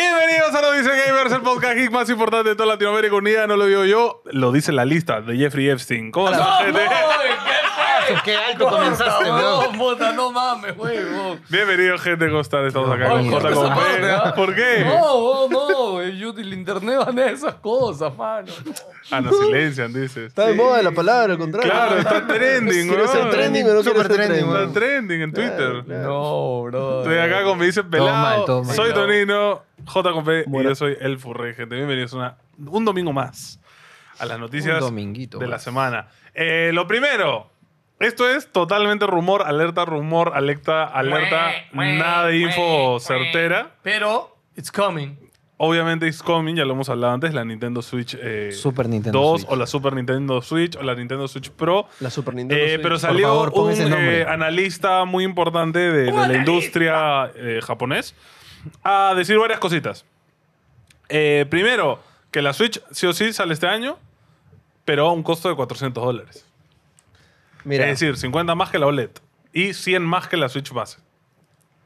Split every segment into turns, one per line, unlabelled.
Bienvenidos a Lo Dice Gamers, el podcast geek más importante de toda Latinoamérica Unida. No lo digo yo, lo dice la lista de Jeffrey Epstein. ¿Cómo están, gente?
Qué alto comenzaste,
No,
weón.
puta, no mames, weón.
Bienvenidos, gente Costa. Estamos acá
Oye,
con J.
¿qué
con
pasó,
P.
weón?
¿Por qué?
No, no, no, weón. YouTube, el internet van a esas cosas, mano.
Ah, nos silencian, dices.
Está de moda la palabra, al contrario.
Claro, está trending,
Quiero ser
weón.
trending, pero no quiero
Súper
ser
trending,
trending.
Está trending en Twitter.
No, bro.
Estoy acá con mi dice
mal,
pelado.
todo mal.
soy Tonino, J. con P. Y
Bueno.
yo soy El Furrey, gente. Bienvenidos una- un domingo más a las noticias
dominguito
de la
más.
semana. Eh, lo primero, esto es totalmente rumor, alerta, rumor, alerta, alerta. nada de info certera.
Pero, it's coming.
Obviamente, it's coming, ya lo hemos hablado antes, la Nintendo Switch eh,
Super Nintendo
2
Switch.
o la Super Nintendo Switch o la Nintendo Switch Pro.
La Super Nintendo.
Eh,
Switch.
pero salió
favor, pon
un
ese nombre.
eh, analista muy importante de, de la industria eh, japonés a decir varias cositas. Eh, primero, que la Switch sí o sí sale este año, pero a un costo de 400 dólares.
Mira,
Es decir, 50 más que la OLED y 100 más que la Switch base.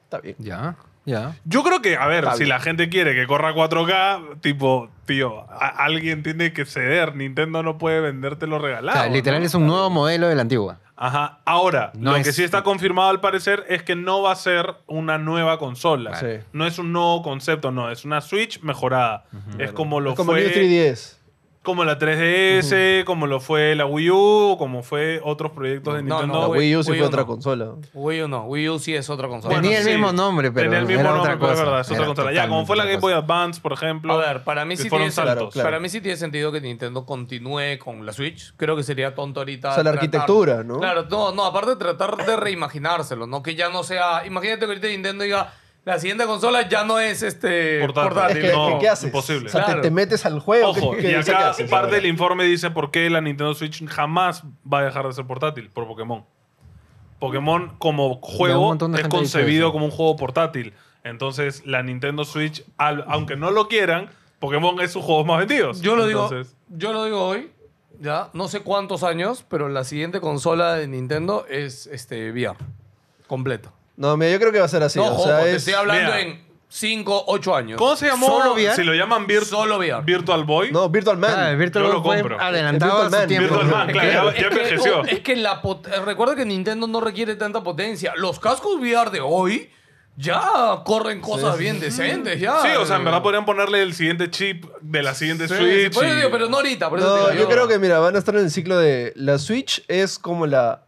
está bien.
Ya, ya.
Yo creo que, a ver,
Está
si
bien.
la gente quiere que corra 4K, tipo, tío, a- alguien tiene que ceder. Nintendo no puede vendértelo
O
regalado.
sea, literal
¿no?
es un nuevo modelo de la antigua.
Ajá. Ahora,
No
lo
es-
que sí está confirmado al parecer es que no va a ser una nueva consola.
Claro. Sí.
No es un nuevo concepto, no. Es una Switch mejorada. Es como lo
Como
fue.
el New 3DS.
Como la 3DS, como lo fue la Wii U, como fue otros proyectos de
No,
Nintendo.
La
no,
Wii U sí
Wii
fue
U
otra
no.
consola.
Wii U no. Wii U sí es otra consola.
Tenía el mismo nombre, pero
Tenía el mismo
era
nombre,
otra
pero es
cosa.
verdad, es otra
Era
consola. Ya, como fue la Game Boy
totalmente
Advance, por ejemplo.
A ver, para mí
que
sí
fueron
tiene
saltos.
Claro, claro.
Para mí sí tiene sentido que Nintendo continúe con la Switch. Creo que sería tonto ahorita.
O sea, la
tratar-
arquitectura, ¿no?
Claro, no, no, aparte de tratar de reimaginárselo, ¿no? Que ya no sea. Imagínate que ahorita Nintendo diga, la siguiente consola ya no es este.
Portátil.
Es que,
no,
es que ¿qué haces?
imposible.
O sea,
Claro.
te, te metes al juego.
Ojo,
¿qué- qué-
y
qué
acá
haces?
parte del
Ahora.
informe dice por qué la Nintendo Switch jamás va a dejar de ser portátil, por Pokémon. Pokémon como
un
juego
montón de
es
gente ha dicho
concebido
eso.
como un juego portátil. Entonces, la Nintendo Switch, al- aunque no lo quieran, Pokémon es sus juegos más vendidos.
Yo lo digo,
Entonces,
yo lo digo hoy, ya no sé cuántos años, pero la siguiente consola de Nintendo es este VR completa.
No, mira, yo creo que va a ser así.
no,
o
ojo,
sea,
te
es-
estoy hablando
Mira.
en 5, 8 años.
¿Cómo se llamó?
Solo VR.
Si lo llaman vir-
Solo VR.
Virtual Boy.
No, Virtual Man.
Ah, el Virtual
Yo lo
Boy fue
compro.
adelantado
El Virtual
a su
Man.
tiempo.
Virtual Man, claro, ya,
Es
ya
que-
envejeció.
no, es que la pot- recuerda que Nintendo no requiere tanta potencia. Los cascos VR de hoy ya corren cosas bien decentes. Ya.
Sí, o sea, en verdad podrían ponerle el siguiente chip de la siguiente
Sí, sí,
Switch.
por eso
y-
digo, pero no ahorita. por eso te
No,
digo
yo creo que, mira, van a estar en el ciclo de. La Switch es como la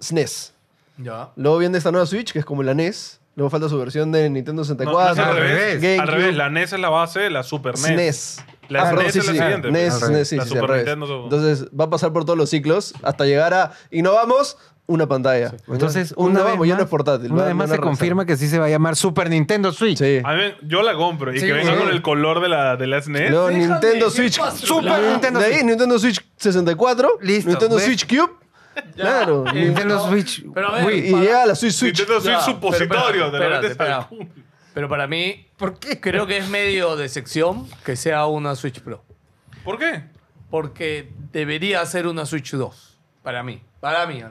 SNES.
Ya.
Luego viene esta nueva Switch, que es como la NES. Luego falta su versión de Nintendo
No, no,
64.
es al revés. Al
GameCube, E
revés, la NES es la base, la Super E NES.
SNES.
La
Ah, perdón,
NES
sí,
es la
sí,
siguiente.
NES, NES, sí,
Al
revés.
sí,
La
al
Super
revés.
Nintendo.
Entonces va a pasar por todos los ciclos hasta llegar a innovamos una pantalla.
Entonces,
Un
una vez
innovamos, ya no
más-
es portátil. va-
Una vez
van
más
a
se
regresar.
confirma que sí se va a llamar Super Nintendo Switch.
Sí.
A mí- yo la compro y
Sí,
que venga
güey.
con el color de la, E de la SNES.
Luego
Déjame,
Nintendo
¿qué
Switch.
pasa?
Super
Claro.
Nintendo
de ahí,
Switch.
Nintendo Switch 64.
Listo,
Nintendo
¿ves?
Switch Cube.
Ya.
Claro.
Eh,
Nintendo
no,
Switch,
Pero a ver,
Wii.
Y
para-
llega la Switch Switch.
Nintendo Switch
Ya,
supositorio.
pero
de repente
espérate,
sale.
espérate. Pero para mí, Creo que es medio de sección que sea una Switch Pro.
¿Por qué?
Porque debería ser una Switch 2. Para mí. Para mí.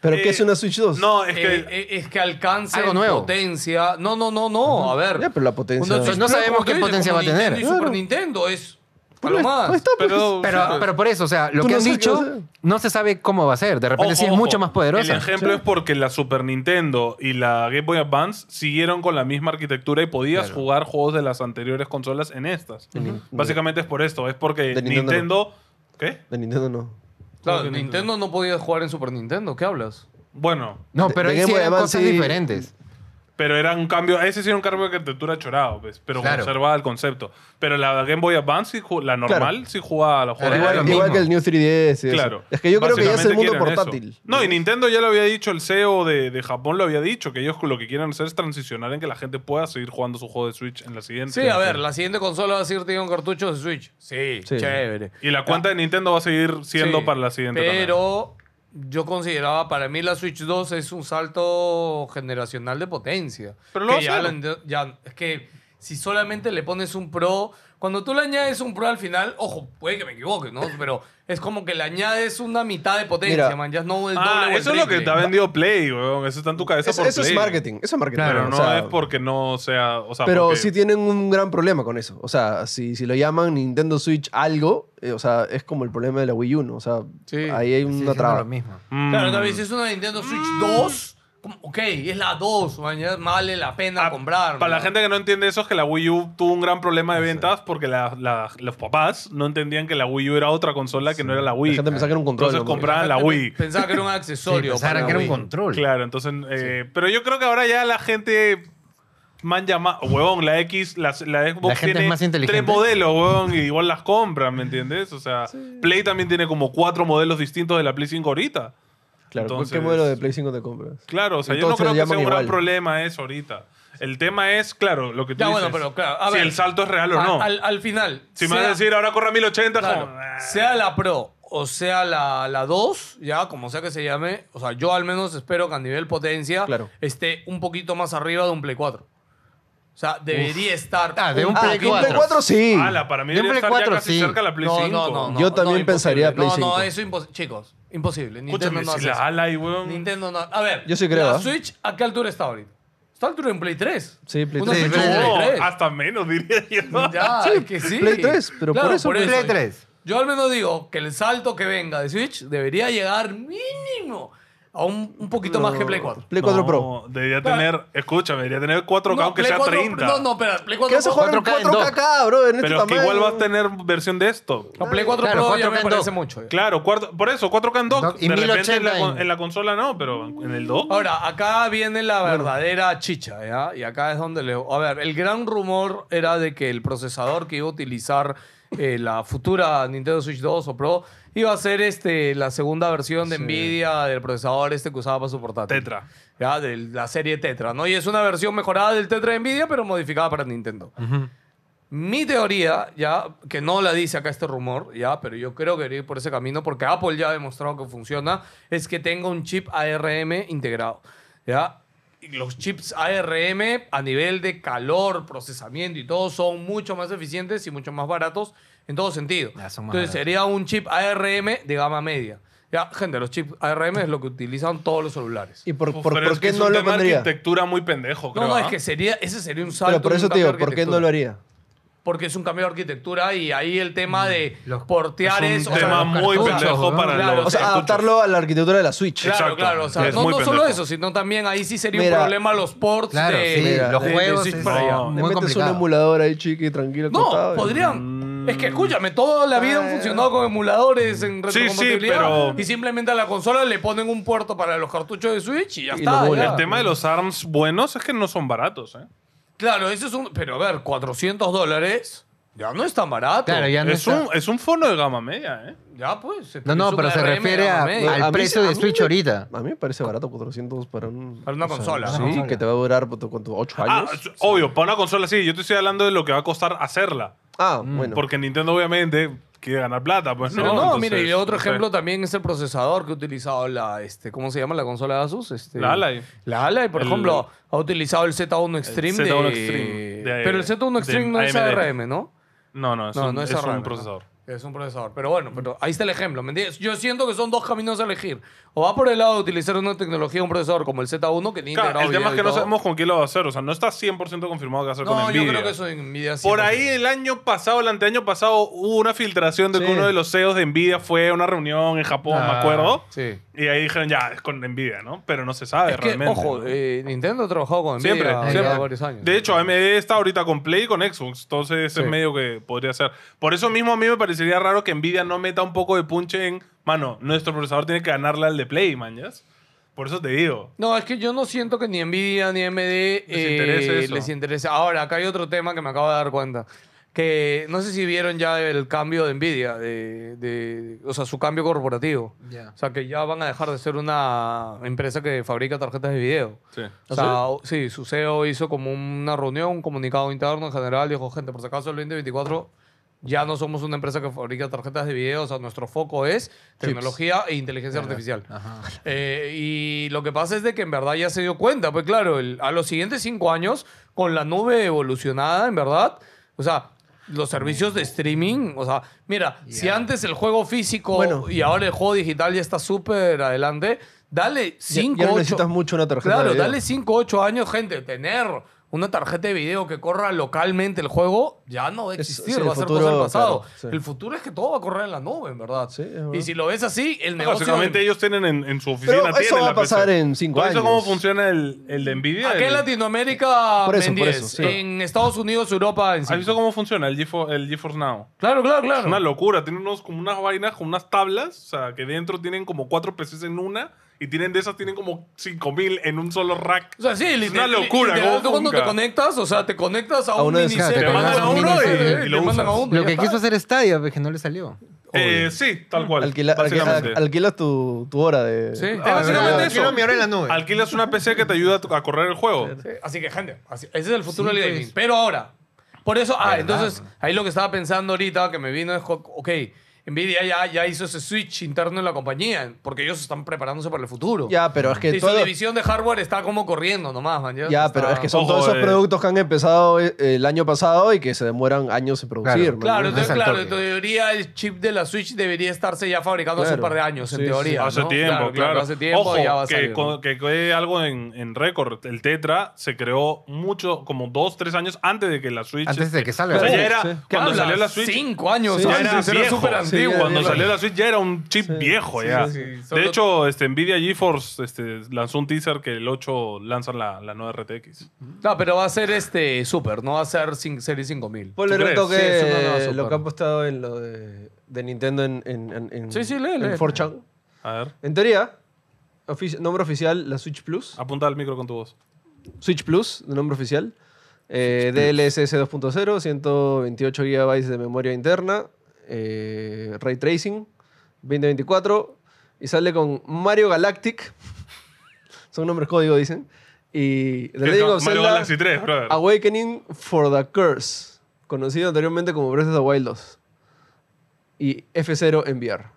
¿Pero
Eh,
qué es una Switch 2?
No, es
Es
que.
que, es que alcance
Algo nuevo.
potencia. No, no, no, no. A ver.
Ya, pero la potencia-
Una Switch
No
Pro,
sabemos
como
qué
tú dices,
potencia
como
va a tener.
Nintendo y
Claro.
Super Nintendo es.
Pero
Algo
es-
más.
ahí está, pues.
pero,
Pero, pero por eso, o sea, lo
Tú
que
no
han
sabes qué va a
dicho
ser.
no se sabe cómo va a ser. De repente
Ojo,
sí es
ojo,
mucho más poderosa.
El ejemplo es porque la Super Nintendo y la Game Boy Advance siguieron con la misma arquitectura y podías jugar juegos de las anteriores consolas en estas. Básicamente es por esto. Es porque
De
Nintendo.
Nintendo
¿Qué?
De Nintendo no.
Claro, Nintendo, no podía jugar en Super Nintendo. ¿Qué hablas?
Bueno,
No,
De-
pero
de
ahí
Game
sí
Boy
eran
Advance
cosas
sí-
diferentes.
Pero era un cambio, ese sí era un cambio de arquitectura chorado, pues, pero
Claro.
conservaba el concepto. Pero la Game Boy Advance, sí ju- la normal,
Claro.
sí jugaba a la
Pero
jugaba
era lo
Igual,
bien.
igual
mismo.
que el New 3DS. y eso.
Claro.
Es que yo creo que ya es el mundo
Básicamente quieren
portátil.
eso. No, y Nintendo ya lo había dicho, el CEO de, de Japón lo había dicho, que ellos lo que quieren hacer es transicionar en que la gente pueda seguir jugando su juego de Switch en la siguiente.
Sí, a ver, la siguiente consola va a seguir teniendo cartuchos de Switch. Sí,
Sí.
chévere.
Y la cuenta de Nintendo va a seguir siendo
Sí,
para la siguiente. también.
Pero yo consideraba, para mí la Switch 2 es un salto generacional de potencia.
Pero lo
Que
va a
ya
hacer.
la Nintendo- ya- es que si solamente le pones un Pro. Cuando tú le añades un Pro al final, ojo, puede que me equivoque, ¿no? Pero es como que le añades una mitad de potencia,
Mira.
man. Ya no el doble
Ah,
o el
eso es lo que
triple.
te ha vendido Play, weón. Eso está en tu cabeza
Es-
por
eso es
Play.
marketing. Eso es marketing.
Pero
Claro,
no
o sea,
es porque no sea. O sea
Pero
porque-
sí tienen un gran problema con eso. O sea, si, si lo llaman Nintendo Switch algo, eh, o sea, es como el problema de la Wii U, ¿no? O sea,
Sí.
ahí hay
Sigue
una
siendo
traba.
lo mismo.
Mm.
Claro, también si es una Nintendo Switch 2, como, ok, es la 2, man. Ya vale la pena
Ah,
comprar.
Para la
¿no?
gente que no entiende eso, es que la Wii U tuvo un gran problema de ventas porque la- la- los papás no entendían que la Wii U era otra consola que no era la Wii.
La gente pensaba que era un control.
Entonces
nomás.
comprar- compraban la
gente
Wii.
Pensaba que era un
Sí,
accesorio.
pensaron
para
que era un
Wii.
control.
Claro, entonces. eh, Pero yo creo que ahora ya la gente. Man llama, huevón, la X, la, la Xbox
La gente es
tiene
más inteligente.
tres modelos, huevón, y igual las compran, ¿me entiendes? O sea, Play también tiene como cuatro modelos distintos de la Play 5 ahorita.
Claro, ¿por
Entonces-
¿qué modelo de Play 5 te compras?
Claro, o sea,
Entonces
yo no creo
le
que sea
llaman
un gran
igual.
problema eso ahorita. El tema es, claro, lo que tú
Ya,
dices.
bueno, pero claro. A
si
ver,
el salto es real o
a-
no.
Al, al final.
si me
sea-
vas a decir ahora corra 1080,
claro,
como, ah,
sea la Pro o sea la, la 2, ya como sea que se llame, o sea, yo al menos espero que a nivel potencia
Claro.
esté un poquito más arriba de un Play 4. O sea, debería estar.
Ah, de un
poquito-
Play
de un
4.
Play 4 sí.
ala, para mí
De un
debería
Play
estar ya
4,
casi
sí.
cerca la Play 5.
No, no, no.
Yo
no,
también
imposible.
pensaría Play
No, no,
5.
eso imposible. Chicos, imposible. Nintendo
Escúchame,
no
si
hace
la
eso.
ala ahí, weón.
Nintendo no. A ver.
Yo sí creo,
¿La
¿ah?
Switch a qué altura está ahorita? Está a altura en Play 3.
Sí, Play
Una
3.
Switch
Sí, Play
en
No,
Play 3.
hasta menos, diría yo.
Ya, es que sí.
Play 3, pero por eso
Play 3.
Yo al menos digo que el salto que venga de Switch debería llegar mínimo a un, un poquito más que Play 4.
Play 4
No,
Pro.
Debería
Claro.
tener, escúchame, debería tener 4K
No,
aunque
Play
sea
4
30.
No, no, espera, Play 4
¿Qué vas a
Pro-
jugar en
4K en
4K acá, bro? En este
pero es que
tamaño.
igual vas a tener versión de esto.
No, Play 4
Claro,
Pro ya
4K
me
en
parece
dock.
mucho. ya.
Claro, cuarto- por eso, 4K en dock.
Dock y
de repente en
1080
la, con-
en-
en la consola no, pero en el dock.
Ahora, acá viene la verdadera chicha, ¿ya? Y acá es donde leo. A ver, el gran rumor era de que el procesador que iba a utilizar eh, la futura Nintendo Switch 2 o Pro iba a ser este, la segunda versión de Nvidia del procesador este que usaba para su portátil.
Tetra.
Ya, de la serie Tetra, ¿no? Y es una versión mejorada del Tetra de Nvidia, pero modificada para Nintendo. Mi teoría, ya, que no la dice acá este rumor, ya, pero yo creo que debería ir por ese camino porque Apple ya ha demostrado que funciona, es que tenga un chip ARM integrado, ya. Y Los chips ARM a nivel de calor, procesamiento y todo son mucho más eficientes y mucho más baratos en todo sentido.
Ya,
Entonces
son más baratos.
sería un chip ARM de gama media. Ya, gente, los chips ARM es lo que utilizan todos los celulares.
¿Y por,
Uf,
por-
pero
por
es que
qué
es
no
un
lo
tema de
pondría?
arquitectura muy pendejo, creo.
No, no,
¿ah?
es que sería, ese sería un salto.
Pero por
y un
eso te
cambio de
digo, ¿por qué no lo
arquitectura.
haría?
Porque es un cambio de arquitectura y ahí el
Mm,
tema de
Los-
portear
es un
es. o sea,
tema
los
muy
cartuchos,
pendejo
¿no?
para
Claro,
los
O sea,
cartuchos.
adaptarlo a la arquitectura de la Switch.
Claro,
Exacto.
claro. O sea,
Es
no,
muy
no solo
pendejo.
eso, sino también ahí sí sería
Mira.
un problema los ports
Claro,
de,
sí.
mira,
los
de- de
juegos
Switch
es
para allá.
No.
Le
muy
metes
complicado.
un emulador ahí chiqui, tranquilo.
No,
acostado.
Mm.
podrían. Es que escúchame, toda la vida han funcionado con emuladores en
Sí, sí,
retrocompatibilidad
pero-
y simplemente a la consola le ponen un puerto para los cartuchos de Switch y ya
Y
está.
lo vuelan.
ya.
El tema de los ARMS buenos es que no son baratos, ¿eh?
Claro, eso es un. Pero a ver, 400 dólares ya no es tan barato.
Claro, ya no
Es
está-
un, es un fono de gama media, ¿eh?
Ya, pues.
No, no, pero se refiere a-
No,
al
a mí-
precio de
a mí
Switch
me-
ahorita.
A mí me parece barato 400 para un...
Para una consola.
Sí,
Una
que te va a durar puto, ¿cuánto? ¿8
Ah,
años?
es- obvio, para una consola sí. Yo te estoy hablando de lo que va a costar hacerla.
Ah, bueno.
Porque Nintendo, obviamente, quiere ganar plata, pues no.
No, no,
Entonces,
mire, y otro
no sé.
ejemplo también es el procesador que ha utilizado la, este, ¿cómo se llama la consola de Asus? Este,
La Ally.
La Ally, por
El-
ejemplo, ha utilizado el Z1 Extreme de...
Z1 Extreme de-
pero el Z1
de
Extreme no es
AMD.
ARM, ¿no?
No, no, es,
No,
un,
no es,
es un
ARM, ¿no?
procesador.
Es un procesador. Pero bueno, pero ahí está el ejemplo, ¿me entiendes? Yo siento que son dos caminos a elegir. O va por el lado de utilizar una tecnología, un procesador como el Z1 que tiene
Claro,
integrado
el tema
video
es
y
que no
todo.
sabemos con quién lo va a hacer. O sea, no está 100% confirmado que va a hacer con
No,
Nvidia.
yo creo que eso en Nvidia sí
Por
no sé.
ahí el año pasado, el anteaño pasado, hubo una filtración de que
Sí.
uno de los CEOs de Nvidia fue a una reunión en Japón, me
Ah,
acuerdo.
Sí.
Y ahí dijeron, ya, es con Nvidia, ¿no? Pero no se sabe
Es que,
Ah, realmente.
ojo,
¿no?
eh, Nintendo ha trabajado con Nvidia
ah,
Siempre,
ya
siempre.
varios años.
De hecho, AMD está ahorita con Play y con Xbox, entonces
Sí.
es medio que podría ser. Por eso mismo a mí me parecería raro que Nvidia no meta un poco de punche en, mano, nuestro procesador tiene que ganarle al de Play, mañas. Por eso te digo.
No, es que yo no siento que ni Nvidia ni AMD eh, les,
interese eso.
interese. Ahora, acá hay otro tema que me acabo de dar cuenta. Que no sé si vieron ya el cambio de Nvidia, de, de- o sea, su cambio corporativo.
Ya.
O sea, que ya van a dejar de ser una empresa que fabrica tarjetas de video.
Sí.
O sea,
¿Ah,
o- sí, su CEO hizo como una reunión, un comunicado interno en general, dijo, gente, por si acaso el 2024 Ya no somos una empresa que fabrica tarjetas de video, o sea, nuestro foco es tecnología e inteligencia artificial. Eh, y lo que pasa es de que en verdad ya se dio cuenta, pues claro, el- a los siguientes cinco años, con la nube evolucionada, en verdad, o sea, los servicios de streaming, o sea, mira, si antes el juego físico
Bueno.
y ahora el juego digital ya está súper adelante, dale
Ya-
5,
ya no necesitas mucho una tarjeta
Claro,
de video.
dale 5, 8 años, gente, tener una tarjeta de video que corra localmente el juego ya no va a
Es-
existir,
sí, el
va a ser
futuro,
cosa del pasado.
claro, sí.
El futuro es que todo va a correr en la nube, en verdad.
Sí, es verdad.
Y si lo ves así, el negocio...
Ah, Básicamente ellos tienen en, en su oficina.
Pero eso
tienen
va a
la PC.
pasar en cinco
¿Todo eso
años.
cómo funciona el, el de Nvidia?
Aquí en
El-
Latinoamérica
Por eso,
en
por
10,
eso, sí.
en Estados Unidos, Europa, en
¿Has visto
cinco.
cómo funciona el, Gefo- el GeForce Now?
Claro, claro,
Es una
claro.
locura. Tienen unos, como unas vainas, con unas tablas, o sea, que dentro tienen como cuatro PCs en una y tienen de esas, tienen como 5000 en un solo rack.
O sea, sí,
es una
literal-
locura.
literal,
¿cómo
tú cuando te
funca?
conectas, o sea, te conectas a,
A
un
una de
miniserver,
esas,
te
te
mandan a
mandas
uno
un
y,
miniserver,
y
eh, te
lo
mandan a
usas.
uno.
Lo
ya
que
está.
quiso hacer Stadia, pues que no le salió.
Eh, sí, tal cual.
Alquila- alquila-
básicamente. Eh,
alquilas tu, tu hora de.
Sí.
Ah,
Ah,
básicamente
¿verdad?
eso.
Quiero mi hora en la nube.
Alquilas una PC que te ayuda a a correr el juego.
Sí, Así que, gente, así- ese es el futuro
Sí,
del
pues.
gaming. Pero ahora, por eso, ah,
¿Verdad?
entonces, ahí lo que estaba pensando ahorita que me vino es, jo- ok, Nvidia ya, ya hizo ese switch interno en la compañía, porque ellos están preparándose para el futuro.
Ya, pero es que
y su
todo-
división de hardware está como corriendo nomás, man. Ya,
Ya,
está-
pero es que son
Ojo,
todos esos
eh.
productos que han empezado eh, el año pasado y que se demoran años en producir.
Claro.
¿no?
Claro,
No es
entonces,
al
claro,
toque.
en teoría el chip de la Switch debería estarse ya fabricando hace un par
Claro.
de años, en
Sí, sí.
teoría.
Hace
¿no?
tiempo, claro.
Hace tiempo
Ojo,
ya va a
que,
salir,
con-
¿no?
que quede algo en, en récord. El Tetra se creó mucho, como dos, tres años antes de que la Switch.
Antes de que salga.
O sea,
Sí,
ya era.
sí.
¿Qué
Cuando
hablas?
salió la Switch.
Cinco años
Sí,
ya
antes,
era
era
viejo.
súper
Sí,
antiguo.
ya
Cuando
viejo.
salió la Switch ya era un chip viejo
sí,
ya.
sí,
sí. Solo-
De hecho, este, Nvidia GeForce este, lanzó un teaser que el 8 lanzan la, la nueva RTX.
No, pero va a ser este super, no va a ser cin- Serie 5000.
Ponle
¿Tú
un
crees?
toque
Sí, es una nueva
eh, lo
super.
que han postado en lo de, de Nintendo en, en, en, en-
Sí, sí, lee,
en
lee.
4chan.
A ver,
En teoría, ofici- nombre oficial, la Switch Plus.
apunta al micro con tu voz.
Switch Plus, de nombre oficial. Eh, DLSS 2.0, 128 GB de memoria interna, eh, Ray Tracing, 2024, y sale con Mario Galactic. Son nombres código, dicen. Y The Legend
Mario
of Zelda
Galaxy 3, brother.
Awakening for the Curse, conocido anteriormente como Breath of the Wild 2. Y F0 enviar.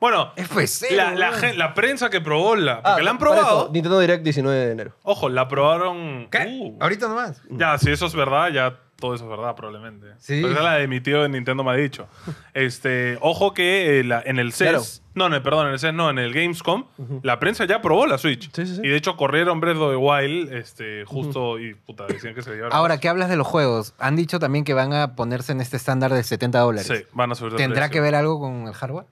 Bueno,
FC.
la, la gen- la prensa que probó la. Porque
Ah,
la han
para
probado.
esto, Nintendo Direct 19 de enero.
Ojo, la probaron.
¿Qué?
Uh.
Ahorita nomás.
Ya, si eso es verdad, ya todo eso es verdad, probablemente.
Sí.
Pero esa la de mi tío de Nintendo me ha dicho. Este, ojo que eh, la- en el CES. No, no, perdón, en el CES no, en el Gamescom, la prensa ya probó la Switch.
Sí, sí, sí.
Y de hecho corrieron Breath of the Wild, este, justo, y puta, decían que se llevaron.
Ahora, ¿qué hablas de los juegos? Han dicho también que van a ponerse en este estándar de 70 dólares.
Sí, van a subir de
¿Tendrá que
precio.
ver algo con el hardware?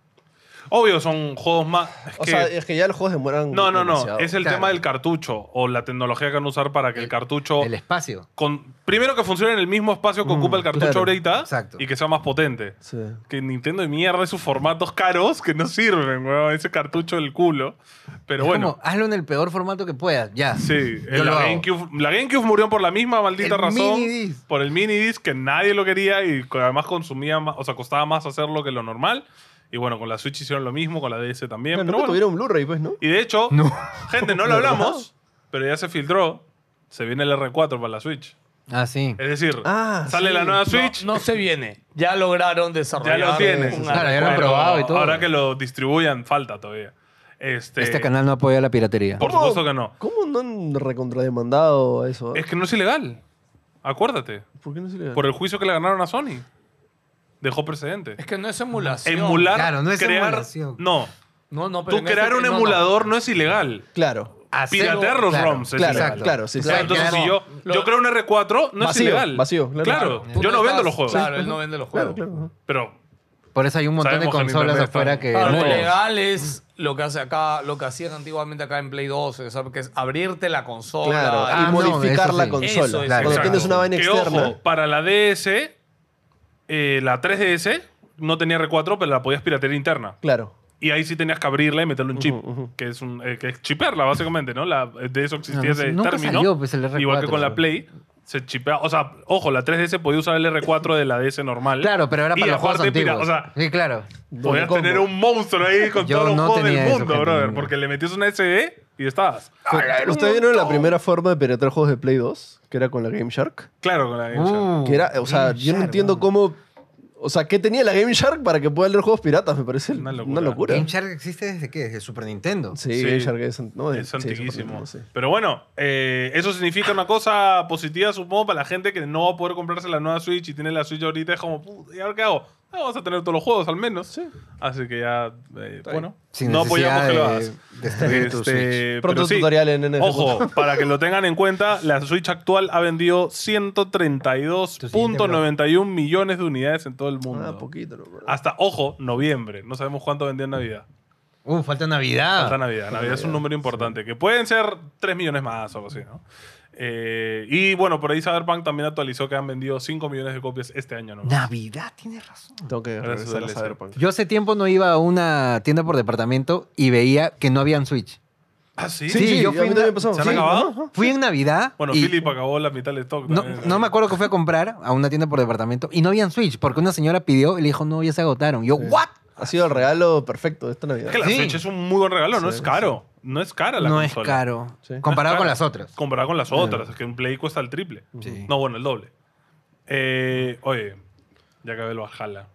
Obvio, son juegos más. es
O
que-
sea, es que ya los juegos demoran.
no, no, no.
demasiado.
Es el
Claro.
tema del cartucho o la tecnología que van a usar para que el,
El-
cartucho.
El espacio.
con- primero que funcione en el mismo espacio que ocupa el cartucho
claro.
ahorita
Exacto.
y que sea más potente.
Sí.
Que Nintendo de mierda esos formatos caros que no sirven, weón. Ese cartucho del culo. Pero
Es
bueno.
como, hazlo en el peor formato que puedas, ya.
Sí, eh,
Yo lo
la
hago.
GameCube, la GameCube murió por la misma maldita
El
razón.
minidisc.
Por el mini disc que nadie lo quería y que además consumía más, o sea, costaba más hacerlo que lo normal. Y bueno, con la Switch hicieron lo mismo, con la DS también. pero
Bueno, nunca
bueno.
tuvieron un Blu-ray, pues, ¿no?
Y de hecho,
No.
gente, no lo
¿Verdad?
hablamos, pero ya se filtró. Se viene el R4 para la Switch.
Ah, sí.
Es decir,
Ah,
sale
sí.
la nueva
No,
Switch.
No, se viene. Ya lograron
Ya
desarrollar.
lo tienes.
un
Claro, ya lo han
Pero
probado y todo.
Ahora que lo distribuyan, falta todavía. Este,
Este canal no apoya la piratería.
Por supuesto que no.
¿Cómo no han recontrademandado eso? ah?
Es que no es ilegal. Acuérdate.
¿Por qué no se le
Por el juicio que le ganaron a Sony. Dejó precedente.
Es que no es emulación.
Emular.
Claro, no es
crear,
emulación.
No.
No, no, pero
Tú
en este-
crear un
no, no.
emulador no, es ilegal.
Claro.
Hacerlo-
Piratear los
claro,
ROMs es
claro,
ilegal.
claro, sí, sí.
O sea,
Claro,
entonces,
no,
si yo,
no.
yo creo un R4, no
Vacío,
es ilegal.
vacío, claro.
Claro,
Tú
yo no
estás-
vendo los juegos.
Claro, él no vende los
Claro,
juegos.
claro. ajá.
Pero
Por eso hay un montón de
Sabemos que en
consolas
internet
afuera
están- Ah,
que...
Claro,
Claro, lo
todos.
legal es lo que hace acá, lo que hacían antiguamente acá en Play 2, ¿sabes? que es abrirte la consola.
Claro,
Ah,
y
no,
modificar
eso
la
sí.
consola.
Eso es,
Cuando
exacto.
tienes una vaina
que
externa.
ojo, para la DS, eh, la 3DS no tenía R4, pero la podías piratear interna.
Claro.
Y ahí sí tenías que abrirla y meterle un chip,
Ujú, ujú.
que es un eh, que es chipearla, básicamente, ¿no? La, de eso existía
No, no sé,
ese
nunca
término.
salió, pues, el R4,
igual que con la
¿no?
Play. Se chipea, o sea, ojo, la 3DS podía usar el R4 de la DS normal.
Claro, pero era
Y
para los juegos
aparte, pira-
antiguos.
o sea,
sí, claro.
podías
Doble
tener
combo.
un monstruo ahí con
Yo
todos los
no
juegos del
tenía eso,
mundo,
gente,
brother,
no.
porque le metías una SD y estabas.
Ah,
¿Ustedes vieron la primera forma de penetrar juegos de Play 2? Que era con la Game Shark.
Claro, con la Game Shark.
Uh,
Que era, o sea,
Game
yo no
Shark,
entiendo
man.
cómo O sea, ¿qué tenía la Game Shark para que pueda leer juegos piratas? Me parece
Una
una locura.
locura.
Game Shark existe desde qué? Desde Super Nintendo.
Sí,
Sí.
Game Shark es, an- no,
Es
sí, es
antiguísimo.
antiguo, sí.
Pero bueno, eh, eso significa una cosa positiva, supongo, para la gente que no va a poder comprarse la nueva Switch y tiene la Switch ahorita. Es como, "Puta, ¿y ahora qué hago? Ah, vamos a tener todos los juegos al menos. Así que ya, eh, bueno,
Sin
no apoyamos
necesidad
que lo
de-
hagas.
de estar en tu
Este,
Switch.
pero
Pronto
sí,
tutorial en NF.
Ojo, para que lo tengan en cuenta, la Switch actual ha vendido 132.91 millones de unidades en todo el mundo.
Ah, poquito. no, pero-
Hasta, ojo, noviembre. No sabemos cuánto vendió en Navidad.
Uh, falta Navidad.
Falta Navidad. Navidad es un número importante. Que pueden ser 3 millones más o algo así, ¿no? Eh, y bueno, por ahí Cyberpunk también actualizó que han vendido 5 millones de copias este año nomás.
Navidad, tienes razón.
Tengo que
Gracias,
regresar a
DLC.
Cyberpunk.
Yo hace tiempo no iba a una tienda por departamento y veía que no habían Switch.
¿Ah, sí?
Sí, yo
a
fui
mí
una-
también pasó.
¿Se han
Sí,
acabado?
ajá.
Fui en Navidad.
Bueno,
y
Philip acabó la mitad del stock.
No,
también.
no me acuerdo que fui a comprar a una tienda por departamento y no habían Switch porque una señora pidió y le dijo, no, ya se agotaron. Yo, ¿what?
Ha sido el regalo perfecto de esta Navidad.
Es que la
Sí.
Switch es un muy buen regalo, no
Sí,
es caro. No es cara la
no es
consola.
caro.
Sí.
No
Comparado
es caro.
con las otras.
Comparado con las otras, es que un Play cuesta el triple.
Sí.
No, bueno, el doble. Eh, oye, ya acabé el Valhalla.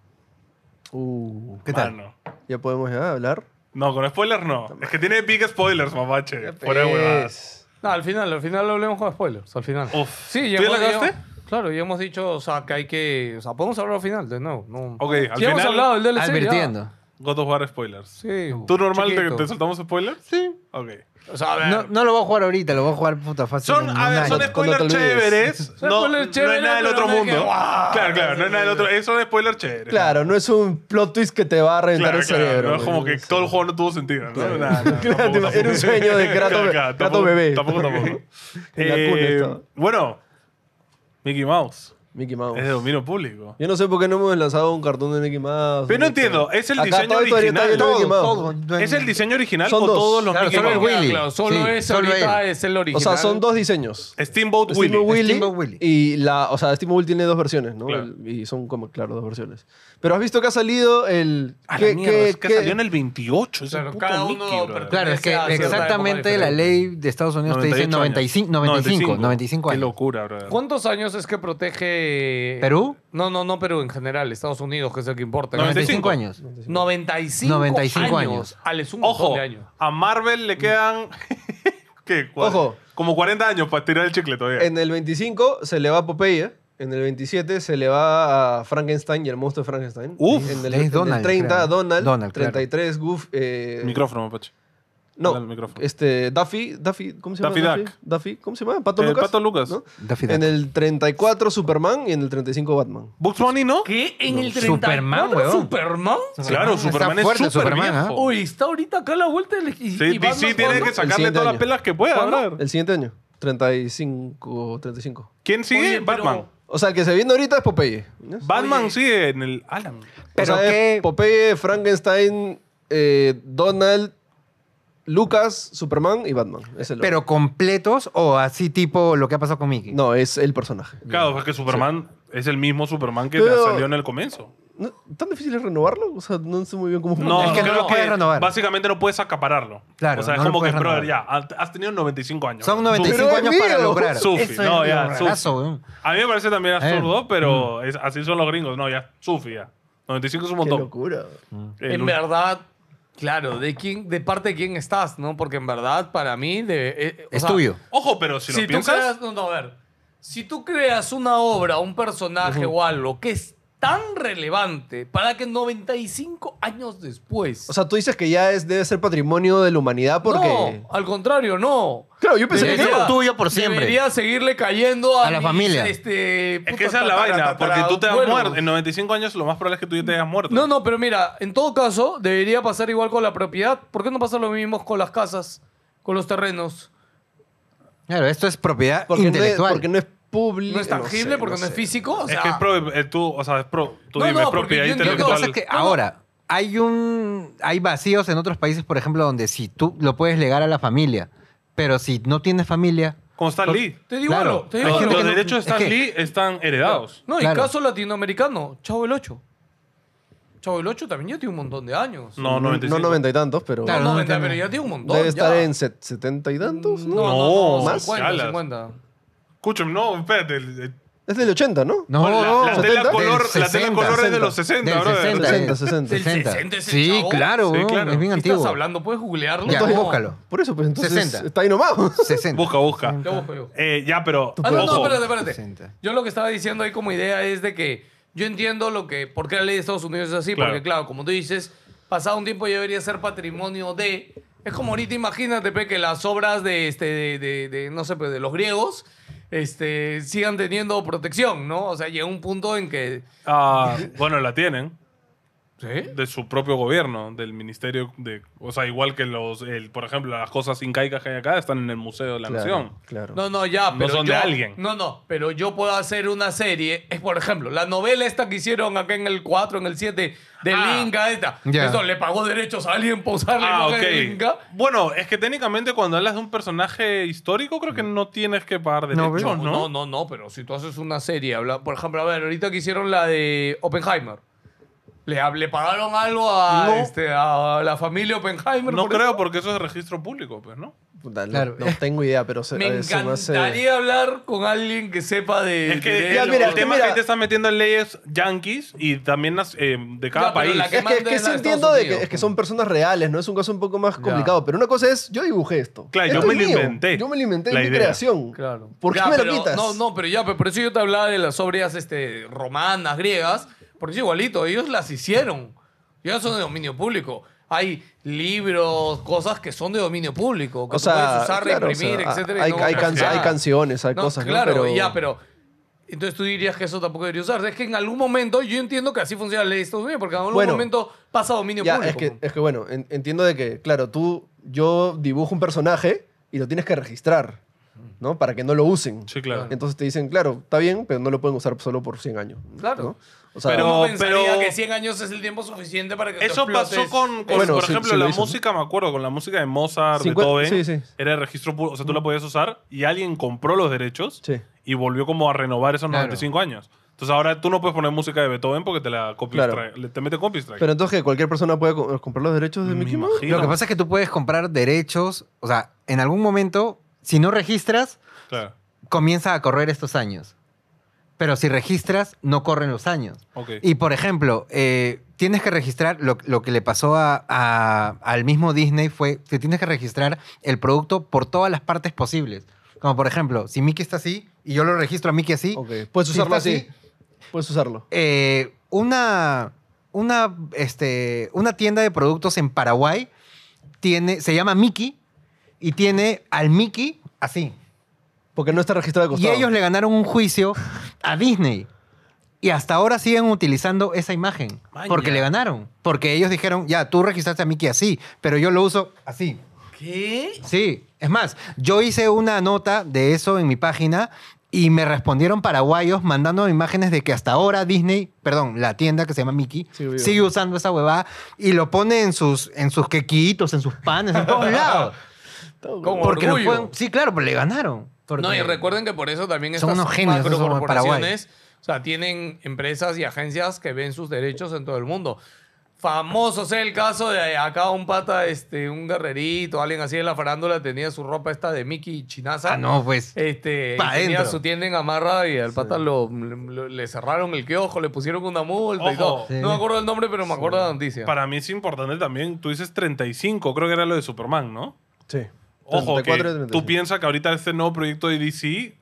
Uh,
¿Qué tal?
Mano.
ya podemos ya hablar.
No, con spoilers no. Es que tiene big spoilers, mamache. Fuera de huevadas.
Es-
No, al final, al final lo hablemos con spoilers. Al final.
Uf. ¿Tú
Sí,
ya
ya hemos-
la cagaste?
ya- Claro, ya hemos dicho, o sea, que hay que. O sea, podemos hablar al final, de nuevo. No.
Ok, al
ya
final-
hemos hablado del DLC. ya.
Advirtiendo.
God of War spoilers.
Sí.
¿Tú normal te,
chiquito.
te soltamos spoilers? Sí. Ok.
O sea, a ver.
No, no lo voy a jugar ahorita, lo voy a jugar puta fácil.
Son,
en
a
un
ver, son
año.
cuando te
spoilers
olvides.
chéveres.
Son
No,
spoilers
no
chéveres,
es nada del
pero
otro
no es que,
mundo.
¡guau!
Claro, claro, no es nada del otro. eh, Son spoilers chéveres.
Claro, no es un plot twist que te va a reventar
Claro,
el
claro,
cerebro. pues.
no es como que
Sí.
todo el juego no tuvo sentido. ¿no? Nada, nada,
Claro,
tampoco,
era
tampoco.
un sueño de Kratos-
Claro, claro,
Kratos
tampoco-
bebé.
Tampoco, tampoco.
En la cuna
Eh,
estaba.
bueno, Mickey Mouse
Mickey Mouse.
es de dominio público.
Yo no sé por qué no hemos lanzado un cartoon de Mickey Mouse. este,
Pero no entiendo, ¿es el
Acá
diseño
todo el tutorial está
original?
lleno de Mickey
Todo,
Mouse.
todo, no hay-
¿Es el diseño original
Son
o
dos.
todos los
Claro,
Mickey
solo el
Mouse?
Wii. Willy.
Claro, solo
Sí,
ese
solo
ahorita
él.
es el
O
original.
sea, son dos diseños.
Steamboat
Steamboat
Willy.
Willy,
Steamboat Willy.
Y la, o sea, Steamboat Willy tiene dos versiones, ¿no?
Claro.
El- y son como, claro, dos versiones. Pero has visto que ha salido el.
A
¿qué-
la mierda,
qué-
es que
qué-
salió en el 28. ese
Claro,
puto
cada uno
Mickey, brother.
pertenece
Claro, es que
Sí, sí,
exactamente
sí,
la
sí.
ley de Estados Unidos te dice
98 años.
95, 95, 95
Qué
años.
locura, brother.
¿Cuántos años es que protege.
¿Perú?
No, no, no Perú en general, Estados Unidos, que es el que importa.
95.
95 años.
95,
95
años.
años.
Ale, es un montón
Ojo,
de años.
a Marvel le quedan. ¿Qué? ¿Cuál?
Ojo.
Como 40 años para tirar el chicle todavía.
En el 25 se le va a Popeye. En el 27 se le va a Frankenstein y el monstruo de Frankenstein.
Uf,
en el,
es
en el
Donald,
30
creo.
Donald.
Donald, claro.
33 Goof. eh,
Micrófono, Pache. Habla al
No,
micrófono.
este, Duffy, Duffy, ¿cómo se llama?
Daffy Duck.
Duffy, ¿cómo se llama? Pato
El
Lucas.
Pato Lucas.
¿no?
Daffy Duck.
En el 34 Superman y en el 35 Batman.
Bugs Bunny, ¿no?
¿Qué? ¿En el 34?
Superman, weón.
¿Superman?
Claro,
Está
Superman es
fuerte
súper
Superman, ¿ah?
viejo.
Uy, está ahorita acá a la vuelta. del- Y,
Sí,
y Batman,
DC tiene
¿cuándo?
que
El
sacarle
siguiente
todas las
año.
pelas que pueda,
¿Cuándo?
brother.
El siguiente año, 35, 35.
¿Quién sigue?
Oye, pero-
Batman.
O sea, el que se viene ahorita es Popeye. ¿no?
Batman sigue en el. Alan.
Pero
o sea, es
qué-
Popeye, Frankenstein, eh, Donald, Lucas, Superman y Batman. Es el
Pero completos o así tipo lo que ha pasado con Mickey.
no, es el personaje.
Claro, es que Superman es el mismo Superman que
Pero-
salió en el comienzo.
¿No- ¿Tan difícil es renovarlo? O sea, no sé muy bien cómo
No,
Es que no
creo
lo puedes renovar.
Básicamente no puedes acapararlo.
Claro,
O sea,
no
es
lo
como que,
puedes
brother, ya,
renovar.
has tenido 95 años.
Son
Pero
95
es
años para
mío.
lograr.
Sufi,
Eso
no,
es
ya,
un
Sufi.
lograzo, weón.
A mí me parece también absurdo,
Eh.
pero es- así son los gringos. No, ya, Sufi, ya. 95 es un
Qué
montón. Eh,
locura.
El
En
un-
verdad, claro, de quién, de parte de quién estás, ¿no? Porque en verdad, para mí, de, eh, o
Es
sea,
tuyo.
Ojo, pero si,
Si,
lo
tú
piensas.
creas, no, no, a ver, si tú creas una obra, un personaje o algo que es tan relevante para que 95 años después.
O sea, tú dices que ya es, debe ser patrimonio de la humanidad porque...
no, al contrario, no.
Claro, yo pensé
Debería-
que...
es tuyo por siempre.
Debería seguirle cayendo a,
A la
mis,
familia.
Este,
Es que esa es la vaina, porque tú te has muerto. En 95 años lo más probable es que tú ya te hayas muerto.
No, no, pero mira, en todo caso, debería pasar igual con la propiedad. ¿Por qué no pasa lo mismo con las casas, con los terrenos?
Claro, esto es propiedad
Porque no, es,
intelectual.
porque no es público.
No es tangible, porque no, es físico. O sea,
es que es pro- eh, tú, o sea, es pro, tú
No,
dime,
no,
es
porque
propiedad
yo
Lo
entiendo
que
intelectual.
pasa es que ahora hay un hay vacíos en otros países, por ejemplo, donde si tú lo puedes legar a la familia, pero si no tienes familia,
Como Stan Lee.
te digo
Claro.
algo, te digo
Los,
Hay
algo.
gente
los
que no-
derechos de Stan
es que-
Lee están heredados.
No,
Claro.
y caso latinoamericano, Chavo el 8. Chavo el 8 también ya tiene un montón de años.
No,
No,
95.
no 90 y tantos, pero...
Claro,
no,
no,
90,
no.
pero ya tiene un montón.
Debe estar
ya.
en set- 70 y tantos, ¿no?
No, no, no,
No,
50,
jalas.
50.
Escúchame, no, espérate. el- el-
Es del 80, ¿no?
No,
la-
no,
la tela color- la tela color es de los 60,
Del
brother.
60,
60, eh.
60.
Del 60.
60 es el
Sí,
chavo.
claro,
Sí,
weón,
claro.
es bien
¿Qué
antiguo.
estás hablando? ¿Puedes googlearlo?
Ya,
No.
búscalo.
Por eso, pues entonces
60.
está ahí nomás.
60.
Busca, busca.
Ya busco yo.
Eh, ya, pero.
Ah, no, no,
ojo.
espérate, espérate.
60.
Yo lo que estaba diciendo ahí como idea es de que yo entiendo lo que, por qué la ley de Estados Unidos es así,
Claro.
porque claro, como tú dices, pasado un tiempo ya debería ser patrimonio de... Es como ahorita, imagínate, pe, que las obras de, este, de, de- de, no sé, pues, de los griegos este, sigan teniendo protección, ¿no? O sea, llega un punto en que...
Ah, bueno, la tienen.
¿Sí?
De su propio gobierno, del ministerio de. O sea, igual que los. el- por ejemplo, las cosas incaicas que hay acá están en el Museo de la Nación.
Claro.
No, no, ya,
No
pero
son
yo-
de alguien.
No, no, pero yo puedo hacer una serie. Es, por ejemplo, la novela esta que hicieron acá en el 4, en el 7, del
Ah.
Inca, esta.
Ya.
Eso le pagó derechos a alguien para usar la
Ah,
imagen del
ok.
Inca.
Bueno, es que técnicamente cuando hablas de un personaje histórico, creo que no tienes que pagar
No,
derechos, ¿no?
No, no, no, no, pero si tú haces una serie, habla- por ejemplo, a ver, ahorita que hicieron la de Oppenheimer. ¿Le, le pagaron algo a,
No.
este, a la familia Oppenheimer?
No
por
creo,
eso?
porque eso es registro público, pues, ¿no?
Puta, no-
Claro.
No tengo idea, pero se, eh,
Me
se me hace-
encantaría hablar con alguien que sepa de.
Es
de-
que
Ya,
el,
mira,
el tema
mira.
es que te están metiendo en leyes yanquis y también nas- eh, de cada
Ya, pero
país.
la
Es que, es
manden
que
a
sí
Estados
entiendo de que,
Unidos.
es que son personas reales, ¿no? Es un caso un poco más complicado. Pero una cosa es, yo dibujé esto.
Claro,
Esto
yo me
es
lo
mío.
inventé.
Yo me lo inventé,
La
es mi
idea.
creación.
Claro.
¿Por qué
Ya,
me lo
pero-
quitas?
No, no, pero ya, pero por eso yo te hablaba de las obras este, romanas, griegas, porque es igualito, ellos las hicieron. Ya son de dominio público. Hay libros, cosas que son de dominio público, que
O
tú
sea,
puedes usar,
claro, o sea,
imprimir, etcétera. y
hay,
no
hay
vas a
can-
hacer
hay
nada.
canciones, hay
No,
cosas, ¿no?
claro, ya, pero... Entonces tú dirías que eso tampoco debería usarse. Es que en algún momento, yo entiendo que así funciona la ley de Estados Unidos, porque en algún
Bueno.
momento pasa a dominio
Ya,
público.
es que, es que bueno, en- entiendo de que, claro, tú, yo dibujo un personaje y lo tienes que registrar, ¿no? Para que no lo usen.
Sí, claro.
Entonces te dicen, claro, está bien, pero no lo pueden usar solo por 100 años. ¿no?
Claro.
O sea,
Pero-
Uno pensaría
pero-
que 100 años es el tiempo suficiente para que tú
Eso pasó
explotes
con, con,
Bueno,
por
sí,
ejemplo,
sí lo
la
hizo, ¿no?
música, me acuerdo, con la música de Mozart,
Cincuenta-
Beethoven,
sí, sí. Mm.
era de registro público, o sea, tú la podías usar y alguien compró los derechos
Sí.
y volvió como a renovar esos
Claro.
95 años. Entonces ahora tú no puedes poner música de Beethoven porque te la copy
Claro.
strike- le- te mete copy strike.
pero entonces que cualquier persona puede co- comprar los derechos de
Me
Mickey Mouse.
imagino.
Lo que pasa es que tú puedes comprar derechos, o sea, en algún momento, si no registras,
Claro.
comienza a correr estos años. Pero si registras, no corren los años.
Ok.
Y por ejemplo, eh, tienes que registrar lo, lo que le pasó a, a- al mismo Disney fue que tienes que registrar el producto por todas las partes posibles. Como por ejemplo, si Mickey está así y yo lo registro a Mickey así,
Ok, Puedes
Si
usarlo
está
así. Puedes usarlo.
eh, una, una, este, una tienda de productos en Paraguay tiene, se llama Mickey y tiene al Mickey así.
Porque no está registrado de
Y
costado.
ellos le ganaron un juicio a Disney. Y hasta ahora siguen utilizando esa imagen.
Maña.
Porque le ganaron. Porque ellos dijeron, ya, tú registraste a Mickey así, pero yo lo uso así.
¿Qué?
Sí, es más, yo hice una nota de eso en mi página y me respondieron paraguayos mandando imágenes de que hasta ahora Disney, perdón, la tienda que se llama Mickey,
Sigue vivo.
sigue usando esa huevada y lo pone en sus, en sus quequitos, en sus panes, en todos lados.
Con
Porque no
orgullo.
pueden- sí, claro, pero le ganaron. Porque-
No, y recuerden que por eso también
Son
estas
unos genios esos
macrocorporaciones, o sea, tienen empresas y agencias que ven sus derechos en todo el mundo. Famoso sea el caso de acá un pata, este, un guerrerito, alguien así de la farándula tenía su ropa esta de Mickey Chinaza.
Ah, no, pues.
Este,
Pa'
y tenía
dentro.
su tienda en amarra y al pata lo, lo- le cerraron el kiosco, le pusieron una multa y
Ojo.
todo.
Sí.
No me acuerdo el nombre, pero me acuerdo de la noticia.
Para mí es importante también, tú dices 35, creo que era lo de Superman, ¿no?
Sí.
Ojo,
34 y
que
35.
tú piensas que ahorita este nuevo proyecto de DC,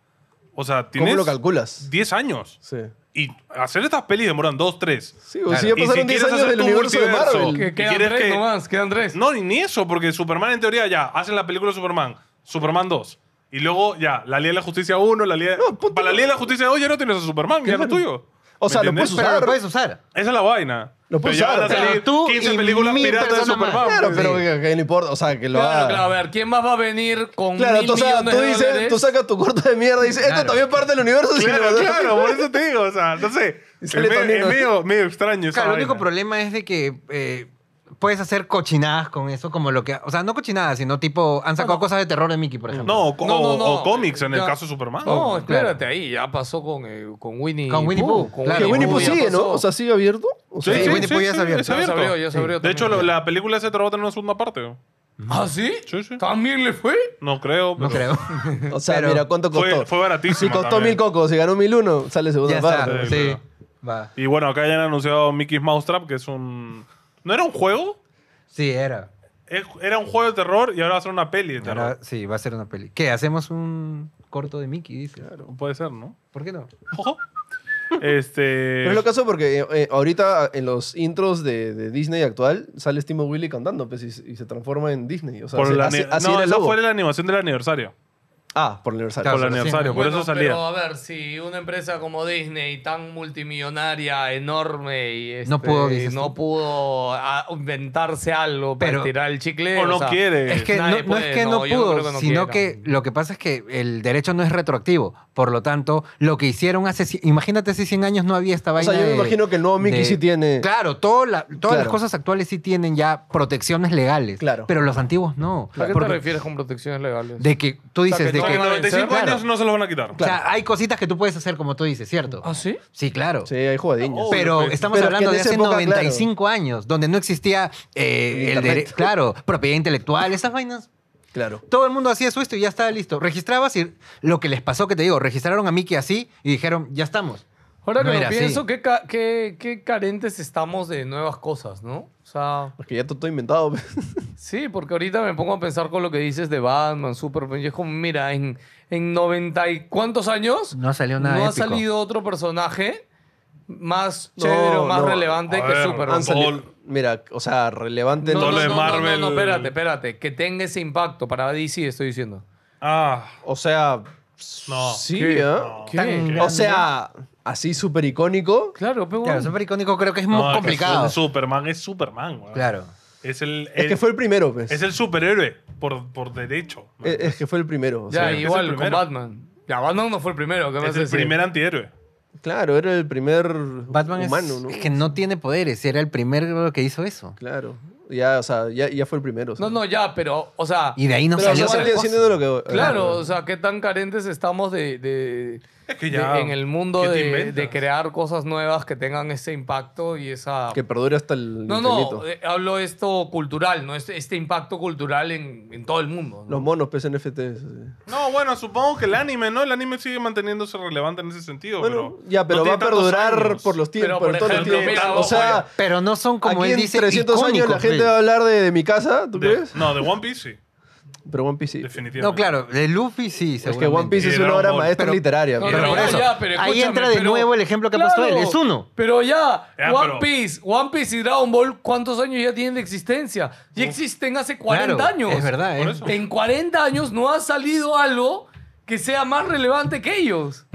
o sea,
¿Cómo
tienes
lo calculas?
10 años.
Sí.
Y hacer estas pelis demoran 2, 3.
Sí, o si ya
Y si
pasaron 10
quieres
años
hacer
del
tu
universo de
multiverso,
Marvel.
¿qué?
que quedan
¿Quieres
tres
que-
nomás, quedan tres.
No, ni- ni eso, porque Superman en teoría ya hacen la película de Superman, Superman 2. Y luego ya, la Liga de la Justicia 1, la Liga...
No, ponte-
para la Liga de la Justicia 2 ya no tienes a Superman, ya no es tuyo.
O
¿Me
sea, lo
entiendes?
puedes
Pero
usar.
lo puedes usar.
Esa es la vaina.
Lo puedes
Pero ya
usar.
van a salir
Pero tú
15
y
películas
mil
piratas de
personas más.
Superman.
Claro,
pues.
pero
sí.
que, que no importa. O sea, que lo
Claro,
haga.
claro, a ver, ¿quién más va a venir con
Claro,
mil
tú, o sea,
millones
tú
de
dices,
dólares?
tú sacas tu corte de mierda y dices, esto
Claro.
también parte del universo.
Claro,
sí, ¿no?
claro, por eso te digo, o sea, no sé.
Y
Es
sale
medio,
Tonino.
es medio- medio extraño esa
Claro, el único
vaina.
problema es de que eh, puedes hacer cochinadas con eso, como lo que. O sea, no cochinadas, sino tipo. Han sacado cosas de terror de Mickey, por ejemplo.
No, o,
No, no,
o-
no.
o cómics en
Ya.
el caso de Superman.
Ah, No,
Oh,
espérate, ahí ya pasó con, eh, con Winnie
Con Winnie Pooh, claro.
Que
Claro,
Winnie
Winnie
Pooh
ya
sigue, ¿no?
pasó.
O sea, sigue abierto. O sea,
Sí, Winnie Pooh ya se abrió.
es
Ya se abrió, ya se abrió
De hecho,
también.
lo- la película de ese trabajo tiene una segunda parte.
¿Ah, sí?
Sí, sí.
¿También le fue?
No creo,
No
pero
creo.
O sea,
Pero
mira, ¿cuánto costó?
fue, fue
si
baratísimo.
costó
también.
mil cocos y ganó mil uno, sale segunda
ya
parte.
está.
Sí,
Sí.
claro.
Va.
Y bueno, acá ya han anunciado Mickey's Mousetrap, que es un. ¿No era un juego?
Sí, era.
Es- Era un juego de terror y ahora va a ser una peli de terror.
Ahora sí, va a ser una peli. ¿Qué? ¿Hacemos un corto de Mickey? Dices?
Puede ser, ¿no?
¿Por qué no?
Ojo. este.
Pero es lo caso porque eh, eh, ahorita en los intros de, de Disney actual sale Steve Willy cantando pues, y, y se transforma en Disney. O sea,
por
se-
la
así,
ani-
así
no,
era el
esa
logo.
fue la animación del aniversario.
Ah, por el aniversario.
Claro.
por el
sí,
aniversario, por
Bueno,
eso salía.
Pero a ver, si una empresa como Disney, tan multimillonaria, enorme y este,
No pudo, dices
no
tú.
pudo ah, inventarse algo para
Pero-
tirar el chicle.
o no
eh, sea,
quiere.
Es que no,
nadie
no
puede,
es que no,
no, yo no
pudo,
creo que no
sino
quiera.
que lo que pasa es que el derecho no es retroactivo. Por lo tanto, lo que hicieron hace... ci- Imagínate hace 100 años no había esta
O
vaina
sea, yo me
de-
imagino que el nuevo Mickey
de-
sí tiene.
Claro, todo la- todas las
Claro.
cosas actuales sí tienen ya protecciones legales.
Claro.
Pero los antiguos no.
¿A qué te
Porque-
refieres con protecciones legales?
de que tú
sea,
dices...
que
de
No,
no
que,
en
van a
95
vencer.
años no se los van a quitar.
O sea, hay cositas que tú puedes hacer como tú dices, ¿cierto?
¿Ah, sí?
Sí, claro.
Sí, hay jugadillas.
Oh,
Pero
Obvio, pues.
estamos
Pero es que
hablando
en
de
esa
hace
época,
95 años, donde no existía eh, el
Internet.
dere- claro, propiedad intelectual, esas vainas.
Claro.
Todo el mundo hacía su esto y ya estaba listo. Registrabas y lo que les pasó, que te digo, registraron a Mickey así y dijeron, ya estamos.
Ahora
No
que
era
lo
así.
pienso, qué, ca- qué- qué carentes estamos de nuevas cosas, ¿no? O sea,
Porque ya todo todo inventado. pues.
sí, porque ahorita me pongo a pensar con lo que dices de Batman, Superman, y es como, mira, en, en 90 y cuántos años
No salió nada
no ha
épico.
salido otro personaje más
No,
chévere o más
no.
relevante
A
que
ver,
Superman.
Han salido-
Todo-
Mira, o sea, relevante.
No,
no-
lo de Marvel.
no, no, espérate, espérate. Que tenga ese impacto para DC, estoy diciendo.
Ah,
O sea.
No.
Sí,
¿Qué?
¿eh?
No.
¿Qué?
Tan-
O sea, así súper icónico.
Claro, pero
Claro, súper icónico creo que es
no,
muy
es que
complicado.
es un Superman es Superman, weón.
Claro.
Es el,
Es que
el-
fue el primero, pues.
es el superhéroe por, por derecho. man.
Es, es que fue el primero. o
ya,
sea.
es el
igual con
primero.
Batman. Ya, Batman no fue el primero. ¿qué me
es
vas a
el
decir?
primer antihéroe.
Claro, era el primer
Batman es-
humano,
es,
¿no?
que no tiene poderes, era el primero que hizo eso.
Claro. Ya, o sea, ya, ya fue el primero. o sea.
No, no, ya, pero, o sea...
Y de ahí no
Pero
salió
no
otra
estoy
cosa.
diciendo lo que.
Claro, o sea, qué tan carentes estamos de, de-
Eh, Es que
de-
ya.
en el mundo
¿qué te
de,
inventas?
de crear cosas nuevas que tengan ese impacto y esa...
Que perdure hasta el.
no,
infinito.
no, eh, hablo esto cultural, ¿no? Este, este impacto cultural en, en todo el mundo. ¿no?
Los monos, pues, NFTs. así.
No, bueno, supongo que el anime, ¿no? El anime sigue manteniéndose relevante en ese sentido.
Bueno,
pero
ya, pero
no tiene
va a
tantos
perdurar
años.
por los
Pero,
tiempos.
por
en todos los
ejemplo,
tiempos.
mira, eh,
o sea,
Pero no son como
aquí
él
en
dice
300 años la
icónicos,
gente
pues.
va a hablar de, de mi casa, ¿tú
De-
crees?
no, de One Piece sí.
Pero One Piece. sí.
Definitivamente.
No, claro, de Luffy sí,
Es que One
seguramente.
Piece
Y
es
Dragon
una obra
Ball.
maestra
Pero-
literaria.
No,
pues.
pero
no,
por eso,
pero
ahí
escúchame,
entra de
pero-
nuevo el ejemplo que ha puesto él, es uno.
Pero ya,
Ya,
One
pero-
Piece, One Piece y Dragon Ball, ¿cuántos años ya tienen de existencia? Ya existen hace 40
Claro,
años.
Es verdad,
Por
¿eh?
eso.
En 40 años no ha salido algo que sea más relevante que ellos.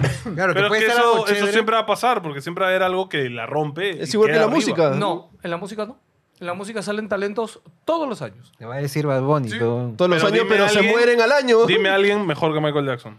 Pero
Claro, que
es
puede
que
ser algo
eso, eso
chévere.
siempre va a pasar, porque siempre va a haber algo que la rompe. y
Es igual que
queda
la
arriba.
música.
No, en la música no. En la música salen talentos todos los años.
Te va a decir Bad Bunny. pero-
Todos los
Pero
años,
dime
pero se
alguien-
mueren al año.
Dime a alguien mejor que Michael Jackson.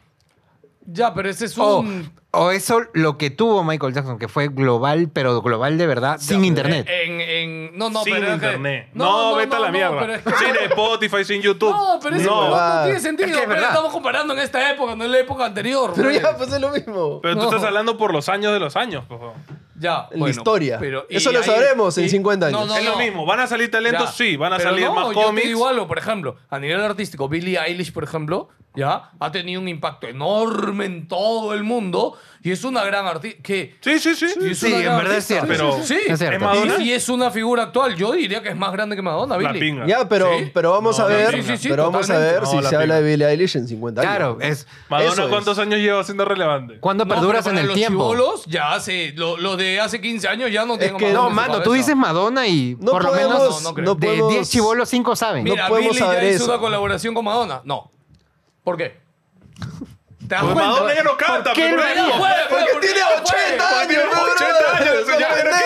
Ya, pero ese es
Oh,
O,
un...
o eso lo que tuvo Michael Jackson, que fue global, pero global de verdad,
eh,
sin internet.
En, en- no, no,
sin
pero es que-
internet. No, vete a la
no,
mierda.
pero es que-
Sin Spotify, sin YouTube.
No, pero eso
No,
no,
huevada.
tiene sentido.
Es que es
pero
verdad.
estamos comparando en esta época, no en la época anterior.
Pero
pues.
ya, pues es lo mismo.
Pero tú
No.
estás hablando por los años de los años, por favor.
Ya,
En la
bueno,
historia.
y
Eso lo
ahí-
sabremos en
y-
50 años.
es lo mismo. ¿Van a salir talentos?
Ya.
Sí. ¿Van a
Pero
salir
no,
más
yo te
cómics?
digo algo, por ejemplo, a nivel artístico, Billie Eilish, por ejemplo, ya ha tenido un impacto enorme en todo el mundo y es una gran artista. que
Sí, sí, sí.
y es
Sí,
una
en
gran
verdad es
artista.
cierto.
Pero-
sí,
es
¿Es
cierto.
Madonna?
Y, y es una figura actual. Yo diría que es más grande que Madonna,
La
Billie.
pinga.
Ya, pero,
¿Sí?
pero vamos
No,
a
la
ver,
pinga. Sí,
sí, sí,
pero vamos a
totalmente.
ver
No,
si
la
se habla de
pinga.
Billie Eilish en 50 años.
Claro, es
Madonna,
Eso es.
¿cuántos años lleva siendo relevante?
cuando
No,
perduras
pero
en
para
el
los
tiempo.
chibolos, ya hace. Lo, lo de hace 15 años ya no tengo
que-
Madonna
No,
No,
en su
mano, tú
cabeza.
dices Madonna y
No
por lo
podemos-
menos
no creo.
no
de
podemos-
10 chibolos, 5 saben.
Mira,
podemos
Billie
saber
ya
eso.
hizo una colaboración con Madonna. No. ¿Por qué? ¿Te das
Pues
cuenta?
Madonna ya no canta,
qué
pero
no
no.
Pero fue, fue,
Porque
porque
tiene
ya fue.
80 años,
Tiene 80 años, ya no tiene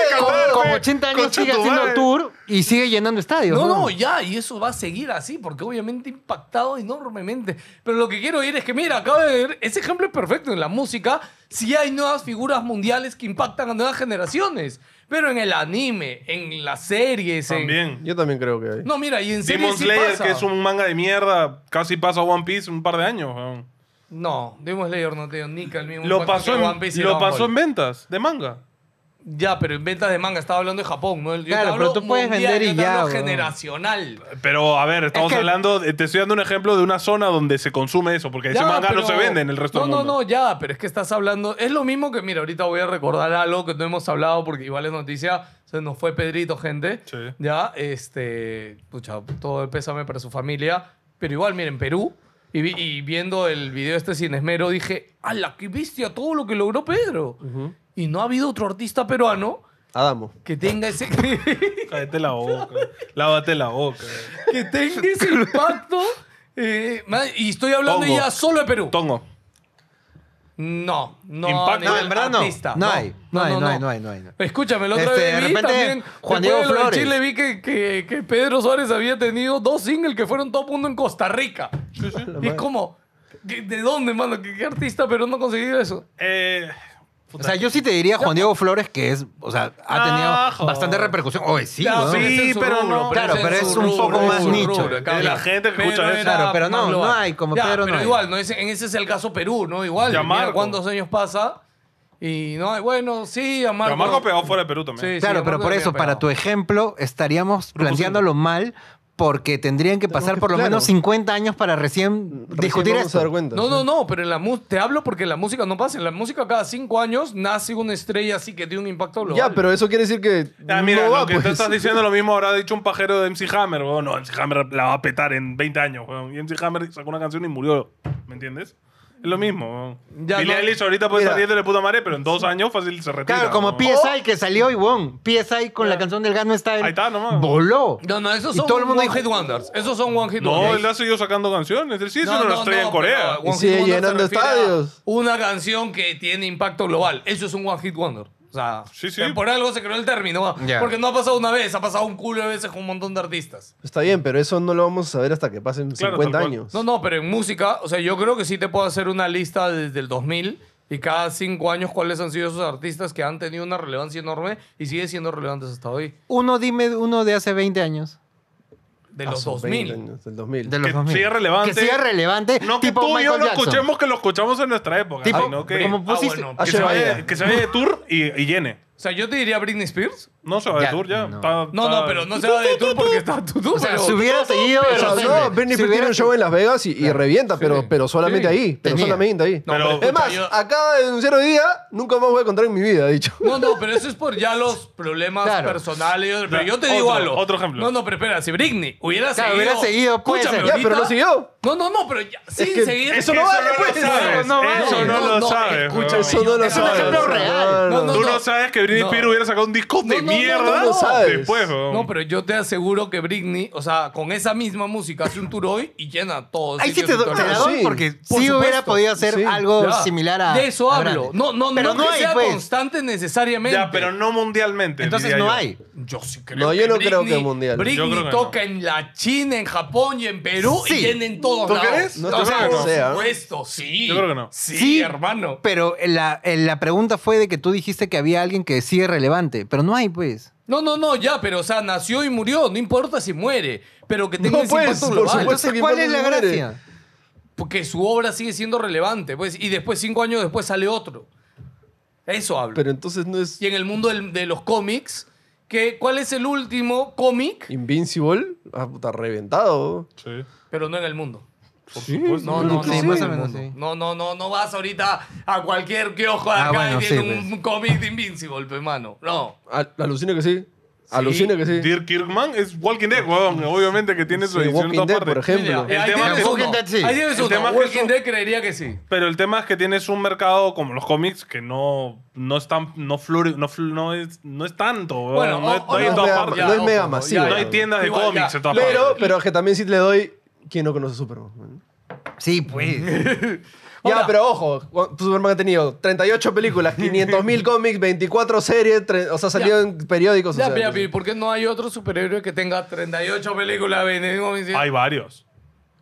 que
con,
cantar,
con
fe.
80 años
Concha
sigue
tu
haciendo
madre.
tour y sigue llenando estadios.
No, no, ya, y eso va a seguir así, porque obviamente ha impactado enormemente. Pero lo que quiero ir es que, mira, acabo de ver, ese ejemplo es perfecto en la música. Si hay nuevas figuras mundiales que impactan a nuevas generaciones, pero en el anime, en las series, en-
También.
Yo también creo que hay.
No, mira, y en series
Demon
sí
Slayer,
pasa.
que es un manga de mierda, casi pasa a One Piece un par de años. weón.
No, Demon Slayer no te dio ni que el mismo
Lo
impacto
pasó, en,
que One Piece y
lo
Dragon
pasó en
Ball.
ventas de manga.
Ya, pero en ventas de manga estaba hablando de Japón, ¿no? Yo te
Claro,
hablo
pero tú puedes vender y
yo te
ya,
hablo
weón.
generacional.
Pero, a ver, estamos
que-
hablando. de- Te estoy dando un ejemplo de una zona donde se consume eso, porque ese
Ya,
manga no
pero-
se vende en el resto
no,
del mundo.
No, no, ya, pero es que estás hablando. Es lo mismo que, mira, ahorita voy a recordar algo que no hemos hablado porque igual es noticia. Se nos fue Pedrito, gente.
Sí.
Ya, este. Pucha, todo el pésame para su familia. Pero igual, miren, Perú. Y, vi- y viendo el video este sin esmero, dije, ¡ala, qué bestia todo lo que logró Pedro! Y no ha habido otro artista peruano
Adamo.
que tenga ese.
Cállate la boca. Lávate la boca.
que tenga ese impacto. eh, man, y estoy hablando
Tongo.
ya solo de Perú.
Tongo.
No, no.
Impacto.
a nivel
No,
en verdad no.
artista,
No hay, no hay, no hay, no hay, no hay, no.
Escúchame, el otro
Este,
día
de
vi
repente,
también. después
Juan Diego
de lo de
Flores.
Chile vi que, que- que Pedro Suárez había tenido dos singles que fueron top uno en Costa Rica. Y es como, ¿de, de dónde, mano? ¿Qué, qué artista pero no ha conseguido eso?
Eh,
O sea, yo sí te diría Juan Diego Flores, que es, o sea, ha tenido
Ah, joder.
bastante repercusión. Oye, sí,
Ya,
weón.
sí,
ese es su
pero no.
Claro,
ese
pero
su
es un poco
ese
más
su
nicho.
rubro, claro.
Es la gente que escucha
Pero
eso.
era
Claro, pero no,
más global.
no hay, como
Ya,
Pedro no
pero
hay.
igual, no, ese- en ese es el caso Perú, ¿no? Igual,
Ya,
mira
Marco.
cuántos años pasa y no hay, bueno, sí, a Marco.
pero Marco pegó fuera de Perú también.
Sí.
Claro, pero
Marco
por
también
eso,
pegado.
para tu ejemplo, estaríamos planteándolo mal porque tendrían que pasar
que-
por lo
claro.
menos 50 años para recién
Recién
discutir
vamos a dar
esto.
cuenta.
No, no, no, pero en la mu- te hablo porque en la música no pasa. En la música cada cinco años nace una estrella así que tiene un impacto global.
Ya, pero eso quiere decir que.
Ah, mira,
no va,
lo que tú
pues.
estás diciendo lo mismo habrá dicho un pajero de MC Hammer. weón. no, MC Hammer la va a petar en 20 años. weón. Y MC Hammer sacó una canción y murió. ¿Me entiendes? Es lo mismo. weón.
Ya,
Billie
no.
Eilish ahorita puede
Mira.
salir de la puta madre, pero en dos años fácil se retira.
Claro, como
weón.
PSI que salió y bon, PSI con la canción del Gangnam Style
Ahí está, nomás.
voló.
No, no, esos
Y
son
todo el mundo
One
dijo-
Hit Wonders. Esos son One Hit
No,
Wonders.
él ha seguido sacando canciones. Él sí es una estrella en
pero
Corea.
One
Y
Hit
sigue
Wonder se
llenando
refiere a
estadios.
Una canción que tiene impacto global. Eso es un One Hit Wonder. O sea,
Sí, sí.
que por algo se creó el término.
Ya.
Porque no ha pasado una vez, ha pasado un culo de veces con un montón de artistas.
Está bien, pero eso no lo vamos a saber hasta que pasen
Claro,
50
tal cual.
años.
No, no, pero en música, o sea, yo creo que sí te puedo hacer una lista desde el 2000 y cada cinco años cuáles han sido esos artistas que han tenido una relevancia enorme y sigue siendo relevantes hasta hoy.
Uno dime uno de hace 20 años.
De
Ah,
los
son 20
2000.
años, del 2000.
De los
Que
2000.
siga relevante.
Que siga relevante.
No que
tipo
tú y yo
Michael
lo
Jackson.
escuchemos que lo escuchamos en nuestra época.
Tipo,
sino que,
como pusiste-
Ah, bueno.
que, se
Asher
vaya,
Bailey.
que se vaya de tour y, y llene.
O sea, yo te diría Britney Spears.
No se va de
Ya,
tour ya.
no.
Está-
No,
está-
no, pero no se va de tour porque está tú, tú,
O sea,
pero-
si hubiera seguido. de
O sea,
repente,
no, Britney
si
Spears tiene
hubiera-
un show en Las Vegas y, y revienta, pero, pero solamente
Sí.
ahí. Pero
Tenía.
solamente ahí.
No,
pero-
pero
es más,
escucha, yo-
acaba de denunciar hoy día, nunca más voy a contar en mi vida, ha dicho.
No, no, pero eso es por ya los problemas
Claro.
personales. Pero
Claro,
yo te digo
otro-
algo.
otro ejemplo.
No, no, pero espera, si Britney hubiera
Claro,
seguido.
hubiera seguido, puede
escúchame,
ser.
Ya, pero
ahorita-
lo siguió.
No, no, no, pero ya, sin
que-
seguir.
Es que
no
eso
vale,
no
pues.
lo sabes.
No, no vale.
Eso no, lo sabes.
escúchame,
weón.
Eso
yo
no lo
te-
Es un
sabes.
ejemplo real.
No, no,
Tú no sabes que Britney
No.
Spears hubiera sacado un disco de
No, no, no,
mierda
no lo sabes.
después, weón.
No, pero yo te aseguro que Britney, o sea, con esa misma música hace un tour hoy y llena todo.
Ahí sí te, do- te la
Ah,
doy
sí.
porque
Por
sí hubiera
supuesto.
podido hacer
Sí.
algo similar a.
De eso
a
hablo.
Brandy.
No, no,
Pero
no,
no
que
hay,
sea
pues.
constante necesariamente.
Ya, pero no mundialmente.
Entonces
diría
no
yo.
hay.
Yo sí creo
No, yo
que
no creo
Britney-
que mundial.
Yo
Britney
creo que
toca en la China, en Japón y en Perú y
Sí.
llena en todos
¿Tú
lados.
crees?
No,
O
yo creo
sea,
que no.
por
Sea. ¿eh?
supuesto, sí.
Yo creo que no.
Sí, hermano.
Pero la, eh, la pregunta fue de que tú dijiste que había alguien que sigue relevante. Pero no hay, pues.
No, no, no, ya, pero o sea, nació y murió, no importa si muere, pero que tenga
No,
ese
pues,
impacto
por
global.
supuesto.
Entonces,
que
¿cuál
importa
es la
si muere.
gracia?
Porque su obra sigue siendo relevante, pues, y después, cinco años después, sale otro. Eso hablo.
Pero entonces no es
y en el mundo del- de los cómics, que, ¿cuál es el último cómic?
Invincible. Ah, puta, reventado.
Sí.
Pero no en el mundo.
Sí,
No, no, no,
Sí,
no,
más
en
o
el
menos,
mundo.
sí.
no, no, no, no vas ahorita a cualquier kiosco de
Ah,
acá
bueno,
y
sí,
tiene
pues.
un cómic de Invincible, pe, mano. No.
Al- Alucina que sí. Alucina que sí.
Dirk Kirkman es Walking Dead, weón. Obviamente que tiene su
Sí,
edición en
Walking Dead,
todas
por
partes.
ejemplo.
El
eh, ahí
tema
tienes
es que-
uno.
Walking Dead sí.
Ahí tienes
El
uno.
tema es que
Walking
son-
Dead creería que sí.
Pero el tema es que tienes un mercado como los cómics que no, no es tan, no, flore- no, fl- no es, no es tanto, weón.
Bueno,
no, es-
o-
no hay
o-
en
no,
todas
mega-
partes.
no es mega
ojo,
masivo.
No hay
ya.
tiendas de
Igual, ya.
cómics en todas
Pero,
partes.
pero que también sí le doy. ¿Quién no conoce a Superman?
Sí, pues.
Ya,
Ahora-
pero ojo, Ju- Superman ha tenido 38 películas, 500.000 cómics, 24 series, tre- o sea, salió en periódicos. o
Ya,
sea,
pero,
no sé.
pero ¿por qué no hay otro superhéroe que tenga 38 películas? 21 homicidios?
Hay varios.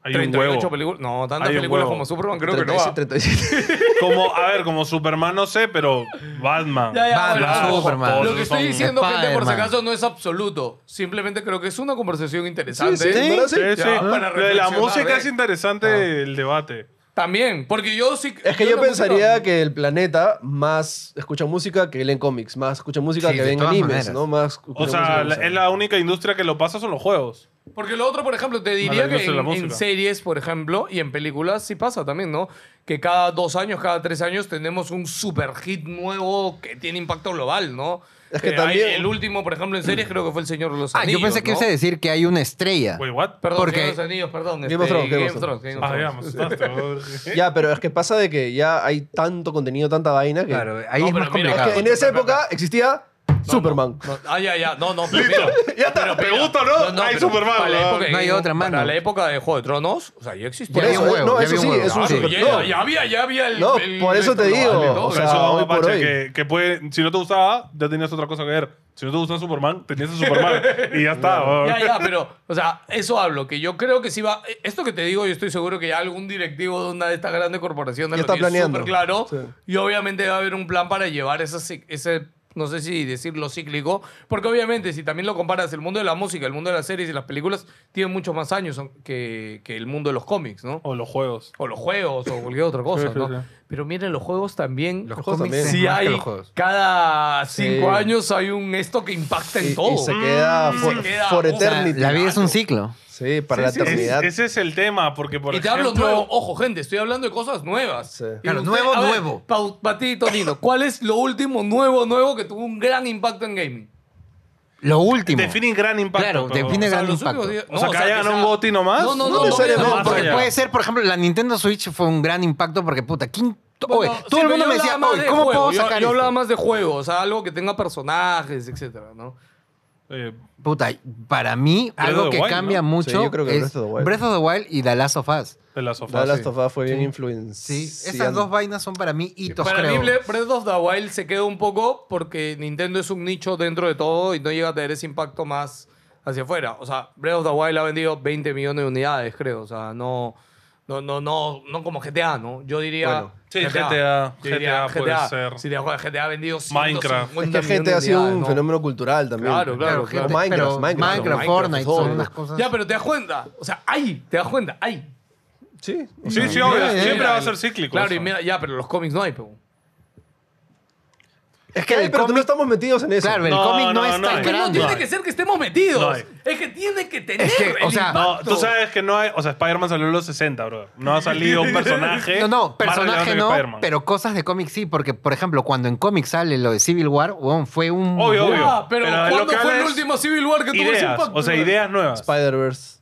Hay un
38
huevo.
películas. No, tantas
Hay un
películas
huevo.
como Superman creo que no.
37,
va.
37.
Como, a ver, como Superman no sé, pero Batman.
Ya, ya,
Batman,
ahora, ojo,
Superman.
Lo que estoy
Son
diciendo, gente, por si
Spider-Man.
acaso, no es absoluto. Simplemente creo que es una conversación
Sí,
interesante.
sí, ¿verdad? Sí.
Sí, sí.
Ya, para
Lo de la
reflexionar,
música
¿eh?
es interesante el debate.
También, porque yo sí...
Es que yo
la música-
pensaría que el planeta más escucha música que leen cómics, más escucha música
Sí,
que
de
ven
todas
animes,
maneras.
¿no? Más escucha
O sea,
música,
la- es la única industria que lo pasa son los juegos.
Porque lo otro, por ejemplo, te
la
diría que
industria de
en,
la
en
música.
series, por ejemplo, y en películas sí pasa también, ¿no? Que cada dos años, cada tres años tenemos un super hit nuevo que tiene impacto global, ¿no? Eh,
Es que
hay-
también-
El último, por ejemplo, en series creo que fue El Señor de los
Ah,
Anillos.
yo pensé que
¿no?
ibas a decir que hay una estrella.
Wait, what?
Perdón,
Porque-
Señor de los Anillos, perdón. este,
Game of Thrones,
Game of Thrones. Game of
Ah, ya,
Thrones.
me asustaste. Jorge.
Ya, pero es que pasa de que ya hay tanto contenido, tanta vaina que.
Claro, ahí
No,
es
pero
más
mira,
Es
complicado.
que en esa época existía Superman.
No, ah, ya, ya. No, no, pero mira,
Ya está,
pero
¿te
mira,
gusta o no? Hay
pero
Superman,
para la
¿no?
época de
No hay
Game of-
otra, mano.
Para la época de Juego de Tronos, o sea, yo existía. Ah,
Por
Ya había
eso,
un
eh,
huevo,
no,
ya
eso
había un
sí,
huevo.
es un
Claro,
super.
ya,
no.
ya había, ya había el.
No,
el-
por eso te
el-
digo,
el-
o
O
sea,
sea, eso,
hoy por
Mapache,
hoy.
Que, que puede, si no te gustaba, ya tenías otra cosa que ver. Si no te gustaba Superman, tenías a Superman. y ya está. weón.
Ya, ya, pero, o sea, eso hablo, que yo creo que si va. Esto que te digo, yo estoy seguro que ya algún directivo de una de estas grandes corporaciones
Ya está planeando.
súper claro.
Sí.
Y obviamente va a haber un plan para llevar esa ci- ese, no sé si decirlo cíclico, porque obviamente si también lo comparas, el mundo de la música, el mundo de las series y las películas tienen muchos más años son- que, que el mundo de los cómics, ¿no?
O los juegos.
O los juegos, o cualquier otra
Sí,
cosa,
sí,
¿no?
sí.
Pero miren, los juegos también.
Los
Los
cómics
juegos
es
Sí
más que
hay,
los juegos.
cada cinco
Sí.
años hay un esto que impacta en
Y-
todo.
Y se queda
Mm,
for,
se queda,
for
o sea,
O sea,
eternity.
la vida es un ciclo.
Sí, para
Sí,
la
sí,
Es-
eternidad.
ese es el tema, porque por
y te
ejemplo,
hablo nuevo. Ojo, gente, estoy hablando de cosas nuevas.
Sí.
Y
Claro, nuevo,
a ver,
nuevo.
pa- pa' ti, Tonino, ¿cuál es lo último nuevo, nuevo que tuvo un gran impacto en gaming?
Lo último.
define gran impacto.
Claro,
pero-
define- gran
los
impacto.
últimos días-
O sea, que haya ganado un GOTY nomás,
No, no,
no
no.
necesariamente,
más
No, porque
allá.
puede ser, por ejemplo, la Nintendo Switch fue un gran impacto porque, puta, ¿quién? Oye,
Bueno,
todo
sí,
el mundo
pero
me
yo
decía,
hablaba más
oye,
de
¿cómo
juego,
puedo
yo-
sacar
Yo hablaba
esto?
más de juegos, o sea, algo que tenga personajes, etcétera, ¿no?
Eh,
Puta, para mí,
Breath
algo
of the
que
Wild,
cambia
¿no?
mucho
Sí, yo creo que
es
Breath of the Wild.
Breath of the Wild y The Last of Us.
de las sofás.
The Last of Us fue bien
Sí,
influenciado.
esas dos vainas son para mí hitos,
Para
creo.
mí, Bre- Breath of the Wild se queda un poco porque Nintendo es un nicho dentro de todo y no llega a tener ese impacto más hacia afuera. O sea, Breath of the Wild ha vendido 20 millones de unidades, creo. O sea, no, no, no, no, no como GTA, ¿no? Yo diría.
Bueno.
Sí, GTA,
Yo diría
GTA puede ser.
Si te acuerdas, GTA ha vendido
Minecraft.
150
Es que gente ha
millones de
sido
unidades,
un
¿no?
fenómeno cultural también.
Claro, claro, claro.
gente,
Minecraft,
pero
Minecraft,
Minecraft,
Minecraft,
Fortnite,
todo.
son unas cosas.
Ya, pero te das cuenta. O sea, hay, te das cuenta, hay.
Sí. o
Sí,
sea,
sí, obvio.
mira,
Siempre
Mira,
va a
el-
ser cíclico.
Claro,
eso.
y mira, ya, pero los cómics no hay, pero.
Es que, pero no estamos metidos en eso.
Claro, el
No,
cómic no,
no,
es
no,
tan
no.
Que no
grande.
tiene
hay.
que ser que estemos metidos.
No hay.
es que tiene que tener.
que, o
el
sea,
No,
impacto.
tú sabes que no hay. O sea, Spider-Man salió en los 60, bro. No ha salido un personaje.
No, no,
más
personaje
relevante que
no,
Spider-Man.
pero cosas de cómic sí, porque por ejemplo, cuando en cómic sale lo de Civil War, weón, fue un
Obvio, obvio.
Ah, pero,
Pero lo
¿cuándo
que
fue
habla
el
es
último Civil War que tuvo ese
Ideas.
impacto?
O sea, ideas nuevas.
Spider-Verse.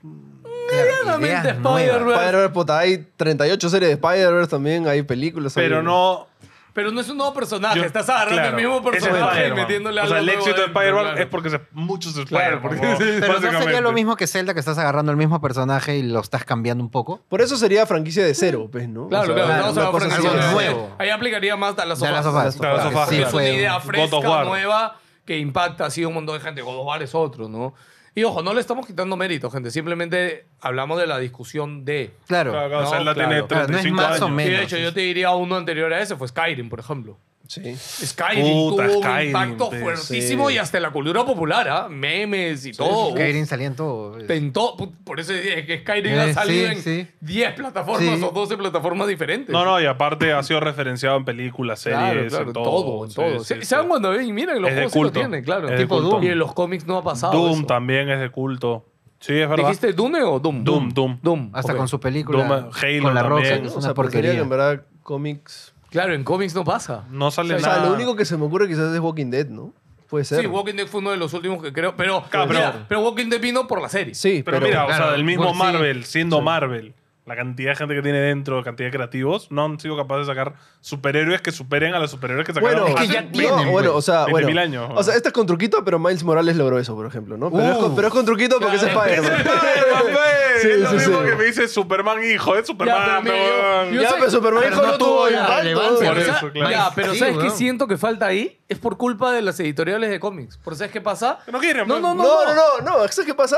Claro,
Claramente
ideas nuevas.
Spider-Man.
Spider-Verse, puta, hay 38 series de Spider-Verse también, hay películas. hay-
Pero no.
Pero no es un nuevo personaje.
yo-
Ah, Estás agarrando
claro,
el mismo
es
personaje y
Spider-Man.
metiéndole
O sea,
algo
el
nuevo
éxito de
dentro,
Spider-Man
claro.
es porque se- muchos
Claro,
Spider-Man.
porque-
¿no?
Pero no sería
Básicamente.
lo mismo que Zelda que estás agarrando el mismo personaje y lo estás cambiando un poco.
Por eso sería franquicia de cero, pues, ¿no?
Claro, claro.
claro,
vamos a
una
la
cosa
franquicia.
algo
Sí,
nuevo.
Ahí aplicaría más a las
De las
sofás.
sofás.
De las sofás,
sí,
claro.
es una
fue
idea
God
un-
of
fresca,
War.
nueva, que impacta así a un montón de gente. God of War es otro, ¿no? Y ojo, no le estamos quitando mérito, gente. Simplemente hablamos de la discusión de...
claro.
Claro, claro,
No,
o sea, él la
claro.
tiene
Claro, no es
35
más
años.
o
Y
menos.
de hecho, yo te diría uno anterior a ese fue Skyrim, por ejemplo.
Sí.
Skyrim
Puta,
tuvo un
Skyrim,
impacto
pe,
fuertísimo
sí.
y hasta en la cultura popular, ¿ah? Memes y todo.
Skyrim Oh, salía en todo.
Uf, en to- pu- por eso es que Skyrim ha
Eh,
salido
sí,
en
sí.
10 plataformas
Sí.
o 12 plataformas diferentes.
No, no, y aparte ha sido referenciado en películas, series,
Claro, claro,
en todo.
todo, en
Sí,
todo.
sí,
Se-
sí.
¿Saben cuando ven? Y miren, los
Es de
juegos sí lo
culto.
tienen, claro.
Es de
tipo
culto.
Doom. Y en los cómics no ha pasado
Doom
eso.
también es de culto. Sí, es verdad.
¿Dijiste Dune o Doom?
Doom, Doom.
Hasta
ok.
con su película.
Doom, Halo
con la roca,
también.
que es
O
una
sea, pues pensaría
porquería.
que en verdad cómics.
Claro, en cómics no pasa.
No sale
O sea,
nada.
lo único que se me ocurre quizás es Walking Dead, ¿no? Puede ser.
Sí, Walking Dead fue uno de los últimos que creo. Pero,
Claro, pero-
mira, pero Walking Dead vino por la serie.
Sí,
pero, mira, o
claro,
sea, el mismo
bueno, sí.
Marvel, siendo Marvel, la cantidad de gente que tiene dentro, la cantidad de creativos, no han sido capaces de sacar superhéroes que superen a los superhéroes que sacaron
Bueno,
Es que
hace
ya
veinte-
tienen,
no, bueno, o sea,
20.000
bueno,
años,
o sea,
bueno.
este es con truquito, pero Miles Morales logró eso, por ejemplo, ¿no? Pero, es, con,
Uh.
pero es con truquito porque es
Claro.
Spider-Man.
Spider-Man, fe,
este- Sí,
Ah, es lo
sí,
mismo
sí.
que me dice Superman, hijo de
pero
Superman.
mira,
weón.
yo-
ya,
sé-
pero Superman
pero
hijo
no
no
tuvo
tuvo
la relevancia,
Por
impacto.
Pero
eso,
sa-
claro.
Ya, pero
Sí,
¿sabes qué
weón.
siento que falta ahí? Es por culpa de las editoriales de cómics. ¿Por sabes qué pasa?
Que no quieren,
No,
pues.
no, no.
No, no, no, no, ¿sabes qué pasa?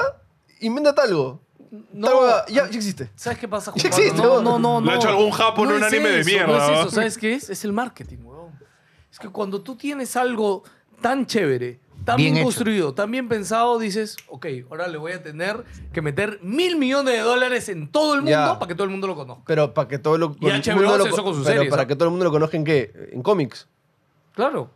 Invéntate algo.
No.
Tal hueva, ya, ya existe.
¿Sabes qué pasa?
Ya
Juan?
existe,
no,
weón.
no, no,
Lo ha
no.
hecho algún japo en
No
un
es
anime de
eso,
mierda,
No es
¿no?
eso, ¿sabes qué es? Es el marketing, weón. Es que cuando tú tienes algo tan chévere, tan
Bien
bien,
hecho.
construido, tan bien pensado, dices, ok, ahora le voy a tener que meter mil millones de dólares en todo el mundo
Ya.
para que todo el mundo lo conozca.
Pero para que todo lo,
Y HBO
mundo
hace
lo-
eso con sus
pero
series,
para
¿ah?
que todo el mundo lo conozca en qué? En cómics.
Claro.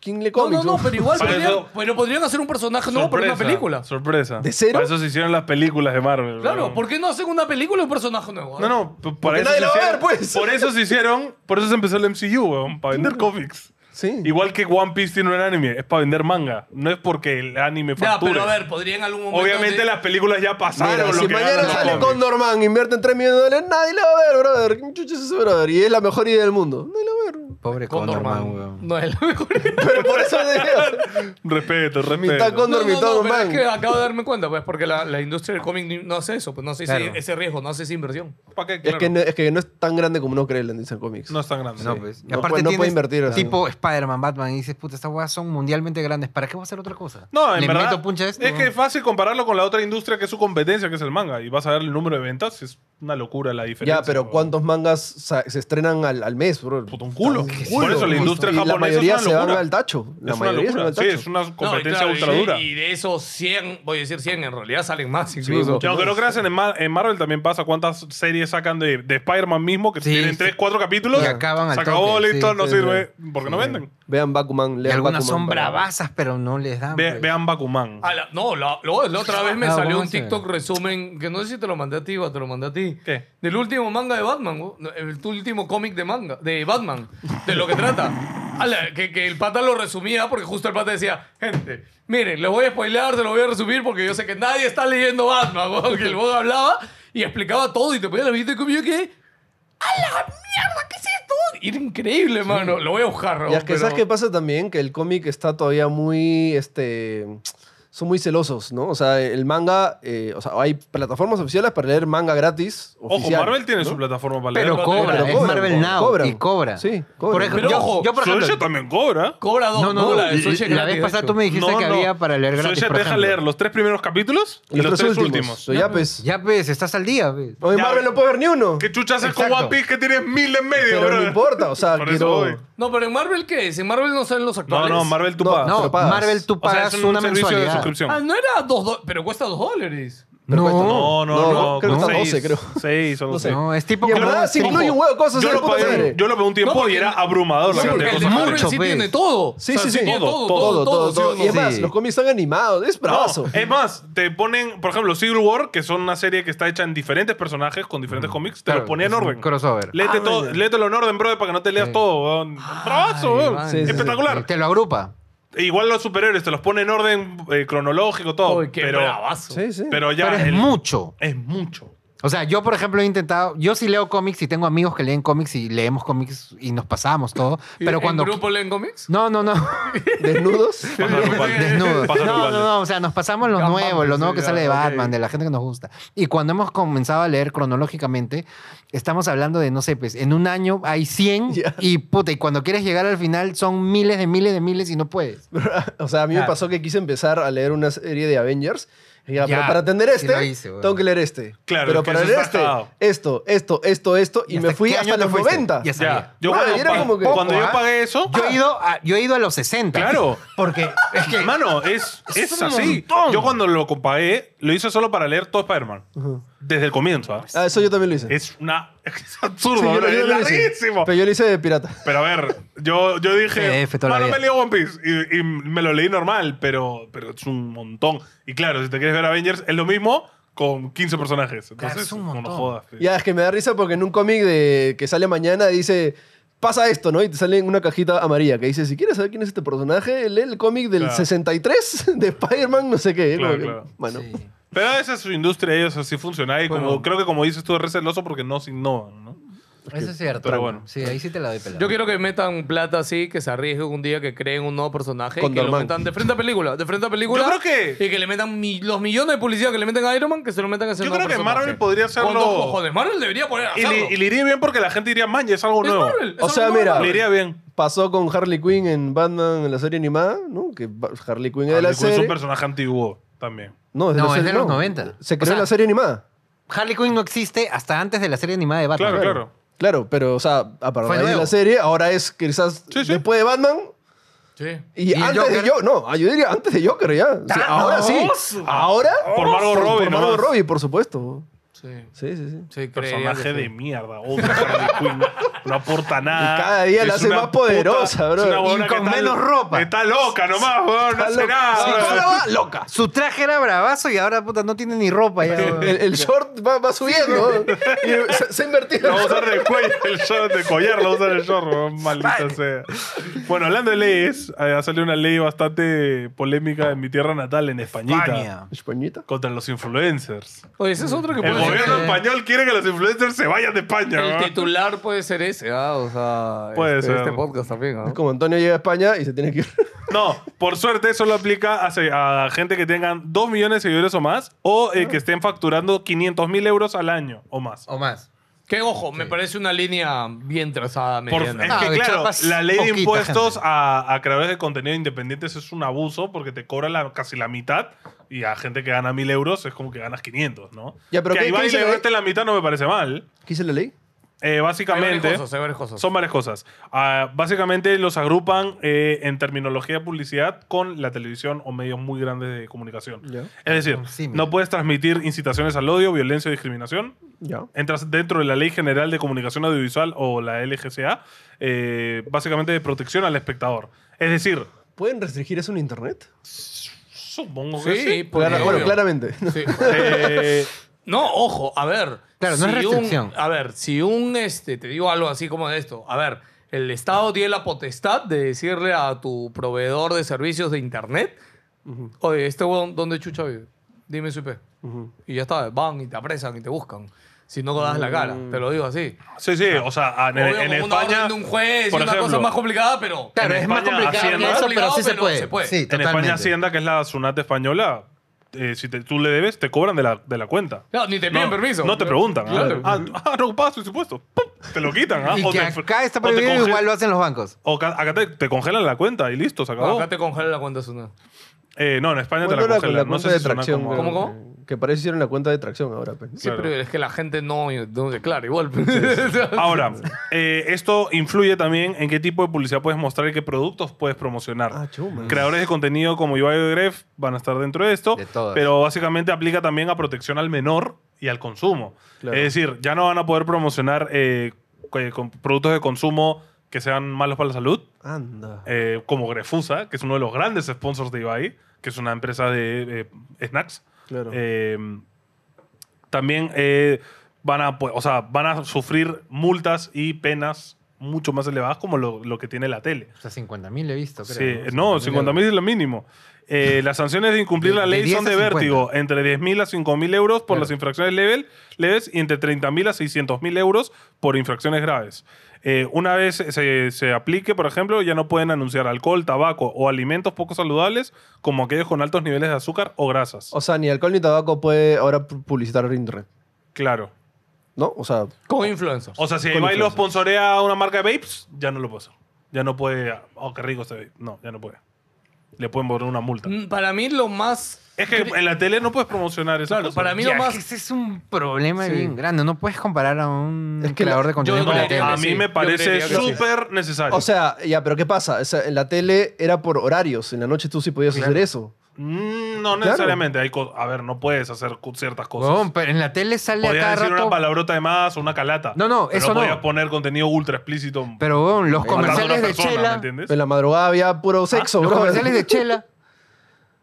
¿Quién lee
No,
cómics?
no, no, pero igual
Para
podrían,
eso-
pero podrían hacer un personaje nuevo para una
Sorpresa,
película.
Sorpresa.
¿De cero?
Para eso se hicieron las películas de Marvel.
Claro,
weón.
¿por qué no hacen una película y un personaje nuevo?
No, no, p- para eso
nadie
se
la va a
hicieron,
ver, pues.
Por eso se hicieron, por eso se empezó el MCU, weón, para vender cómics.
Sí.
Igual que One Piece tiene un anime, es para vender manga, no es porque el anime
Ya,
facture.
pero a ver, podrían en algún momento.
Obviamente
de-
las películas ya pasaron.
Mira,
lo
si
que
mañana
ganan los
sale
cómics.
Condorman, invierten 3 millones de dólares, nadie la va a ver, brother. ¿Quién chucha es ese brother? Y es la mejor idea del mundo. Nadie la va a ver.
Pobre Condorman,
Condorman.
weón.
No es la mejor idea.
Pero por eso te digo.
Respeto,
Mitad
respeto.
Condor, mitad
pero
Dorman.
es que acabo de darme cuenta, pues, porque la, la industria del cómic ni- no hace eso, pues no hace ese-
Claro.
ese, riesgo, no hace esa inversión.
¿Para qué?
Es
Claro.
que no- es que no es tan grande como uno cree la industria de cómics.
no es tan grande.
No,
Sí.
pues. Y
No
aparte
puede- no puede
tienes
invertir así.
tipo Spider-Man, Batman, y dices, puta, estas weas son mundialmente grandes. ¿Para qué voy a hacer otra cosa?
No, en
¿Le
verdad.
meto puncha a esto?
es que es fácil compararlo con la otra industria que es su competencia, que es el manga. Y vas a ver el número de ventas, es una locura la diferencia.
Ya, pero
weón.
¿cuántos mangas sa- se estrenan al, al mes, bro?
Puta, un culo.
Puta, un
Por eso la
justo.
industria
Y La
japonesa es
mayoría
una
se van
locura.
al tacho. La
es una
mayoría se van
locura.
al
Sí,
tacho.
es una competencia
No, y claro,
ultra
y-
dura.
Y de esos 100, voy a decir 100 en realidad salen más
no,
pues,
incluso.
Y aunque no creas, en, Mar- en Marvel también pasa cuántas series sacan de, de Spider-Man mismo, que
Sí,
tienen
sí.
3, 4 capítulos.
Y acaban al
Se acabó,
toque,
listo,
sí,
no
sí,
sirve. Porque no venden.
Vean Bakuman,
Y
lean
algunas
Bakuman
son
para-
bravasas, pero no les dan.
Ve-
pues.
vean Bakuman.
A la- no, la, lo- la otra vez me
Ah,
salió un
vamos a ver.
TikTok resumen que no sé si te lo mandé a ti o te lo mandé a ti.
¿Qué?
Del último manga de Batman, ¿no? el tu último cómic de manga, de Batman, de lo que trata. A la- que, que el pata lo resumía porque justo el pata decía, gente, miren, lo voy a spoilear, te lo voy a resumir porque yo sé que nadie está leyendo Batman, ¿no? que el bot hablaba y explicaba todo y te ponía la vida y como yo que... ¡A la mierda! ¿Qué es esto? Y Era increíble, mano. Lo voy a buscar, ¿no?
Y es que, ¿sabes
Pero-
qué pasa también? Que el cómic está todavía muy, este... Son muy celosos, ¿no? O sea, el manga... eh, o sea, hay plataformas oficiales para leer manga gratis.
Ojo,
oficial,
Marvel tiene
¿no?
su plataforma para
Pero
leer.
cobra,
pero
es
cobran,
Marvel Now
cobran.
y cobra.
Sí, cobran.
Por ejemplo,
Pero
yo-
ojo,
yo, por ejemplo,
Solution también cobra.
Cobra dos
no, no,
dólares,
la-
soy
la
gratis,
vez pasada
de
tú
hecho.
me dijiste que había para leer gratis.
Solution
por
te deja
ejemplo.
leer los tres primeros capítulos y los, tres últimos.
So, ya, pues.
Ya ves, estás al día, pues. ves.
Oye,
Ya,
Marvel
ve.
no puede ver ni uno.
¿Qué chuchas haces con
Exacto.
One Piece que tienes mil en medio,
Pero
bro?
no importa, o sea,
Por eso voy.
quiero...
No, pero en Marvel, ¿qué es? En Marvel no salen los
No,
actuales.
no, Marvel tú
No,
pagas.
No,
pero pagas.
Marvel tú
O sea,
pagas
es
una
servicio de
mensualidad.
suscripción.
Ah, no era dos dólares, pero cuesta dos dólares.
Pero cuesta,
No,
No,
no,
No,
no.
creo que
como
está
seis,
12, creo.
Seis o
No sé.
no, es tipo
Y en
como
verdad
un
se
combo.
incluye un huevo de cosas.
Yo
¿eh?
lo,
Puta
pagué,
madre.
yo lo pagué un tiempo
No, porque-
y era abrumador la
Sí,
cantidad
porque
de
el de
cosas. que había.
Marvel
mucho,
sí
pues.
tiene todo.
Sí,
O sea,
sí, sí.
tiene
Todo,
Todo, todo,
Todo, todo, todo.
¿sí o
Y es
no?
más,
Sí.
los cómics están animados. Es
No,
bravazo.
es más, te ponen, por ejemplo, Civil War, que son una serie que está hecha en diferentes personajes con diferentes cómics, te
Claro,
lo ponía en
es un
orden.
crossover.
Léete
Ah,
todo-
bueno.
léetelo en orden, brother, para que no te leas
Sí.
todo, weón. Bravazo,
Ah,
Ay,
weón.
man.
Sí, sí, sí.
Espectacular. E
Te lo agrupa.
Igual los superiores te los pone en orden eh, cronológico, todo.
Uy, qué
pero,
bravazo.
Sí, sí.
pero ya.
pero es
el-
mucho.
Es mucho.
O sea, yo, por ejemplo, he intentado. Yo sí leo cómics y tengo amigos que leen cómics y leemos cómics y nos pasamos todo.
¿Y
Pero
en
cuando.
grupo leen cómics?
No, no, no.
Desnudos.
Pájaro Rupal.
Desnudos.
Pájaro
No, no,
Rupal.
no. O sea, nos pasamos los
Batman,
nuevos, lo nuevo que
sí,
sale de
ya, ok.
Batman, de la gente que nos gusta. Y cuando hemos comenzado a leer cronológicamente, estamos hablando de, no sé, pues en un año hay 100
Ya.
y puta, y cuando quieres llegar al final son miles de miles de miles y no puedes.
O sea, a mí me
Claro.
pasó que quise empezar a leer una serie de Avengers. Y ya,
Ya,
pero para atender
y
este,
lo hice, weón.
tengo que leer este.
Claro,
pero
que
para
eso
leer
está
este,
cagado.
esto, esto, esto, esto. Y me
hasta
fui
qué
hasta
año te
los
fuiste?
90.
Ya
Ya.
sabía.
Yo
Madre,
cuando,
era
pa-
como que-
cuando
Poco,
yo
¿ah?
pagué eso.
Yo he ido a, yo he ido a los 60.
Claro.
Porque es que.
Mano, es, es,
Es un
así.
montón.
Yo cuando lo compagué, lo hice solo para leer todo Spider-Man. Desde el comienzo. ¿ah?
Ah, eso yo también lo hice.
Es una. Es
Sí,
absurdo,
yo-
bro,
yo
Es
lo hice.
larguísimo.
Pero yo lo hice de pirata.
Pero a ver, yo, yo dije.
PDF toda la
Mano,
vida".
me leí One Piece. Y, y me lo leí normal, pero, pero es un montón. Y claro, si te quieres ver Avengers, es lo mismo con 15 personajes. Entonces,
Claro, es un
no nos
montón.
jodas. pe.
Ya, es que me da risa porque en un cómic de que sale mañana dice, pasa esto, ¿no? Y te sale en una cajita amarilla que dice, si quieres saber quién es este personaje, lee el cómic del
Claro.
63 de Spider-Man, no sé qué. ¿eh?
Claro,
Como que,
claro.
Bueno.
Pero esa es su industria, ellos así funcionan. Y como,
Bueno.
creo que como dices tú, es receloso porque no se innovan, ¿no?
Eso es cierto.
Pero bueno.
Sí, ahí sí te la doy pelada.
Yo quiero que metan plata así, que se arriesguen un día, que creen un nuevo personaje y que lo
Condorman.
metan de frente a película, de frente a película.
Yo creo que-
Y que le metan mi- los millones de publicidad que le meten a Iron Man, que se lo metan a ese
Yo
nuevo
creo que
personaje.
Marvel podría hacerlo-
Con dos cojones. Marvel debería poner a
Y le, y le iría bien porque la gente diría, man, ya es algo nuevo.
O sea, mira,
Le iría bien.
Pasó con Harley Quinn en Batman, en la serie animada, ¿no? Que ba- Harley Quinn era de la
Harley Quinn Ah, es
serie.
un personaje antiguo también.
No,
No,
la
es
serie-
de los 90.
Se
O
creó en
sea-
la serie animada.
Harley Quinn no existe hasta antes de la serie animada de Batman.
Claro, claro.
Claro, pero, o sea, a
Fue
partir de
nuevo.
la serie, ahora es quizás
Sí, sí.
después de Batman,
Sí.
¿Y
Y,
el
antes de
Joker?
yo, no, ah, yo diría antes de Joker ya. O sea, ahora sí. Ahora.
Ah, Por Margot Robbie
Por Margot
nomás.
Robbie, por supuesto.
Sí.
Sí, sí, sí.
Sí, creería que
Personaje
sí.
de mierda. Otra Harley Quinn. No aporta nada.
Y cada día la
Es
hace
una
más poderosa, bro.
Es una huevona
Y
que
con
está-
menos ropa.
Está loca nomás, weón. No
Está
hace
loca.
nada.
Sí,
bro.
psicóloga loca.
Su traje era bravazo y ahora, puta, no tiene ni ropa. Ya, weón.
El, el short va, va subiendo. Y se, se ha invertido.
Lo va a usar de cuello, el short de collar, lo va a usar el short, weón, maldita sea. Bueno, hablando de leyes, eh, ha salido una ley bastante polémica en mi tierra natal, en Españita,
España.
Españita.
contra los influencers.
Oye, ese es otro que
El
puede ser,
gobierno
eh,
español quiere que los influencers se vayan de España.
El
weón.
titular puede ser ese, ah, o sea,
Puede
este,
ser.
este podcast también, ¿no?
Es como Antonio llega a España y se tiene que ir.
No, por suerte eso lo aplica a, se- a gente que tengan 2 millones de seguidores o más o eh, que estén facturando 500 mil euros al año o más.
O más.
Que ojo, me parece una línea bien trazada,
Por-
mediana.
es
Ah,
que
de
claro,
chapas,
la ley de
poquita
impuestos
gente.
a, a creadores de contenido independientes es un abuso porque te cobra la- casi la mitad y a gente que gana mil euros es como que ganas 500, ¿no?
Ya, pero
que
¿qué-
ahí
qué
va y
dice
le
la ley?
gaste la mitad no me parece mal.
¿Qué dice la ley?
Eh,
Hay varias
básicamente...
cosas, hay varias cosas.
Son varias cosas. Ah, básicamente los agrupan eh, en terminología de publicidad con la televisión o medios muy grandes de comunicación.
Ya.
Es decir,
Un símil.
no puedes transmitir incitaciones al odio, violencia o discriminación.
Ya.
Entras dentro de la Ley General de Comunicación Audiovisual o la LGCA, eh, básicamente de protección al espectador. Es decir,
¿Pueden restringir eso en internet?
supongo que
Sí,
sí.
porque-
Claro, bueno,
obvio.
claramente.
Ah, Sí.
Eh,
No, ojo, a ver.
Claro, no es
un-
restricción.
a ver, si un, este, te digo algo así como de esto, a ver, el Estado tiene la potestad de decirle a tu proveedor de servicios de Internet, oye, este huevón, ¿dónde chucha vive? Dime su IP. Y ya está, van y te apresan y te buscan. Si no das la cara, te lo digo así.
sí, sí, o sea, en,
Obvio,
en
con una
España...
orden de un juez,
por
y una cosa
ejemplo,
más complicada, pero...
Claro,
En
es más
España,
complicado
Hacienda.
que eso, pero sí se
Complicado,
puede.
pero se puede.
Sí,
En
en
totalmente.
España Hacienda, que es la SUNAT española, eh, si te- tú le debes, te cobran de la, de la cuenta.
No, ni te piden
no,
permiso.
No te preguntan. ¿ah?
Claro.
Ah, ah, no pagas tu impuesto. ¡Pum! Te lo quitan. ¿ah?
Y
O
que
te-
acá está
o te
prohibido,
conge-
igual lo hacen los bancos.
O ca- acá te, te congelan la cuenta y listo, se
No,
acabó.
acá te congelan la cuenta Sunat.
Eh, no, en España te
Bueno,
la
ahora con
congelan. no sé
cuenta
si
de
suena
tracción.
como-
creo
¿Cómo, cómo?
que- Que parece hicieron la cuenta de tracción ahora. pues.
Sí,
Claro.
pero es que la gente no, no se- claro, igual.
Ahora, eh, esto influye también en qué tipo de publicidad puedes mostrar y qué productos puedes promocionar.
Ah, chuma.
Creadores de contenido como Ibai o Gref van a estar dentro de esto,
De todas.
pero básicamente aplica también a protección al menor y al consumo.
Claro.
Es decir, ya no van a poder promocionar eh, co- con productos de consumo que sean malos para la salud,
Anda.
eh, como Grefusa, que es uno de los grandes sponsors de Ibai, que es una empresa de eh, snacks.
Claro.
Eh, también eh, van, a, pues, o sea, van a sufrir multas y penas mucho más elevadas como lo, lo que tiene la tele.
O sea, 50.000 he visto, creo.
Sí, eh, no, 50 mil es lo mínimo. Eh, las sanciones de incumplir
De-
la
de
ley
10
son
a
de
50.
vértigo, entre 10 mil a 5 mil euros por
Claro.
las infracciones level- leves y entre 30 mil a 600 mil euros por infracciones graves. Eh, una vez se, se aplique, por ejemplo, ya no pueden anunciar alcohol, tabaco o alimentos poco saludables como aquellos con altos niveles de azúcar o grasas.
O sea, ni alcohol ni tabaco puede ahora pu- publicitar en internet.
claro.
¿No? O sea,
Con influencers.
O sea, si
Con
Ibai lo
influencers.
sponsorea a una marca de vapes, ya no lo puede hacer. Ya no puede. Oh, qué rico este vape. No, ya no puede. Le pueden poner una multa.
Mm, Para mí lo más...
Es que en la tele no puedes promocionar eso.
Claro, para mí lo más...
ese es un problema
Sí.
bien grande. No puedes comparar a un
Es que la-
creador de
yo
contenido
no-
con la
creería
a
tele.
mí
sí.
me
Yo
parece
creería que sí.
súper necesario.
o sea, ya, pero ¿qué pasa? O sea, en la tele era por horarios. En la noche tú sí podías hacer eso.
Mm, no necesariamente. Hay co- a ver, no puedes hacer cu- ciertas cosas.
Huevón, pero en la tele sale a
Podías
cada
decir
rato.
una palabrota de más o una calata.
No, no,
pero
eso no.
podías poner contenido ultra explícito.
Pero huevón, los
Matando a una
comerciales de
¿me
Chela.
entiendes?
En la madrugada había puro sexo,
Los
bro.
comerciales de Chela.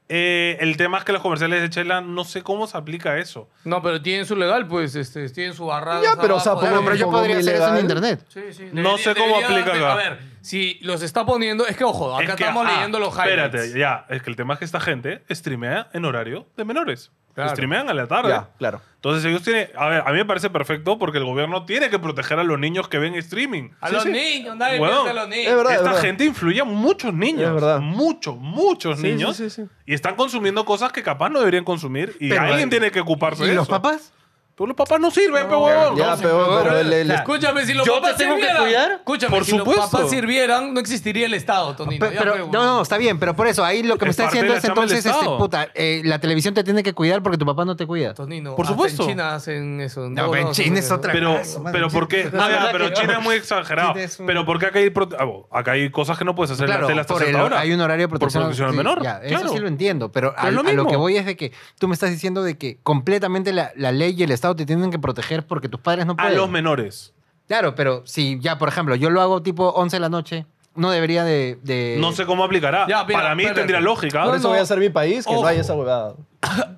Eh, el tema es que los comerciales de Chela no sé cómo se aplica eso.
No, pero tienen su legal, pues, este, tienen su barra.
Ya, pero, o sea,
abajo,
por
dale.
lo
Bueno, pero yo
como
podría hacer eso en
ilegal.
internet.
Sí, sí,
No
debería-
sé cómo
debería
aplica
darse-
acá.
A ver, si los está poniendo... Es que, ojo, acá
Es que,
estamos
ah,
leyendo los highlights.
Espérate, ya. Es que el tema es que esta gente streamea en horario de menores.
Claro.
Streamean a la tarde.
Ya, claro.
Entonces ellos tienen... A ver, a mí me parece perfecto porque el gobierno tiene que proteger a los niños que ven streaming.
A
Sí,
los
sí.
niños, nadie
Weón,
piensa en los niños.
Es verdad.
Esta
verdad.
gente influye a muchos niños.
Es verdad.
Muchos, muchos
Sí,
niños.
sí, sí, sí.
Y están consumiendo cosas que capaz no deberían consumir. Y
Pero-
alguien tiene que ocuparse
¿Y
de
los
eso.
papás?
Pero los papás no sirven, pe huevón.
Ya,
No,
pero, pero el- el-
Escúchame, si los
¿yo
papás
te tengo que
sirvieran-
cuidar?
Escúchame,
Por
si
supuesto.
los papás sirvieran, no existiría el Estado, Tonino.
Pe-
Ya,
pero-
pues,
no, no, está bien, pero por eso, ahí lo que me
Es
está
parte de
diciendo
la
es
chamba del
entonces, este,
Estado.
puta, eh, la televisión te tiene que cuidar porque tu papá no te cuida.
Tonino,
Por
hasta
supuesto.
en China hacen eso. en
No,
todos
pero en
lados
China
hacen
es
eso.
otra
Pero,
Ah, su madre,
pero
China.
¿por qué?
Ah,
Ah,
¿verdad
pero
que-
China es muy exagerado.
China es un-
Pero ¿por qué acá hay, pro- ah, bo, acá hay cosas que no puedes hacer en
Claro,
la tele hasta
por el-
cierta hora?
hay un horario de
Por
protección.
protección al
sí,
menor.
ya,
claro.
Eso sí lo entiendo, pero,
Pero
al-
es lo
a lo
mismo.
que voy es de que tú me estás diciendo de que completamente la, la ley y el Estado te tienen que proteger porque tus padres no
a
pueden.
los menores.
Claro, pero si ya, por ejemplo, yo lo hago tipo 11 de la noche, no debería de... de-
No sé cómo aplicará.
Ya, mira,
Para mí
espérate.
tendría lógica.
por eso voy a ser mi país, que
Ojo.
no haya esa huevada.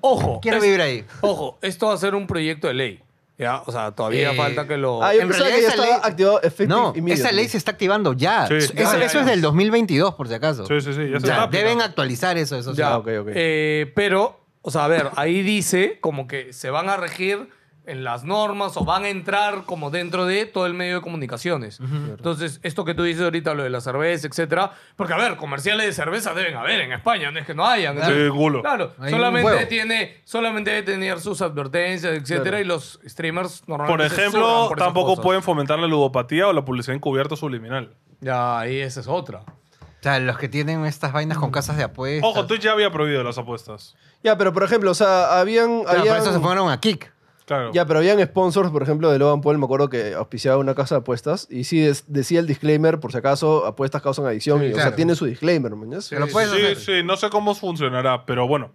Ojo,
Quiero vivir ahí.
ojo, esto va a ser un proyecto de ley. Ya, o sea, todavía
Eh,
falta que lo...
Ah, yo
en
pensaba que
realidad
ya
esa
estaba
ley-
activado Effective
No, esa
immediately.
ley se está activando ya.
Sí.
Eso,
Ya,
eso
ya, ya.
es del 2022, por si acaso.
Sí, sí, sí, ya se está aplicando.
deben actualizar eso. eso sí.
Ya,
Ah, ok, ok.
Eh, pero, o sea, a ver, ahí dice como que se van a regir en las normas o van a entrar como dentro de todo el medio de comunicaciones. Entonces, esto que tú dices ahorita, lo de la cerveza, etcétera, porque a ver, comerciales de cerveza deben haber en España, no es que no hayan.
Claro.
Entonces,
Sí, culo.
Claro,
Hay un
solamente
huevo.
tiene, solamente debe tener sus advertencias, etcétera, y los streamers
Por
normalmente se zurran
ejemplo,
por esas
tampoco
cosas.
pueden fomentar la ludopatía o la publicidad encubierta subliminal.
Ya, ahí esa es otra.
O sea, los que tienen estas vainas con casas de apuestas.
Ojo, Twitch ya había prohibido las apuestas.
Ya, pero por ejemplo, o sea, habían...
Claro, por
habían-
eso se fueron a Kick.
Claro.
Ya, pero habían sponsors, por ejemplo, de Logan Paul, me acuerdo que auspiciaba una casa de apuestas y sí des- decía el disclaimer, por si acaso, apuestas causan adicción, y, o sea,
claro.
tiene su disclaimer, ¿me
Pero puedes
sí,
hacer.
sí, no sé cómo funcionará, pero bueno.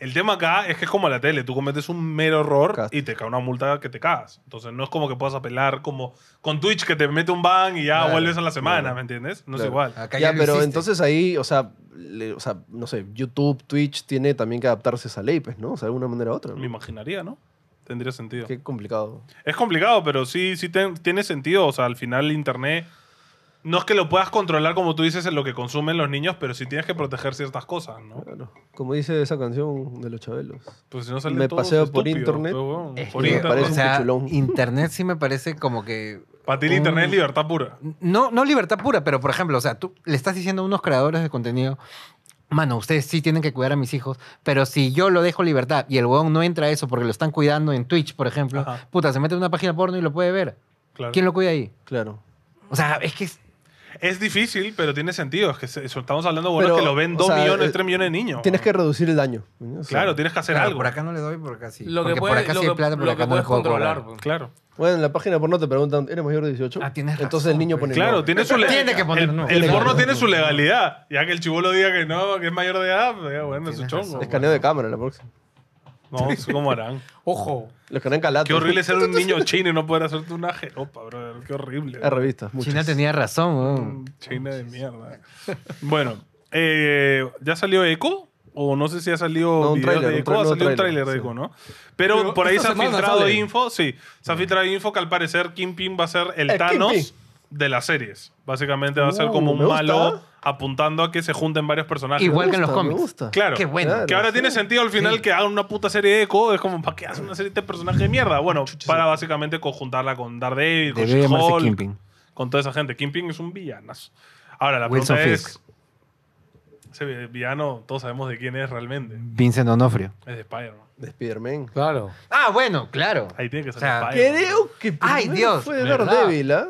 El tema acá es que es como la tele, tú cometes un mero error
Claro.
y te cae una multa que te cagas. Entonces no es como que puedas apelar como con Twitch que te mete un ban y ya
Claro,
vuelves a la semana,
claro.
¿me entiendes? No es
Claro. Ah,
igual.
Acá
ya,
lo
pero
hiciste.
entonces ahí, o sea, le- o sea, no sé, YouTube, Twitch tiene también que adaptarse a esa ley, pues, ¿no? O sea, de alguna manera u otra. ¿no?
Me imaginaría, ¿no? Tendría sentido.
Qué complicado.
Es complicado, pero sí, sí ten- tiene sentido. O sea, al final Internet no es que lo puedas controlar como tú dices en lo que consumen los niños, pero sí tienes que proteger ciertas cosas, ¿no?
Claro. Como dice esa canción de los chabelos.
Pues si no salen
Me
todos
paseo por
estúpidos,
internet.
pues, weón.
Es
Por
que,
internet.
parece
o sea,
un pichulón.
Internet sí me parece como que.
Para ti el internet es libertad pura.
No, no libertad pura, pero por ejemplo, o sea, tú le estás diciendo a unos creadores de contenido. Mano, ustedes sí tienen que cuidar a mis hijos, pero si yo lo dejo libertad y el huevón no entra a eso porque lo están cuidando en Twitch, por ejemplo,
Ajá.
puta, se mete en una página porno y lo puede ver.
Claro.
¿Quién lo cuida ahí?
Claro.
O sea, es que es-
Es difícil, pero tiene sentido. Es que se- eso estamos hablando de bueno,
Pero,
que lo ven
o
2
sea,
millones,
eh,
3 millones de niños.
Tienes que
weón.
reducir el daño. ¿no? O sea,
Claro, tienes que hacer
claro,
algo.
por acá no le doy, por acá sí.
Lo que
porque por
puede-
acá
lo
sí hay
que-
plata, por
lo
acá
que
no le
puedes
puedo
controlar,
cobrar.
pues.
Claro.
Bueno, en la página porno te preguntan, ¿eres mayor de 18?
Ah, tienes
Entonces
razón,
el niño
pues.
pone
Claro,
no.
tiene su le-
Tiene que poner
el-
no.
El,
Tiene que
porno
poner
tiene
no.
su legalidad. Ya que el chivolo diga que no, que es mayor de edad, pues, ya, bueno, es su
Tienes
chongo.
razón.
Escaneo de cámara la próxima.
No, ¿cómo harán?
Ojo,
Los que no han calado.
Qué horrible ser un niño chino y no poder hacerte una jeropa, brother. Qué horrible.
Hay revistas, muchas.
China tenía razón, weón.
China de mierda. Bueno, eh, ¿ya salió Echo? O no sé si ha salido
No, un
videos
tráiler,
de
un
Echo. Ha
nuevo
salido un
tráiler,
tráiler de
sí.
Echo, ¿no? Pero,
Pero
por ahí se
esta
ha
semana
filtrado
sale. Mm.
info. Sí, se ha filtrado info que al parecer Kingpin va a ser el
El
Thanos
Kingpin.
de las series. Básicamente va a ser
Uh,
como un
me gusta.
malo apuntando a que se junten varios personajes.
Igual que en los
gusta, me
cómics.
gusta.
Claro.
Qué bueno.
Claro.
Que ahora tiene
sí.
sentido al final que hagan una puta serie de Echo. Es como, ¿para qué hacen una serie de personajes de mierda? Bueno, para básicamente conjuntarla con Daredevil, con
Debió llamarse
She-Hulk,
Kingpin.
con toda esa gente. Kingpin es un villanazo. Ahora, la
Wilson
pregunta
Fisk.
es... Ese vi- villano, todos sabemos de quién es realmente.
Vincent Onofrio.
Es de Spider-Man.
De Spider-Man.
claro.
Ah, bueno, claro.
Ahí tiene que ser
O sea,
Spider-Man.
Creo que
Ay,
primero
Dios,
fue
¿verdad?
Daredevil, ¿ah?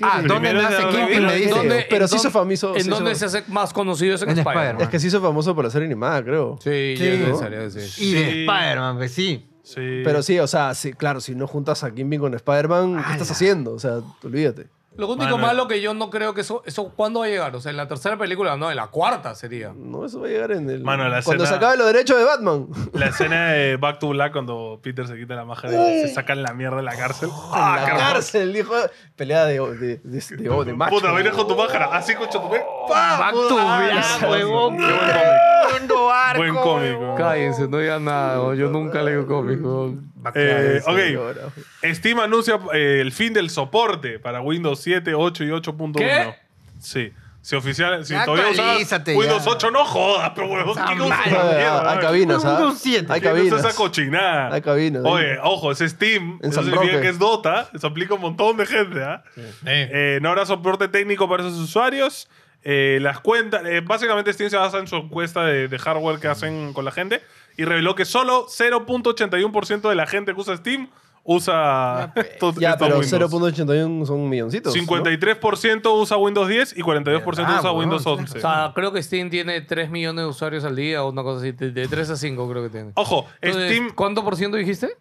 Ah,
Primero
¿dónde
es
nace
Daredevil,
Kingpin? Me
pero-
dice.
¿dónde- pero sí
dónde-
hizo famoso-
¿En
sí
dónde
hizo-
se hace más conocido es en,
En
Spider-Man?
Spider-Man.
Es que se hizo famoso por la serie animada, creo.
Sí,
Sí.
ya es necesario, sí.
Y de
Sí.
Spider-Man, pues sí.
Sí.
Pero sí, o sea, sí, claro, si no juntas a Kingpin con Spider-Man, ¿qué estás haciendo? O sea, olvídate.
Lo único
Bueno,
malo que yo no creo que eso, eso ¿cuándo va a llegar? O sea, en la tercera película, no, en la cuarta sería.
No, eso va a llegar en el.
Mano, la escena-
cuando
Ah,
se acabe los derechos de Batman.
La escena de Back to Black cuando Peter se quita la máscara y se
Uh.
sacan la mierda de la cárcel.
En
¡Ah,
la
carajo!
cárcel, dijo. Pelea de, de, de, de, de, macho.
Ah, Puta, vienes con tu máscara. Así con tu
Back to Black,
Qué
huevón.
buen cómic.
Segundo arco,
Buen cómic,
huevón.
weón.
Cállense, no digan nada. Yo nunca leo cómics.
Ah,
Eh, ok.
Ahora,
Steam anuncia eh, el fin del soporte para Windows 7, 8 y 8.1.
¿Qué?
Sí. Si oficial, si
Ya
todavía usas
actualízate,
Windows
ya.
8, no jodas, pero huevón,
Esa
¿qué cosa
madre.
de mierda,
Hay
eh?
cabinas, ¿ah?
Windows 7.
Hay
¿Qué usa
cabinas.
esa cochinada.
Hay cabinas,
Oye,
¿eh?
ojo, es Steam.
En
eso
San
significa
Roque.
que es Dota. Eso aplica a un montón de gente, ¿ah? Eh, no habrá soporte técnico para esos usuarios. Eh, las cuentas, eh, básicamente Steam se basa en su encuesta de, de hardware que hacen con la gente y reveló que solo 0.81% de la gente que usa Steam
Ah,
usa
pues.
estos-
Ya,
estos
pero
Windows.
0.81 son milloncitos. ¿no?
53% usa Windows 10 y 42%
Ah,
usa
huevón,
Windows
claro.
11.
O sea, creo que Steam tiene 3 millones de usuarios al día o una cosa así. De, 3 a 5 creo que tiene.
Ojo,
Entonces,
Oh, Steam
¿Cuánto por ciento dijiste?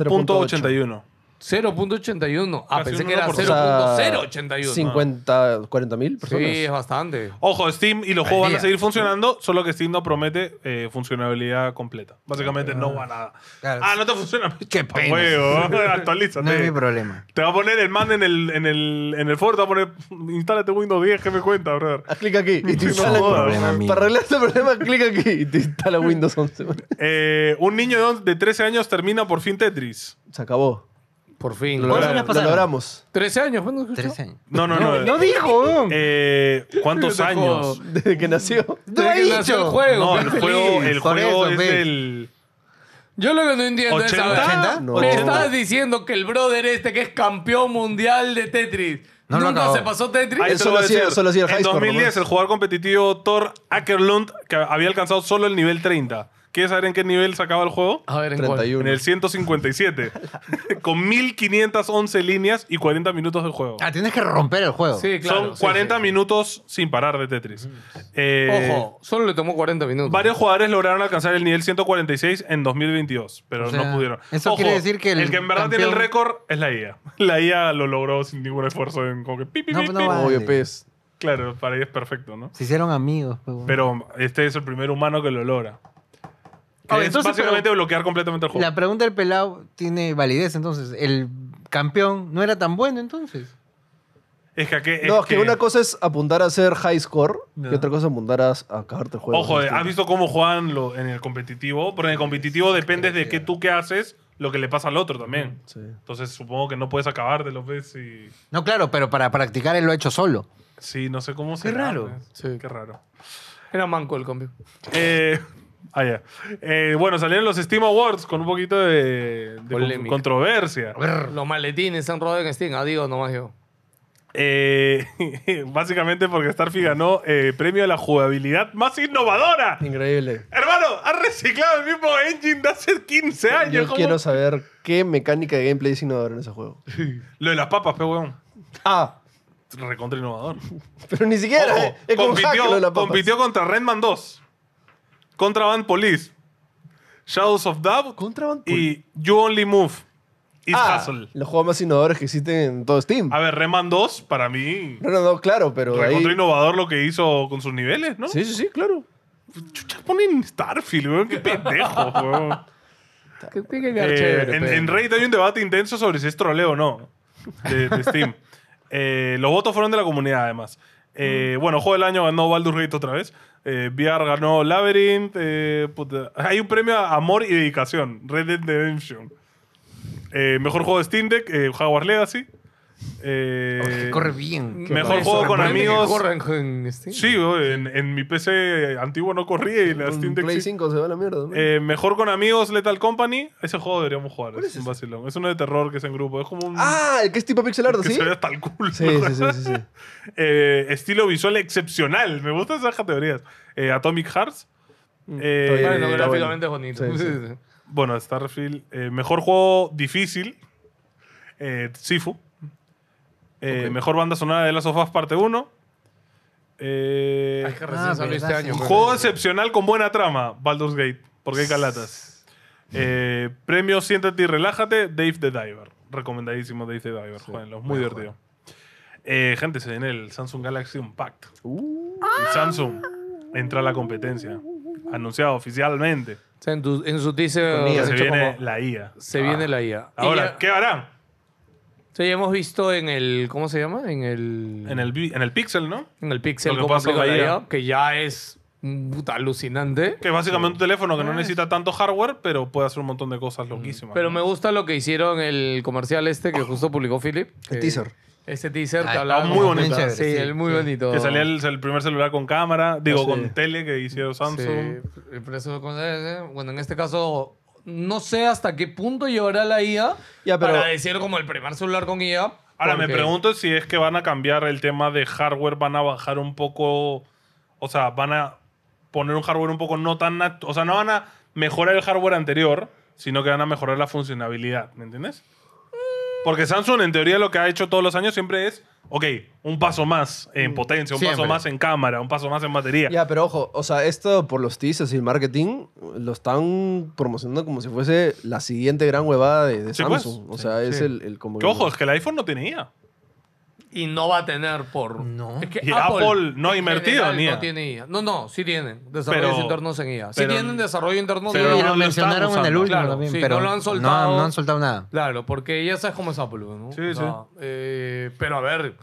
0.81.
0.81. Ah,
Casi
pensé
un
que era
1%.
O sea,
0.081.
50, 40 mil personas.
Sí, es bastante.
Ojo, Steam y los
Al
juegos van a
día.
seguir funcionando, solo que Steam no promete eh, funcionalidad completa. Básicamente no va a nada.
Claro.
Ah, no te funciona.
Qué
Chuta,
pena.
huevo,
No es
actualízate.
mi problema.
te va a poner el man en el, en el, en el foro, te va a poner, instálate Windows 10, que me cuenta, brother.
Haz Ah, clic aquí y te
No
instala.
jodas,
problema mío.
para arreglar este problema, clic aquí y te instala Windows 11.
Eh, un niño de, on- de 13 años termina por fin Tetris.
Se acabó.
Por fin.
Lo,
¿Cuántos
logra-
años
lo
pasaron?
logramos.
13 años, ¿cuándo escuchó?
13 años.
No, no, no.
dijo!
Eh, ¿Cuántos
Yo te jodo.
años?
Desde que nació.
¡No
Desde
ha
que nació el
dicho!
juego.
No,
pe.
el juego, el
Por
juego
eso,
es
ve.
del.
Yo lo que no entiendo es
¿80?
saber.
¿80?
No.
Me estás diciendo que el brother este que es campeón mundial de Tetris
No lo
nunca
acabó.
se pasó Tetris.
Ahí te
Solo
lo voy a
hacía-
decir.
solo hacía el
En
highscore
2010,
nomás.
el jugador competitivo Thor Ackerlund que había alcanzado solo el nivel 30. ¿Quieres saber en qué nivel sacaba el juego?
A ver, en cuál.
31.
En el 157. con 1511 líneas y 40 minutos de juego.
Ah, tienes que romper el juego.
Sí, claro.
Son
sí,
40
sí.
minutos sin parar de Tetris.
Mm.
Eh,
Ojo, solo le tomó 40 minutos.
Varios jugadores lograron alcanzar el nivel 146 en 2022, pero
O sea,
no pudieron.
eso quiere decir que
el,
el
que en verdad tiene el
campeón-
récord es la IA. La IA lo logró sin ningún esfuerzo en como que pi, pi,
No, pues
pi,
no
pi.
va.
Obvio, pues.
Dale.
pez.
Claro, para ella es perfecto, ¿no?
Se hicieron amigos. pues, bueno.
Pero este es el primer humano que lo logra. Que
Ahora,
es
entonces,
básicamente
pero-
bloquear completamente el juego.
La pregunta del pelado tiene validez, entonces. ¿El campeón no era tan bueno, entonces?
Es que, aquí- es
No, es que
que-
una cosa es apuntar a ser high score
Ya.
y otra cosa es apuntar a, a acabarte el juego.
Ojo, eh,
Este.
¿has visto cómo juegan lo- en el competitivo? Porque en el competitivo depende de qué tú qué haces, lo que le pasa al otro también.
Sí.
Entonces supongo que no puedes acabar de los ves y...
No, claro, pero para practicar él lo ha hecho solo.
Sí, no sé cómo se.
raro.
Sí.
Qué raro.
Era manco el campeón.
Eh, ah, ya. Eh, bueno, salieron los Steam Awards con un poquito de, de
Polémica.
controversia.
Los maletines se han rodado en Steam. Adiós nomás yo.
Eh, básicamente porque Starfield ganó eh, premio a la jugabilidad más innovadora.
Increíble.
Hermano, has reciclado el mismo engine de hace 15 años.
Yo
¿cómo?
quiero saber qué mecánica de gameplay es innovadora en ese juego.
Lo de las papas, pe weón.
Ah,
Recontra innovador.
pero ni siquiera.
Ojo,
eh. es con hack lo de
compitió,
la papa.
compitió contra Redman 2, contra Van Police, Shadows of Dub
Contra Van Pol-
y You Only Move. It's
Ah,
Hustle.
los juegos más innovadores que existen en todo Steam.
A ver, Reman 2, para mí,
No, no, no, claro, pero ahí...
recontra innovador lo que hizo con sus niveles, ¿no?
Sí, sí, sí, claro.
Chucha, ponen Starfield, weón, qué pendejo, weón.
Que tiene que quedar
Eh,
chévere,
en,
pe.
en Reddit hay un debate intenso sobre si es troleo o no de, de Steam. Eh, los votos fueron de la comunidad, además.
Mm.
Eh, Bueno, Juego del Año ganó Baldur's Gate otra vez. Eh, VR ganó Labyrinth. eh, puta. Hay un premio a Amor y Dedicación. Red Dead Redemption. Eh, mejor juego de Steam Deck, eh, Jaguar Legacy. Eh,
Oh, Corre bien.
Mejor juego con
Sorprende que
amigos.
corra en- en Steam.
Sí, weón, en, en mi PC antiguo no corría y la Steam
Con
Deck
Play
sí.
5 se va a la mierda. ¿no?
Eh, mejor con amigos, Lethal Company. Ese juego deberíamos jugar. Es,
es
un
ese?
vacilón. Es uno de terror que es en grupo. Es como un.
ah, el que es tipo pixel art,
que
¿sí?
se ve hasta el culo.
Sí, sí, sí, sí, sí.
Eh, estilo visual excepcional. Me gustan esas categorías. Eh, Atomic Hearts. Eh,
Mm. está
Bueno,
Está
gráficamente es bonito.
Sí, sí.
Bueno, Starfield. eh, mejor juego difícil. Eh, Sifu. Eh, Mejor banda sonora de Last of Us Parte 1. Eh,
Ay, que recién
Ah,
salió este
verdad,
año.
sí.
pe.
Juego excepcional con buena trama, Baldur's Gate, porque hay calatas. Eh, premio Siéntate y Relájate, Dave the Diver. Recomendadísimo Dave the Diver, jueguenlo, muy divertido. Eh, gente, se viene el Samsung Galaxy Unpacked. Y Samsung entra a la competencia, anunciado oficialmente.
O sea, en, tu- en su teaser
Con IA.
Se
se,
viene
viene,
la IA.
se viene la IA.
Ahora,
Y ya-
¿qué harán?
Sí, ya hemos visto en el. ¿Cómo se llama? En el.
En el, vi- en el Pixel, ¿no?
en el Pixel
lo que
cómo
pasa con
aplica
la
la
IA.
IA, que ya es mm, puta, alucinante.
Que es básicamente un teléfono que no necesita tanto hardware, pero puede hacer un montón de cosas loquísimas.
Ah, Pero
¿no?
me gusta lo que hicieron el comercial este que justo publicó Philip. que-
teaser.
Ese teaser que
Ah,
hablaba.
muy bonito.
Sí,
Bien chévere, sí,
el muy
sí.
bonito.
Que salía el, el primer celular con cámara, digo,
Ah, sí.
con tele que hicieron Samsung.
Sí, el precio con- Bueno, en este caso, no sé hasta qué punto llevará la IA
Ya, pero-
para decir como el primer celular con IA.
A Ahora, me
Porque-
pregunto si es que van a cambiar el tema de hardware, van a bajar un poco. O sea, van a poner un hardware un poco no tan. nat- O sea, no van a mejorar el hardware anterior, sino que van a mejorar la funcionalidad. ¿Me entiendes? Porque Samsung, en teoría, lo que ha hecho todos los años siempre es. Ok, un paso más en potencia, un paso
Siempre.
más en cámara, un paso más en batería.
Mm. Ya, pero ojo, o sea, esto por los teasers y el marketing lo están promocionando como si fuese la siguiente gran huevada de, de
Sí, pues.
Samsung. O sea,
Sí,
es
sí.
El, el como
Que ojo, es que el iPhone no tiene IA.
Y no va a tener por.
No.
Es que
Y Apple no ha
en
invertido
general
en IA.
No tiene IA. No, no, sí tienen. Desarrollos
Pero-
internos en IA. Sí
pero-
tienen desarrollo interno de
pero
IA.
Y
no
lo
lo están
mencionaron en el
usando.
último
Claro,
también,
sí,
pero
no lo han soltado.
no han soltado nada.
Claro, porque ya sabes cómo es Apple, ¿no?
Sí,
O sea,
sí.
eh, pero a ver,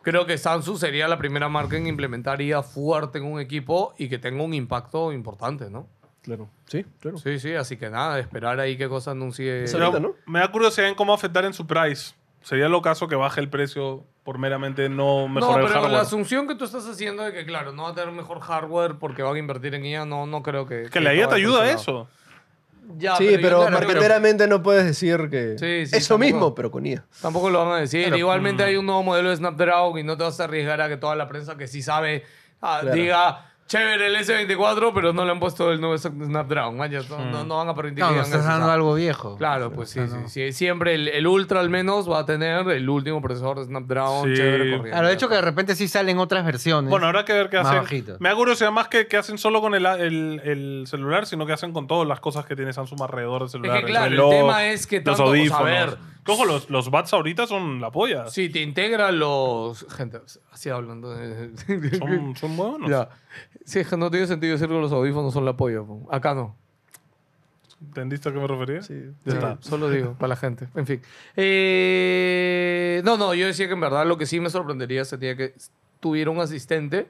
creo que Samsung sería la primera marca en implementar IA fuerte en un equipo y que tenga un impacto importante, ¿no?
Claro. Sí, claro.
Sí, sí, así que nada, esperar ahí qué cosa anuncie.
Eso-
Pero
ahorita, ¿no?
Me da curiosidad en cómo afectar en su price. Sería lo caso que baje el precio por meramente no
No,
mejorar el
pero la
hardware.
asunción que tú estás haciendo de que, claro, no va a tener mejor hardware porque van a invertir en IA, no, no creo que.
Que la IA te
vaya por
ayuda a
ese lado.
eso.
Ya,
sí, pero,
Ah, yo creo que
marketeramente no puedes decir que
Sí, sí,
eso
tampoco.
mismo, pero con IA.
Tampoco lo van a decir. Igualmente hay un nuevo modelo de Snapdragon y no te vas a arriesgar a que toda la prensa que sí sabe ah,
Claro.
diga chévere el S24, pero no le han puesto el nuevo Snapdragon. man, ya, no, no- no van a permitir
No,
que digan
nos estás
eso,
dando
¿sabes?
algo viejo.
Claro, pues sí, sí, sí. Siempre el, el Ultra al menos va a tener el último procesador de Snapdragon
Sí.
chévere corriendo.
Claro, de hecho que de repente sí salen otras versiones.
Bueno, habrá que ver qué
Más
hacen.
bajito.
Me da curiosidad más que, que hacen solo con el, el- el celular, sino que hacen con todas las cosas que tiene Samsung alrededor del celular.
claro, el
reloj,
tema es que tanto,
los
o sea,
audífonos.
a ver.
Que ojo, los, los Bats ahorita son la polla.
Sí, te integra los... Gente, así hablando de...
Son, son buenos.
Ya. Sí, es que no tiene sentido decir que los audífonos son la polla. po. Acá no.
¿Entendiste a qué me refería?
Sí.
Ya
Sí,
está.
Solo digo, para la gente. En fin. Eh, no, no, yo decía que en verdad lo que sí me sorprendería sería que tuviera un asistente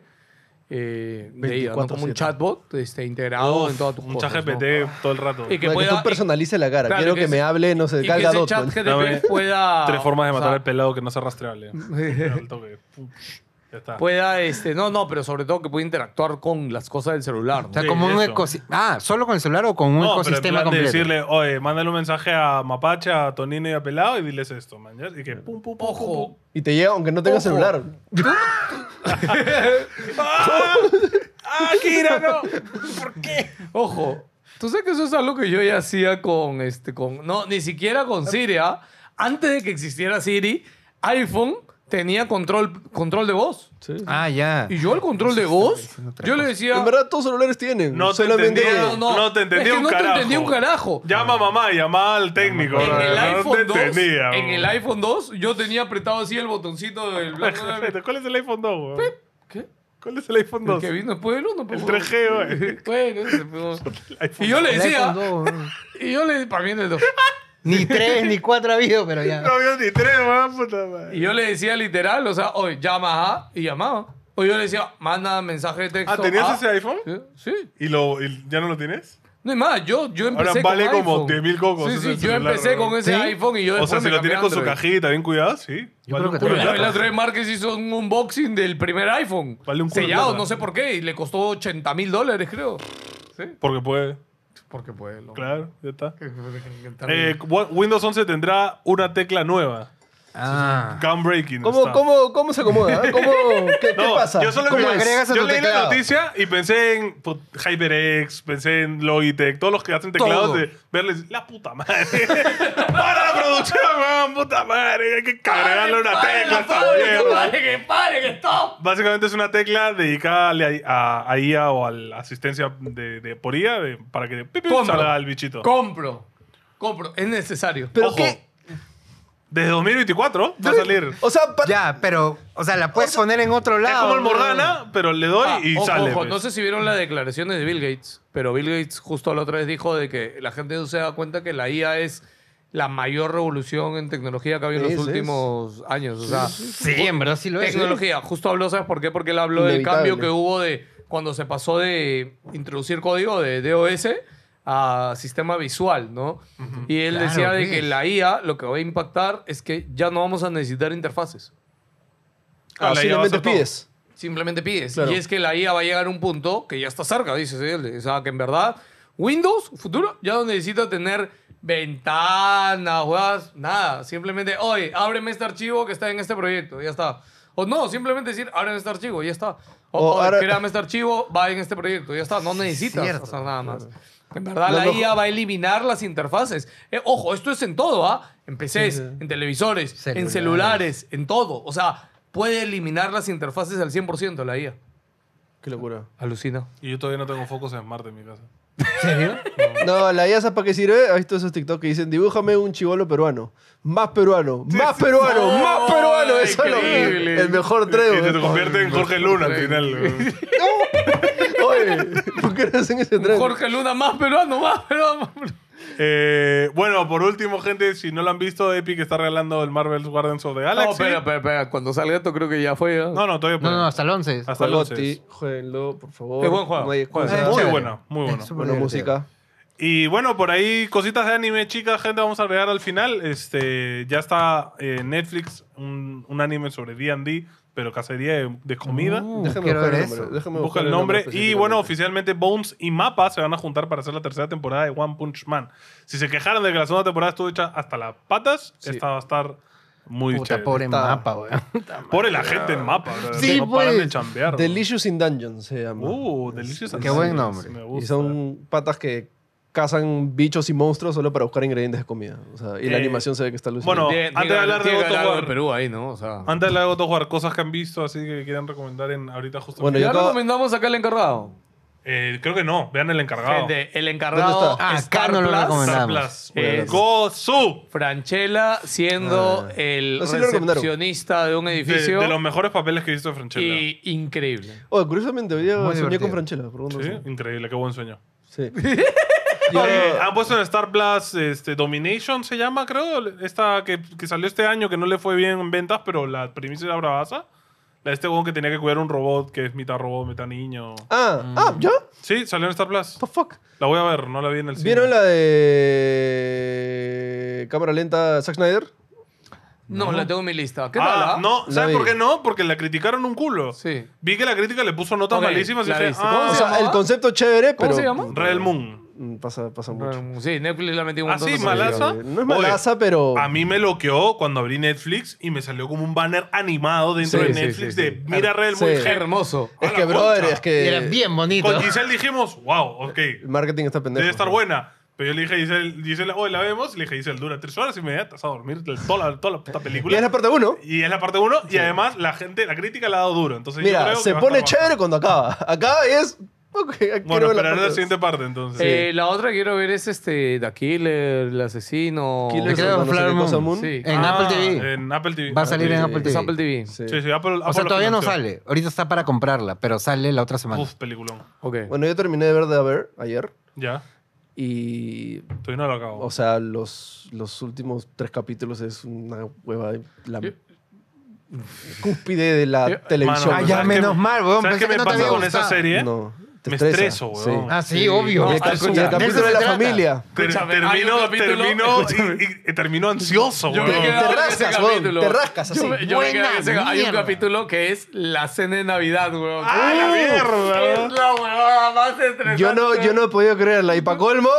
eh, de IA, ¿no? como un
24/7.
chatbot este, integrado en todas tus
Un
cosas.
chat GPT
¿no?
todo el rato.
Y que
O sea,
pueda-
tú personalices la cara.
Claro,
Quiero que,
ese-
me hable, no
y
sé,
que
carga
ese
Dot.
chat
¿no?
Dame
GPT pueda...
Tres formas de
o sea,
matar al pelado que no sea rastreable. Al toque. Pum, Ya está.
Pueda, este, no, no, pero sobre todo que pueda interactuar con las cosas del celular. ¿no?
o sea,
Sí,
como un
eso.
ecosistema. Ah, solo con el celular o con un
no, pero en
ecosistema
plan de
completo.
decirle, oye, mándale un mensaje a Mapache, a Tonino y a Pelado y diles esto, man. ¿ya? Y que pum, pum, pum, pum, pum.
Ojo.
Y te llega aunque no tengas
Ojo.
celular.
¡Ah, Kira, no!
Ojo, tú sabes que eso es algo que yo ya hacía con este, con. No, ni siquiera con Siri. ¿ah? Antes de que existiera Siri, iPhone tenía control, control de voz.
Sí.
Ah, ya.
Y yo el control de voz,
diciendo otra
yo le decía. "Ah,
En verdad, todos los celulares tienen.
No te
solamente
entendía.
que-
No, no,
No te entendí
es que
un
no
carajo.
te entendí un carajo.
Llama a mamá, llama al técnico.
En
brother.
el,
No
iPhone
te
2,
entendía,
en
bro.
el iPhone 2, yo tenía apretado así el botoncito del blanco de-
¿Cuál es el iPhone 2, weón?
¿Qué?
¿Cuál es el iPhone
¿El
2?
que vino después del 1?
El 3G, güey.
Bueno, ese, pues.
iPhone
Y yo le
El
decía.
iPhone dos.
Y yo le. Para mí en el 2.
ni tres, ni cuatro ha habido, pero ya.
No vio ni tres, weón, puta
Y
madre.
yo le decía literal, o sea, oye, llama a y llamaba. O yo le decía, manda mensaje de texto.
Ah, ¿tenías
a-
ese iPhone?
Sí, sí.
¿Y, lo, y ya no lo tienes?
No es más, yo, yo empecé
Ahora
con
vale como
iPhone.
10.000 cocos
Sí,
ese
sí, yo
celular,
empecé
¿no?
con ese
¿Sí?
iPhone y yo
O
después
sea, si
me
lo
cambié
tienes
a
con su
Android.
cajita, bien cuidado, sí.
Yo
Vale
creo
un
que
culo.
Yo
también.
el otro día Márquez hizo un unboxing del primer iPhone.
Vale un culo de
sellado,
plata.
no sé por qué. Y le costó 80 mil dólares, creo. Sí,
Porque puede.
porque puede. Lo...
Claro, ya está. Eh, Wi- Windows 11 tendrá una tecla nueva.
Ah.
Gun breaking.
¿Cómo,
está.
cómo, ¿Cómo se acomoda? ¿Cómo, ¿Qué, qué
No,
pasa?
Yo solo
¿Cómo
que-
es?
agregas a
yo
tu
leí la
teclado?
noticia y pensé en put, HyperX, pensé en Logitech, todos los que hacen teclados
Todo.
de verles la puta madre. Para la producción, weón, puta madre, hay que agregarle una tecla a esta mierda.
¡Pare, que pare, que stop!
Básicamente es una tecla dedicada a, a- a IA o a la asistencia de, de por IA de- para que de- pip, pip,
Compro.
salga el bichito.
Compro. Compro. Es necesario.
¿Pero
Ojo,
qué?
desde 2024 va a salir.
O sea, pa-
Ya, pero, o sea, la puedes poner en otro
Es
lado.
como el
¿no?
Morgana, pero le doy
Ah,
y
ojo,
sale.
ojo,
pues.
no sé si vieron las declaraciones de Bill Gates, pero Bill Gates justo la otra vez dijo de que la gente no se da cuenta que la IA es la mayor revolución en tecnología que ha habido en los
Es, es.
últimos años. O sea,
Sí, en verdad sí lo es.
tecnología. Justo habló, ¿sabes por qué? Porque él habló del
Inevitable.
cambio que hubo de cuando se pasó de introducir código de DOS a sistema visual, ¿no? Y él
Claro,
decía de
pues.
que la IA lo que va a impactar es que ya no vamos a necesitar interfaces.
Ah, la IA va a
simplemente
hacer todo.
pides.
Simplemente pides.
Claro.
Y es ah, que la IA va a llegar a un punto que ya está cerca, dices él. O sea, que en verdad Windows, futuro, ya no necesita tener ventanas, huevas, nada. Simplemente, oye, ábreme este archivo que está en este proyecto, ya está. O no, simplemente decir, ábreme este archivo, ya está. O,
O
"Oye,
ahora-
créame este archivo, va en este proyecto, ya está. No necesitas
cierto.
hacer nada más. En verdad,
Lo
la
mejor-
IA va a eliminar las interfaces. Eh, ojo, esto es en todo, ¿ah? En PCs,
Sí, sí.
en televisores, en
Celulares.
celulares, en todo. O sea, puede eliminar las interfaces al 100% la IA.
Qué locura.
Alucina.
Y yo todavía no tengo focos en Marte en mi casa.
¿En serio?
No, la IASA para qué sirve? ¿Has visto esos TikTok que dicen, dibújame un chivolo peruano? Más peruano, más peruano,
sí.
más peruano.
¡Ay,
Eso es lo-
increíble!
el mejor
Y te
treo.
convierte en Jorge Luna al final. weón.
¡No! Oye, ¿por qué no hacen ese treo?
Jorge Luna más peruano, más peruano. más peruano.
Eh, bueno, por último, gente, si no lo han visto, Epic está regalando el Marvel's Guardians of the Galaxy.
No, espera, espera, espera. Cuando salga esto creo que ya fue. ¿eh?
No, no, todavía
No,
puede.
no, hasta el 11.
Hasta el
Gotti,
11.
jueguenlo, por favor.
Qué buen juego.
No hay excusa.
Juego.
Muy
Chévere.
bueno, muy bueno.
Es súper
Buena
divertido.
música.
Y bueno, por ahí cositas de anime, chicas, gente, vamos a agregar al final. Este, ya está en Netflix un, un anime sobre D&D, pero cacería de, de comida.
Uh,
Déjame
quiero
buscar
ver
el
eso.
nombre. déjame
Busca
buscar
el nombre. Y bueno,
específicamente.
oficialmente Bones y Mappa se van a juntar para hacer la tercera temporada de One Punch Man. Si se quejaron de que la segunda temporada estuvo hecha hasta las patas,
Sí.
esta va a estar muy
Puta,
chévere.
pobre
Está-
mapa, weón.
Pobre la gente en Mapa. bro.
Sí,
no paran
pues.
de chambear. bro.
Delicious in Dungeon se llama.
Uh, Delicious. and
Qué buen
Delicious,
nombre.
me
Y
gusta.
son patas que cazan bichos y monstruos solo para buscar ingredientes de comida. O sea, y la
Eh,
animación se ve que está alucinante.
bueno,
Tiene-
antes
tiene
de
que-
hablar de
tiene que
God of
algo de
War.
Perú ahí, ¿no? O sea.
Antes le hago dos jugar cosas que han visto, así que quieran recomendar en ahorita justo.
Bueno,
aquí.
yo
Ya
acabo-
recomendamos acá el encargado.
Eh, creo que no. Vean el encargado.
Gente, el encargado
¿Dónde
está? Ah,
Star
acá no lo
Plus,
recomendamos.
Star
Recomendamos.
Plus.
Eh,
Gozu.
Franchella siendo
Ah.
el
No, sí lo recomendaron.
recepcionista de un
De,
edificio.
de los mejores papeles que he visto de Franchella.
y increíble.
Oh, curiosamente, hoy día
Muy
soñé
divertido.
con Franchella. por alguna
Sí,
razón.
increíble, qué buen sueño.
Sí.
Eh,
Yo-
han puesto en Star Plus este, Domination, se llama, creo. Esta que, que salió este año, que no le fue bien en ventas, pero la primicia era bravaza. La de este huevón que tenía que cuidar un robot que es mitad robot, mitad niño.
Ah,
Mm.
ah, ¿yo?
Sí, salió en Star Plus.
The fuck.
La voy a ver, no la vi en el cine.
¿Vieron la de eh, cámara lenta Zack Snyder?
No, la tengo en mi lista. ¿Qué
Ah,
tal? ah?
No,
La
¿sabes
vi.
por qué no? Porque la criticaron un culo.
Sí.
Vi que la crítica le puso notas
Ok,
malísimas y
la
dije,
viste.
ah,
O sea,
llamaba?
el concepto es chévere,
¿Cómo
pero...
se llama?
Real Moon.
Mm, Pasa, pasa mucho.
Bueno, Sí, Netflix le ha metido un montón
Así,
de
malaza.
No es
Oye,
malaza, pero...
A mí me loqueó cuando abrí Netflix y me salió como un banner animado dentro
Sí,
de
sí,
Netflix
sí, sí.
de Mira Real Moon.
Sí.
Gen-
Hermoso.
¡A
Es
la
que, brother,
concha!
es que...
Era bien bonito.
Con Giselle dijimos, wow, ok,
El marketing está pendejo.
debe estar buena. Pero yo le dije a Giselle, Giselle, hoy la vemos. Le dije, Giselle, dura tres horas y media, te vas a dormir del- toda la, toda la puta
Y es la
película.
parte uno.
Y es la parte uno y además la gente, la crítica la ha dado duro. Entonces yo
Mira,
creo que
se
va a
pone
estar baja.
chévere cuando acaba. Acaba y es... Ok,
Bueno,
quiero ver la
esperar
parte
la
dos.
siguiente parte entonces.
Eh, la otra que quiero ver es este The Killer, el asesino.
Killers
Me
of
quedo
the
con
no sé qué
Flower Moon.
cosa Moon.
Sí.
En Apple TV.
Ah, En Apple TV.
Ah, Va a salir en
sí.
Apple
Es
Es
TV.
Apple TV.
Sí.
Eh, Sí, sí, Apple,
O sea, todavía no
sale.
sale. Ahorita está para comprarla, pero sale la otra semana.
Uf, peliculón.
Ok.
Bueno, yo terminé de ver The Bear ayer
Ya,
y...
todavía no lo acabo.
O sea, los, los últimos tres capítulos es una hueva de la
Yo-
cúspide de la
Yo-
televisión.
Mano,
Ah, ya
¿sabes
menos
qué-
mal, weón.
¿Sabes
Pensé
qué
que
me
no te
pasa
había
con esa
gustado.
serie?
No, te
Me
estresa,
estreso,
sí.
weón.
Ah, sí,
Sí.
obvio.
No,
El,
al
cap-
escucha,
el
de eso
capítulo de la familia.
Ter-
Escúchame, hay un
termino
capítulo-
termino,
escúchame.
y, y- y termino ansioso,
Yo
weón.
me
Te-
quedé
te
con ese
rascas, weón,
capítulo.
te rascas
Yo
así.
me- yo me quedé con
Buena
ese ca- Hay un
mierda.
capítulo que es la cena de Navidad, weón.
¡Ah, la
Uh,
mierda,
que
weón!
Es la huevada más estresante.
Yo no, yo no he podido creerla. Y para colmo,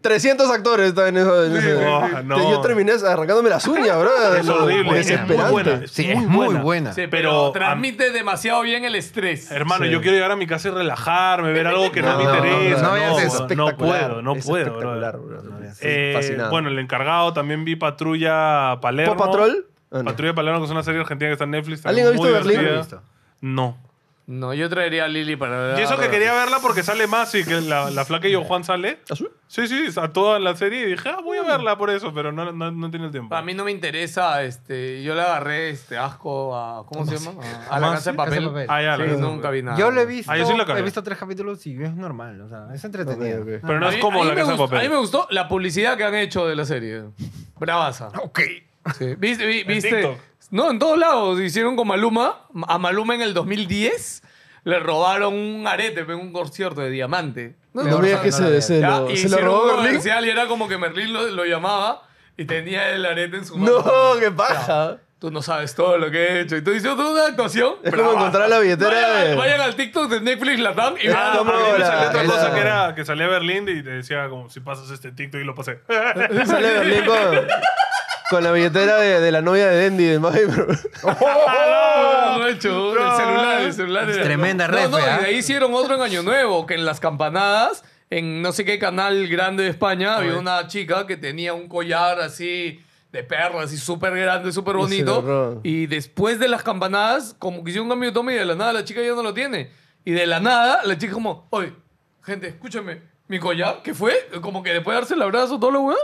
300 actores están en eso. en
Sí,
ese-
oh, no.
Yo terminé arrancándome las uñas, bro.
Es horrible. Es muy
Desesperante.
buena. Es
Sí, es muy buena.
Sí,
Pero,
pero, transmite demasiado bien el estrés.
Hermano,
Sí.
yo quiero llegar a mi casa y relajarme, ver algo que no, me
No, no,
interesa.
no, no veas eso,
weón, no
espectacular.
puedo, no
Es
puedo,
espectacular,
brother.
bro.
Eh,
Fascinado.
bueno, el encargado también vi Patrulla Palermo.
¿Pop Patrol? Ah, no.
Patrulla Palermo, que es una serie argentina que está en Netflix.
¿Alguien ha
también
visto
muy
Berlín?
divertida. No.
No, yo traería a Lily para ver.
Y eso que quería verla porque sale más y que la, la flaca y yo Juan sale.
¿Azul? Mm.
Sí, sí, a toda la serie y dije, ah, voy a verla por eso, pero no, no, no tiene el tiempo.
Para mí no me interesa, este, yo le agarré este asco a ¿cómo se llama? A, a la
¿Cómo
casa de
así?
papel.
Casa de papel.
Ah, ya, la
Sí,
casa de
nunca vi nada.
Yo lo he visto.
Ah, yo sí lo acabé.
he visto tres capítulos y es normal. O sea, es entretenido.
Ok, ok.
Pero no
A
es
mí-
como
a mí
la
me
casa de
gustó- A mí me
papel.
gustó la publicidad que han hecho de la serie. ¿eh? Bravaza.
Ah, Ok.
Sí. ¿Viste? vi- viste?
TikTok.
No, en todos lados. Hicieron con Maluma. A Maluma en el 2010 le robaron un arete en un concierto de diamante.
No me digas que
no
se,
la
se
Ya,
lo, se lo
hicieron un
robó Berlín.
comercial y era como que Merlín lo, lo llamaba y tenía el arete en su mano.
No, qué paja.
Tú no sabes todo lo que he hecho. Y tú dices, tú una actuación.
Es como encontrar la billetera
Vayan,
de-
vayan al TikTok de Netflix Latam y
Ah,
Es
a
como
mí me
la-
salió otra
la-
cosa que era que salía a Berlín y te decía como si pasas este TikTok y lo pasé.
Sale de Berlín con, con la billetera de, de la novia de Dendy de Mavi, bro.
¡Ah, no, hecho,
No,
el celular,
no.
el celular. era-
Tremenda
No,
red,
No, y de
¿eh?
ahí hicieron otro en Año Nuevo, que en las campanadas, en no sé qué canal grande de España, había una chica que tenía un collar así de perro, así súper grande, súper
Y se lo
bonito.
roban.
Y después de las campanadas, como que hicieron un cambio de toma y de la nada la chica ya no lo tiene. Y de la nada, la chica como, oye, gente, escúchame, mi collar, ¿qué fue? Como que después de darse el abrazo, todo lo weón.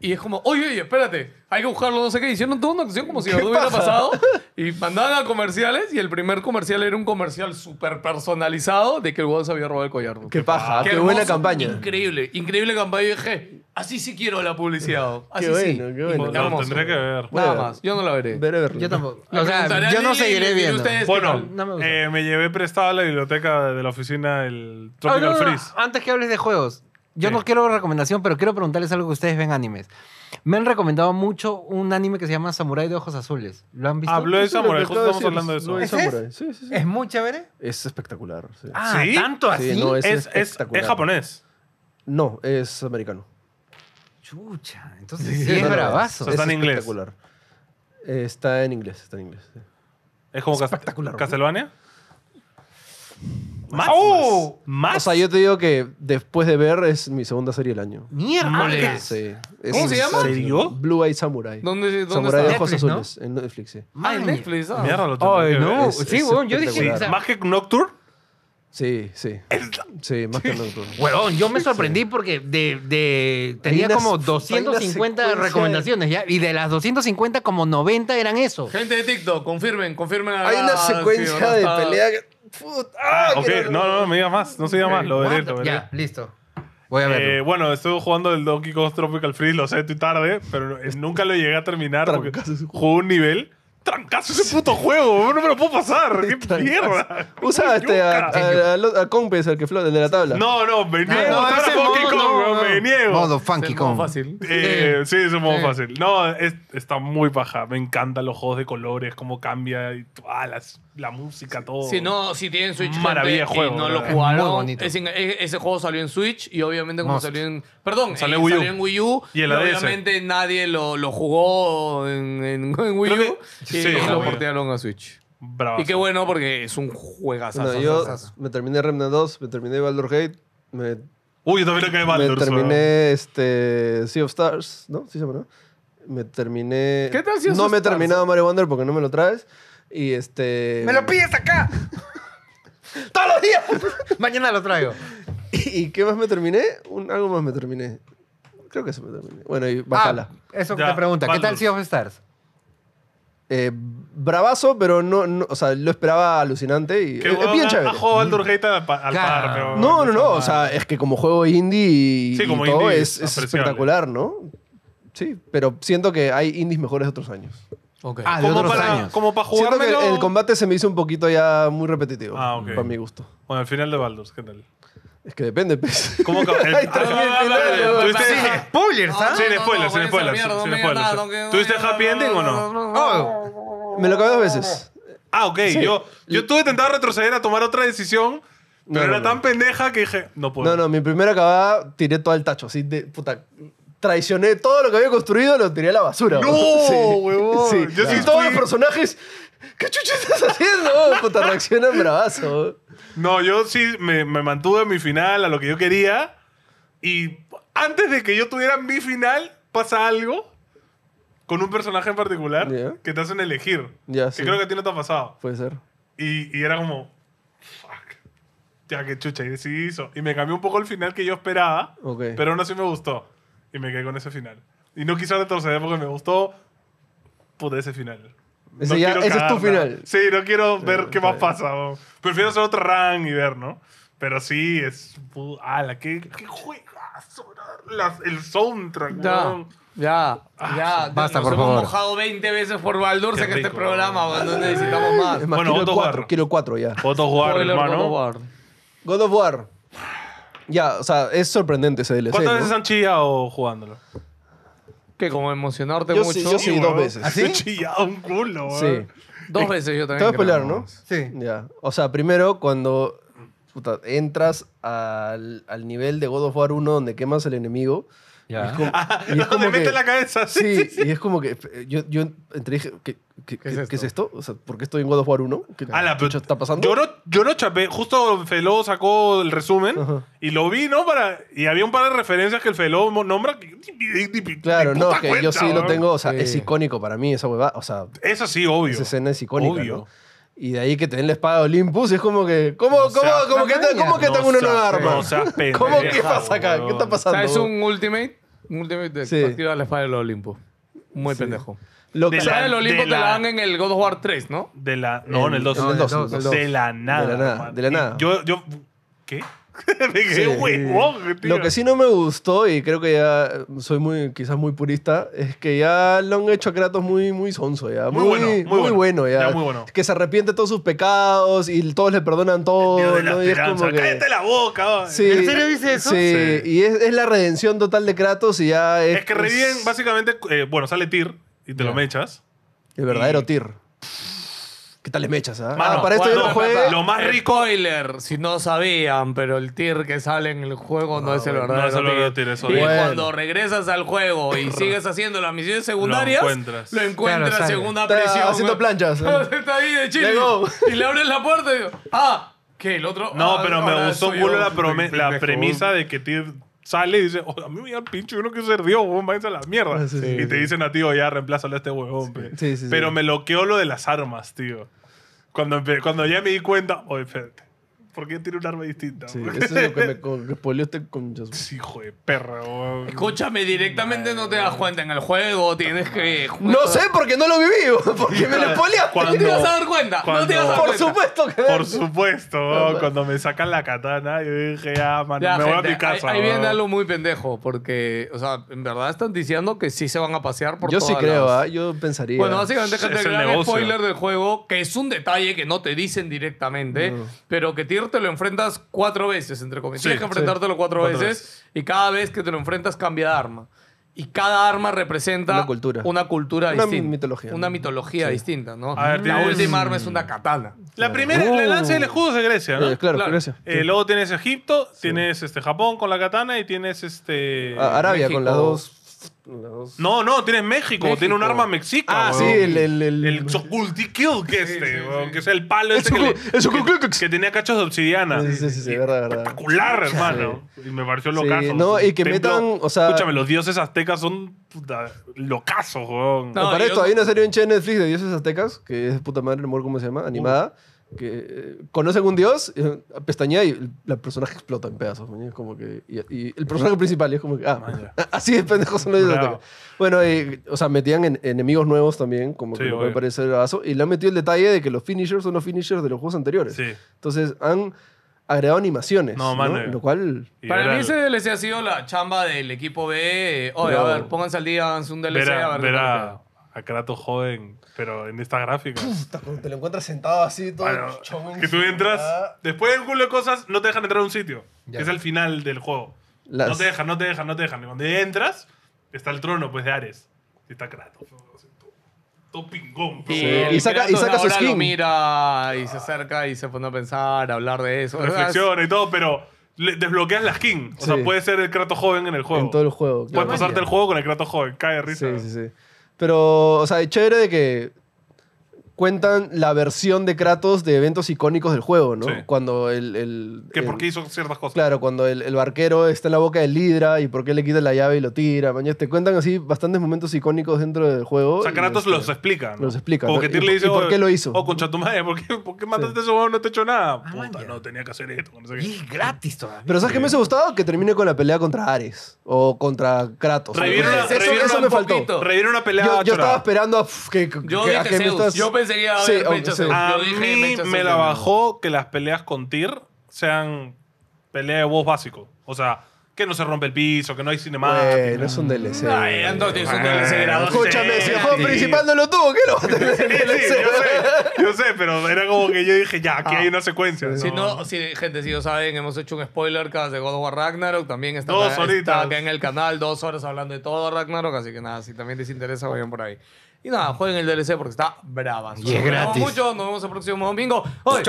Y es como, oye, oye, espérate, hay que buscarlo, no sé qué. Hicieron toda una acción como si algo hubiera pasado. Y mandaban a comerciales y el primer comercial era un comercial súper personalizado de que el huevón se había robado el collar.
Qué paja, Ah, qué,
hermoso,
buena campaña.
Increíble, increíble campaña. Y dije, así sí quiero la publicidad. Así
Qué
sí.
bueno, qué bueno.
Y
Lo
hermoso.
tendré que ver.
Nada
Voy a ver.
más, yo no la veré.
Veré Berlín.
Yo tampoco.
Le
O
preguntaré a
sea, yo no
Lili y
seguiré
le diré
viendo.
ustedes qué
Bueno,
tal.
No me gusta.
eh, me llevé prestada a la biblioteca de la oficina el
Ah,
Tropical
no, no, no.
Freeze.
Antes que hables de juegos, yo
Sí.
no quiero recomendación, pero quiero preguntarles algo que ustedes ven animes. Me han recomendado mucho un anime que se llama Samurai de Ojos Azules. ¿Lo han visto?
Ah, Blue
Eso es lo
Samurai,
que
justo
acabo
estamos hablando de eso.
Blue
¿Ese es?
Samurai, sí, sí, sí.
¿Es muy chévere?
Es espectacular. sí.
Ah,
¿Sí?
¿tanto
Sí,
así?
no,
Es,
es
es, es,
espectacular.
japonés.
No, es americano.
Chucha, entonces sí, es
No, no,
bravazo.
O sea, está en inglés.
espectacular. Eh, Está en inglés, está en inglés. sí.
Es como Cas-
Espectacular.
Castlevania. ¿Más?
Oh,
¿Más?
O sea, yo te digo que después de ver es mi segunda serie del año.
Miércoles.
Sí. Es-
¿Cómo se llama?
es-
¿Serio?
Blue Eye Samurai.
¿Dónde- dónde
Samurai
está?
de ojos
Netflix, ¿no?
azules. En Netflix, sí.
Ah, en
Mierda.
Netflix. ah.
Mierda, lo tengo
Ay,
que ver.
no.
Es-
sí,
es
weón, yo dije...
espectacular.
o sea,
¿Más que Nocturne?
Sí, sí. Sí, más que Naruto.
Huevón, yo me sorprendí porque de, de-
Hay
tenía
unas-
como
hay una
250
secuencia de-
recomendaciones, ¿ya? Y de las 250, como 90 eran eso.
Gente de TikTok, confirmen, confirmen.
Hay
Ah,
una
sí,
secuencia
¿verdad?
de
Está-
pelea que. Puta,
Ah,
ah,
ok.
que-
No, no, no me digas más. No se diga más. Lo veré, lo
What?
veré.
Ya, listo. Voy a
Eh,
verlo.
bueno, estuve jugando el Donkey Kong Tropical Freeze, lo sé, estoy tarde, pero eh, nunca lo llegué a terminar porque
Trancazo ese juego.
jugué un nivel. ¡Trancazo ese puto juego! No me lo puedo pasar. ¡Qué
Trancazo.
mierda!
Usa este a,
Yuca.
a, a, a Compes, el que flota, el de la tabla.
No, no, me niego
no,
a usar a
ese
Donkey
modo,
Kong,
no,
bro, me
no.
niego.
Modo Funky
Modo
Kong.
fácil.
Eh, sí, es un modo
Sí.
fácil. No, es- está muy baja. Me encantan los juegos de colores, cómo cambia y, ah, las- la música, todo.
Si no, si tienen Switch
Maravilla
gente,
juego,
y no lo
¿verdad?
jugaron,
Muy bonito.
es en- e- ese juego salió en Switch y obviamente como
Must.
salió en... Perdón,
Salió
eh,
en Wii U.
salió en Wii U.
Y en la DS.
obviamente nadie lo, lo jugó en, en- en Wii U
Creo
y,
que- sí,
lo
obvio. Ah,
portearon a Switch.
Bravo.
Y qué bueno porque es un juegazo.
No, yo me terminé Remnant 2, me terminé Baldur Gate, me,
Uy, yo también lo que
me
Baldur's, bro.
terminé este, Sea of Stars, ¿no? Sí se llama, ¿no? Me terminé.
¿Qué tal Sea of
No me he
Stars?
terminado Mario Wonder porque no me lo traes. Y este.
¡Me lo pides acá!
todos los días!
Mañana lo traigo.
¿Y qué más me terminé? Un- algo más me terminé. Creo que eso me terminé. Bueno, y Bajala.
Ah, eso que
Ya,
te pregunta. ¿Qué tal
Baldur.
Sea of Stars?
Eh, bravazo, pero no, no- O sea, lo esperaba alucinante y.
Qué
es- es
huevón, Ah,
bien
ha-
chévere.
Ha jugado Baldur Gate al, pa- al
Claro.
par, pero-
No, no, no. O sea, es que como juego indie y,
Sí,
y
como
todo
indie
es,
es
es
apreciable.
espectacular, ¿no? Sí, pero siento que hay indies mejores de otros años.
Ah, de
como
otros
para,
años.
Como para
Siento que
jugármelo.
el combate se me hizo un poquito ya muy repetitivo.
Ah, ok.
Para mi gusto.
Bueno, el final de Baldur's, ¿qué tal?
Es que depende, pues.
¿Cómo que- el-
Ahí termina el
Ah,
final,
vale,
¿no?
tuviste-
Sí,
Ah,
spoilers,
¿ah? Sin spoilers, sin spoilers, sin spoilers. ¿Tuviste happy ending o no?
Oh.
Me lo acabé dos veces.
Ah, ok. Yo, yo estuve tentado a retroceder a tomar otra decisión, pero
No, no,
era
no.
tan pendeja que dije, no puedo.
No, no, mi primera acabada tiré todo al tacho, así de puta. Traicioné todo lo que había construido, lo tiré a la basura.
¡No,
weón.
huevón!
Sí.
Yo
y
sí
todos
fui-
los personajes. ¿Qué chucha estás haciendo? Puta, reaccionan bravazo. weón.
No, yo sí me, me mantuve a mi final, a lo que yo quería. Y antes de que yo tuviera mi final, pasa algo con un personaje en particular
Ya.
que te hacen elegir.
Ya,
que
sí.
creo que a ti no te ha pasado.
Puede ser.
Y, y era como, fuck. Ya, que chucha. Y decidí eso. Y me cambió un poco el final que yo esperaba.
Ok.
Pero aún así me gustó. Y me quedé con ese final. Y no quise retroceder porque me gustó. Puta, ese final.
Ese ya-
quiero
ese es
cagarla.
tu final.
Sí, no quiero ver
está
qué más
bien.
pasa. bo. Prefiero hacer otro run y ver, ¿no? Pero sí, es. pu- ¡Hala! ¡Qué, qué juegazo! bro. Las- el soundtrack,
Ya,
weón.
ya, ya.
basta,
Nos
por
hemos
favor.
mojado 20 veces por Baldur,
Ah, Qué
sé que este
rico.
programa, weón, no necesitamos más.
Es más,
Ah, Bueno,
quiero
God
el
of
4.
War.
Quiero el 4 ya.
Otro jugar,
Spoiler, God of
hermano.
War.
God of War. Ya, o sea, es sorprendente ese DLC.
¿Cuántas
¿no?
veces han chillado jugándolo?
que como emocionarte
Yo
mucho.
sí, yo sí, dos veces.
¿Ah, sí?
He chillado un culo,
Sí.
weón.
Dos veces yo también.
Te vas a
creo.
pelear, ¿no?
Sí.
Ya. O sea, primero cuando puta, entras al, al nivel de God of War 1 donde quemas al enemigo.
Ya.
Y es
Ah,
como, y es
No,
como
te mete
que-
la cabeza. Sí,
Sí,
sí, sí.
y es como que eh, yo, yo entré y dije, ¿qué, qué,
¿Qué es
qué- qué es esto? O sea, ¿por qué estoy en God of War 1? ¿Qué
A la
chucha
puta.
está pasando?
Yo no, yo no chapé. Justo Feló sacó el resumen
Ajá.
y lo vi, ¿no? Para, y había un par de referencias que el Feló mo- nombra. que-
Claro,
ni
no,
puta
que yo
cuenta,
sí lo
weón.
tengo, o sea, es
Sí.
icónico para mí esa huevada, o sea,
Eso sí, obvio.
esa escena es icónica,
Obvio.
¿no? Y de ahí que te den la espada de Olympus, es como que, ¿cómo,
No
cómo,
seas-
cómo que, tan-
No
cómo que tan
seas-
uno no arma?
no seas pendeja,
¿Cómo que pasa acá?
weón.
¿Qué está
O
pasando?
sea, es un ultimate. Un ultimate de
Sí.
activa la espada del Olimpo. Muy pendejo.
Lo
de
que-
La espada del
de
Olimpo te la
la-
dan en el God of War 3, ¿no?
De la, no, en el 2.
en el dos, en el dos.
De la nada.
De la nada,
man.
de la
Y
nada.
Yo, yo, ¿qué? Me
Sí.
quedé huevón, tío.
Lo que sí no me gustó, y creo que ya soy muy, quizás muy purista, es que ya lo han hecho a Kratos muy, muy sonso, ya.
Muy bueno, muy bueno.
ya.
Ya, muy bueno.
Que se arrepiente de todos sus pecados y todos le perdonan todo,
Dios de la
¿no? Y es
esperanza.
como que-
Cállate la boca, va.
Sí,
¿En serio dice eso?
Sí,
Sí.
y es, es la redención total de Kratos y ya es...
Es que reviven,
es
básicamente, eh, bueno, sale Tyr y te lo mechas.
El verdadero
y-
Tyr. ¿Qué tal le mechas, ah?
Mano,
Ah, para esto yo
bueno,
lo jugué...
Lo más rico-
Spoiler, si no sabían, pero el tier que sale en el juego no, es el verdadero.
Ah, no es el verdadero tier, eso
Y
digo.
cuando regresas al juego y sigues haciendo las misiones secundarias, lo encuentras,
encuentras.
Claro, sale.
en una
Está
prisión.
haciendo planchas.
Está ahí de chile.
Llegó.
Y le abres la puerta y digo, ah, ¿qué? El otro.
No,
Ah,
pero me
ahora
gustó
soy
un culo
yo.
la, prome- la
Pendejo.
premisa de que Tyr sale y dice, "Oh, a mí me da el pinche uno que se rió, huevón, váyanse a la mierda.
Ah, Sí, sí,
y
sí.
te dicen a tío, ya, reemplázalo a este huevón. pe".
sí, sí,
pero
sí.
me loqueó lo de las armas, tío. Cuando, empe- cuando ya me di cuenta, oye, espérate, ¿por qué tiene un arma distinta?
Sí, eso es lo que me con- que spoileó este conchazo.
Hijo de perra, huevón.
Escúchame, directamente no te das cuenta en el juego, tienes que.
No sé porque no lo viví, porque me lo spoileaste.
Cuando-
No te vas a dar cuenta. No te vas a
Cuando-
dar
Por
cuenta.
supuesto que
Por supuesto, huevón, cuando me sacan la katana, yo dije, ya, mano,
pues. Ya,
Ah, me voy
gente,
a mi casa.
Ahí, ahí viene
huevón".
algo muy pendejo, porque, o sea, en verdad están diciendo que sí se van a pasear por
Yo sí
todas
creo,
las-
¿ah? yo pensaría.
Bueno, básicamente
Es
gente, el
el
gran
negocio.
spoiler del juego, que es un detalle que no te dicen directamente,
No.
pero que Tyr te lo enfrentas cuatro veces, entre comillas.
Sí,
Tienes que
sí.
enfrentártelo cuatro,
Cuatro
veces, y cada vez que te lo enfrentas cambia de arma. Y cada arma representa
Una cultura.
una cultura
Una
distinta.
mitología.
Una mitología distinta, ¿no?
A ver,
la
tienes-
última arma es una katana.
La primera, la lanza del escudo es de Grecia, ¿no?
Eh, claro,
Claro.
gracias.
Eh, Luego tienes Egipto, tienes este, Japón con la katana y tienes este.
Ah, Arabia
México.
con las dos. las dos-
no, no, tienes México,
México.
tiene un arma mexica.
Ah,
weón.
sí, el- el- el-
El Tzocultiquil, que este, weón, que es el palo
El
este que, le-
Tzocu- el Tzocultiquil.
que tenía cachos de obsidiana.
Sí, sí, sí, sí, verdad, verdad.
Espectacular, hermano. Y me pareció locazo.
no, y que metan, o sea-
Escúchame, los dioses aztecas son puta, locazos, weón.
No,
para
yo
esto,
no-
hay una serie en Che Netflix de dioses aztecas, que es de puta madre, no me acuerdo cómo se llama, animada,
Uh.
que eh, conocen un dios, eh, pestañea y el- la personaje explota en pedazos. ¿no? Y es como que, y, y el personaje principal y es como que, ah,
Manja.
así de pendejos son los dioses
Bravo.
aztecas. Bueno, y, o sea, metían en- enemigos nuevos también, como
Sí,
que me puede
obvio.
parecer bravazo, y le han metido el detalle de que los finishers son los finishers de los juegos anteriores.
Sí.
Entonces han agregado animaciones,
No,
¿no?
mano.
Lo cual...
Y
Para
era-
mí ese DLC ha sido la chamba del equipo B. eh, Oye,
Pero-
a ver, pónganse al día, háganse un DLC,
Ver a,
a ver.
ver
qué
a-
tal
a Kratos joven, pero en estas gráficas.
puta, Cuando te lo encuentras sentado así, todo
Bueno,
chongo,
que tú entras,
ah,
después del culo de cosas, no te dejan entrar a un sitio.
Ya.
Que es el final del juego.
Las-
No te dejan, no te dejan, no te dejan. Y cuando entras, está el trono, pues, de Ares. Y está Kratos. Todo pingón.
queda.
pues.
Sí,
el
y saca- y
Kratos
saca su
ahora lo
skin.
mira y se acerca y se pone a pensar, a hablar de eso.
Reflexiona y todo, pero le- desbloqueas la skin. O
Sí.
sea, puedes ser el Kratos joven en el juego.
en todo el juego.
Puedes
claro.
pasarte el juego con el Kratos joven. Cae de risa.
Sí, sí, sí. Pero, o sea, es chévere de que cuentan la versión de Kratos de eventos icónicos del juego, ¿no?
Sí.
Cuando el... el
Que
el-
porque hizo ciertas cosas.
Eh, Claro, cuando el, el barquero está en la boca del Hydra y por qué le quita la llave y lo tira. Mañana te cuentan así bastantes momentos icónicos dentro del juego.
O sea,
y,
Kratos
este,
los explica. ¿no?
los explica,
Como
¿no?
que Tyr
¿Y
le dice.
por- y por
"Oh,
qué lo hizo?" Ah,
Oh, concha tu madre, ¿por qué, por qué mataste a ese huevón? No te he hecho nada. Puta,
ya.
no, tenía que hacer esto. no sé qué.
Y gratis todavía.
Pero ¿sabes qué me hubiese gustado? Que termine con la pelea contra Ares o contra Kratos.
Revivieron la-
eso
revivieron
eso
un
me faltó.
poquito.
Revivieron una pelea.
Yo, yo
chorada.
estaba esperando a pff, que, que-
Yo
que- a
dije
que me
Zeus.
estás-
Yo pensé que iba a
Sí,
haber
o-
mecha
sí.
Zeus.
A
Yo dije
mí
mecha
me
Zeus
la
de nuevo.
bajó que las peleas con Tyr sean pelea de voz básico. O sea, que no se rompe el piso, que no hay cinemática.
Bueno, es un DLC.
Ay, Antonio, es un
Bueno,
DLC grado
Escúchame,
seis,
si el juego
tío.
principal no lo tuvo, ¿qué lo va a tener? en
Sí,
DLC?
sí, yo sé, yo sé, pero era como que yo dije, ya,
Ah.
aquí hay una secuencia.
Si
no.
no, si, gente, si lo saben, hemos hecho un spoiler cast de God of War Ragnarok. También está,
Dos
está
horitas.
acá en el canal, dos horas hablando de todo Ragnarok. Así que nada, si también les interesa, vayan por ahí. Y nada, jueguen el DLC porque está brava.
Y es
Nos vemos
gratis.
mucho, nos vemos el próximo domingo. Oye,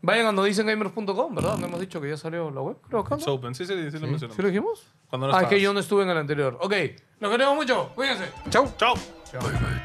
Vayan a nodicengamers.com, ¿verdad? No hemos dicho que ya salió la web, creo que. ¿no?
It's open. Sí, sí, sí, lo mencionamos.
¿Sí lo dijimos?
Cuando no
ah, es que
estabas.
yo no estuve en el anterior. Ok, los queremos mucho. Cuídense.
Chau.
Chao.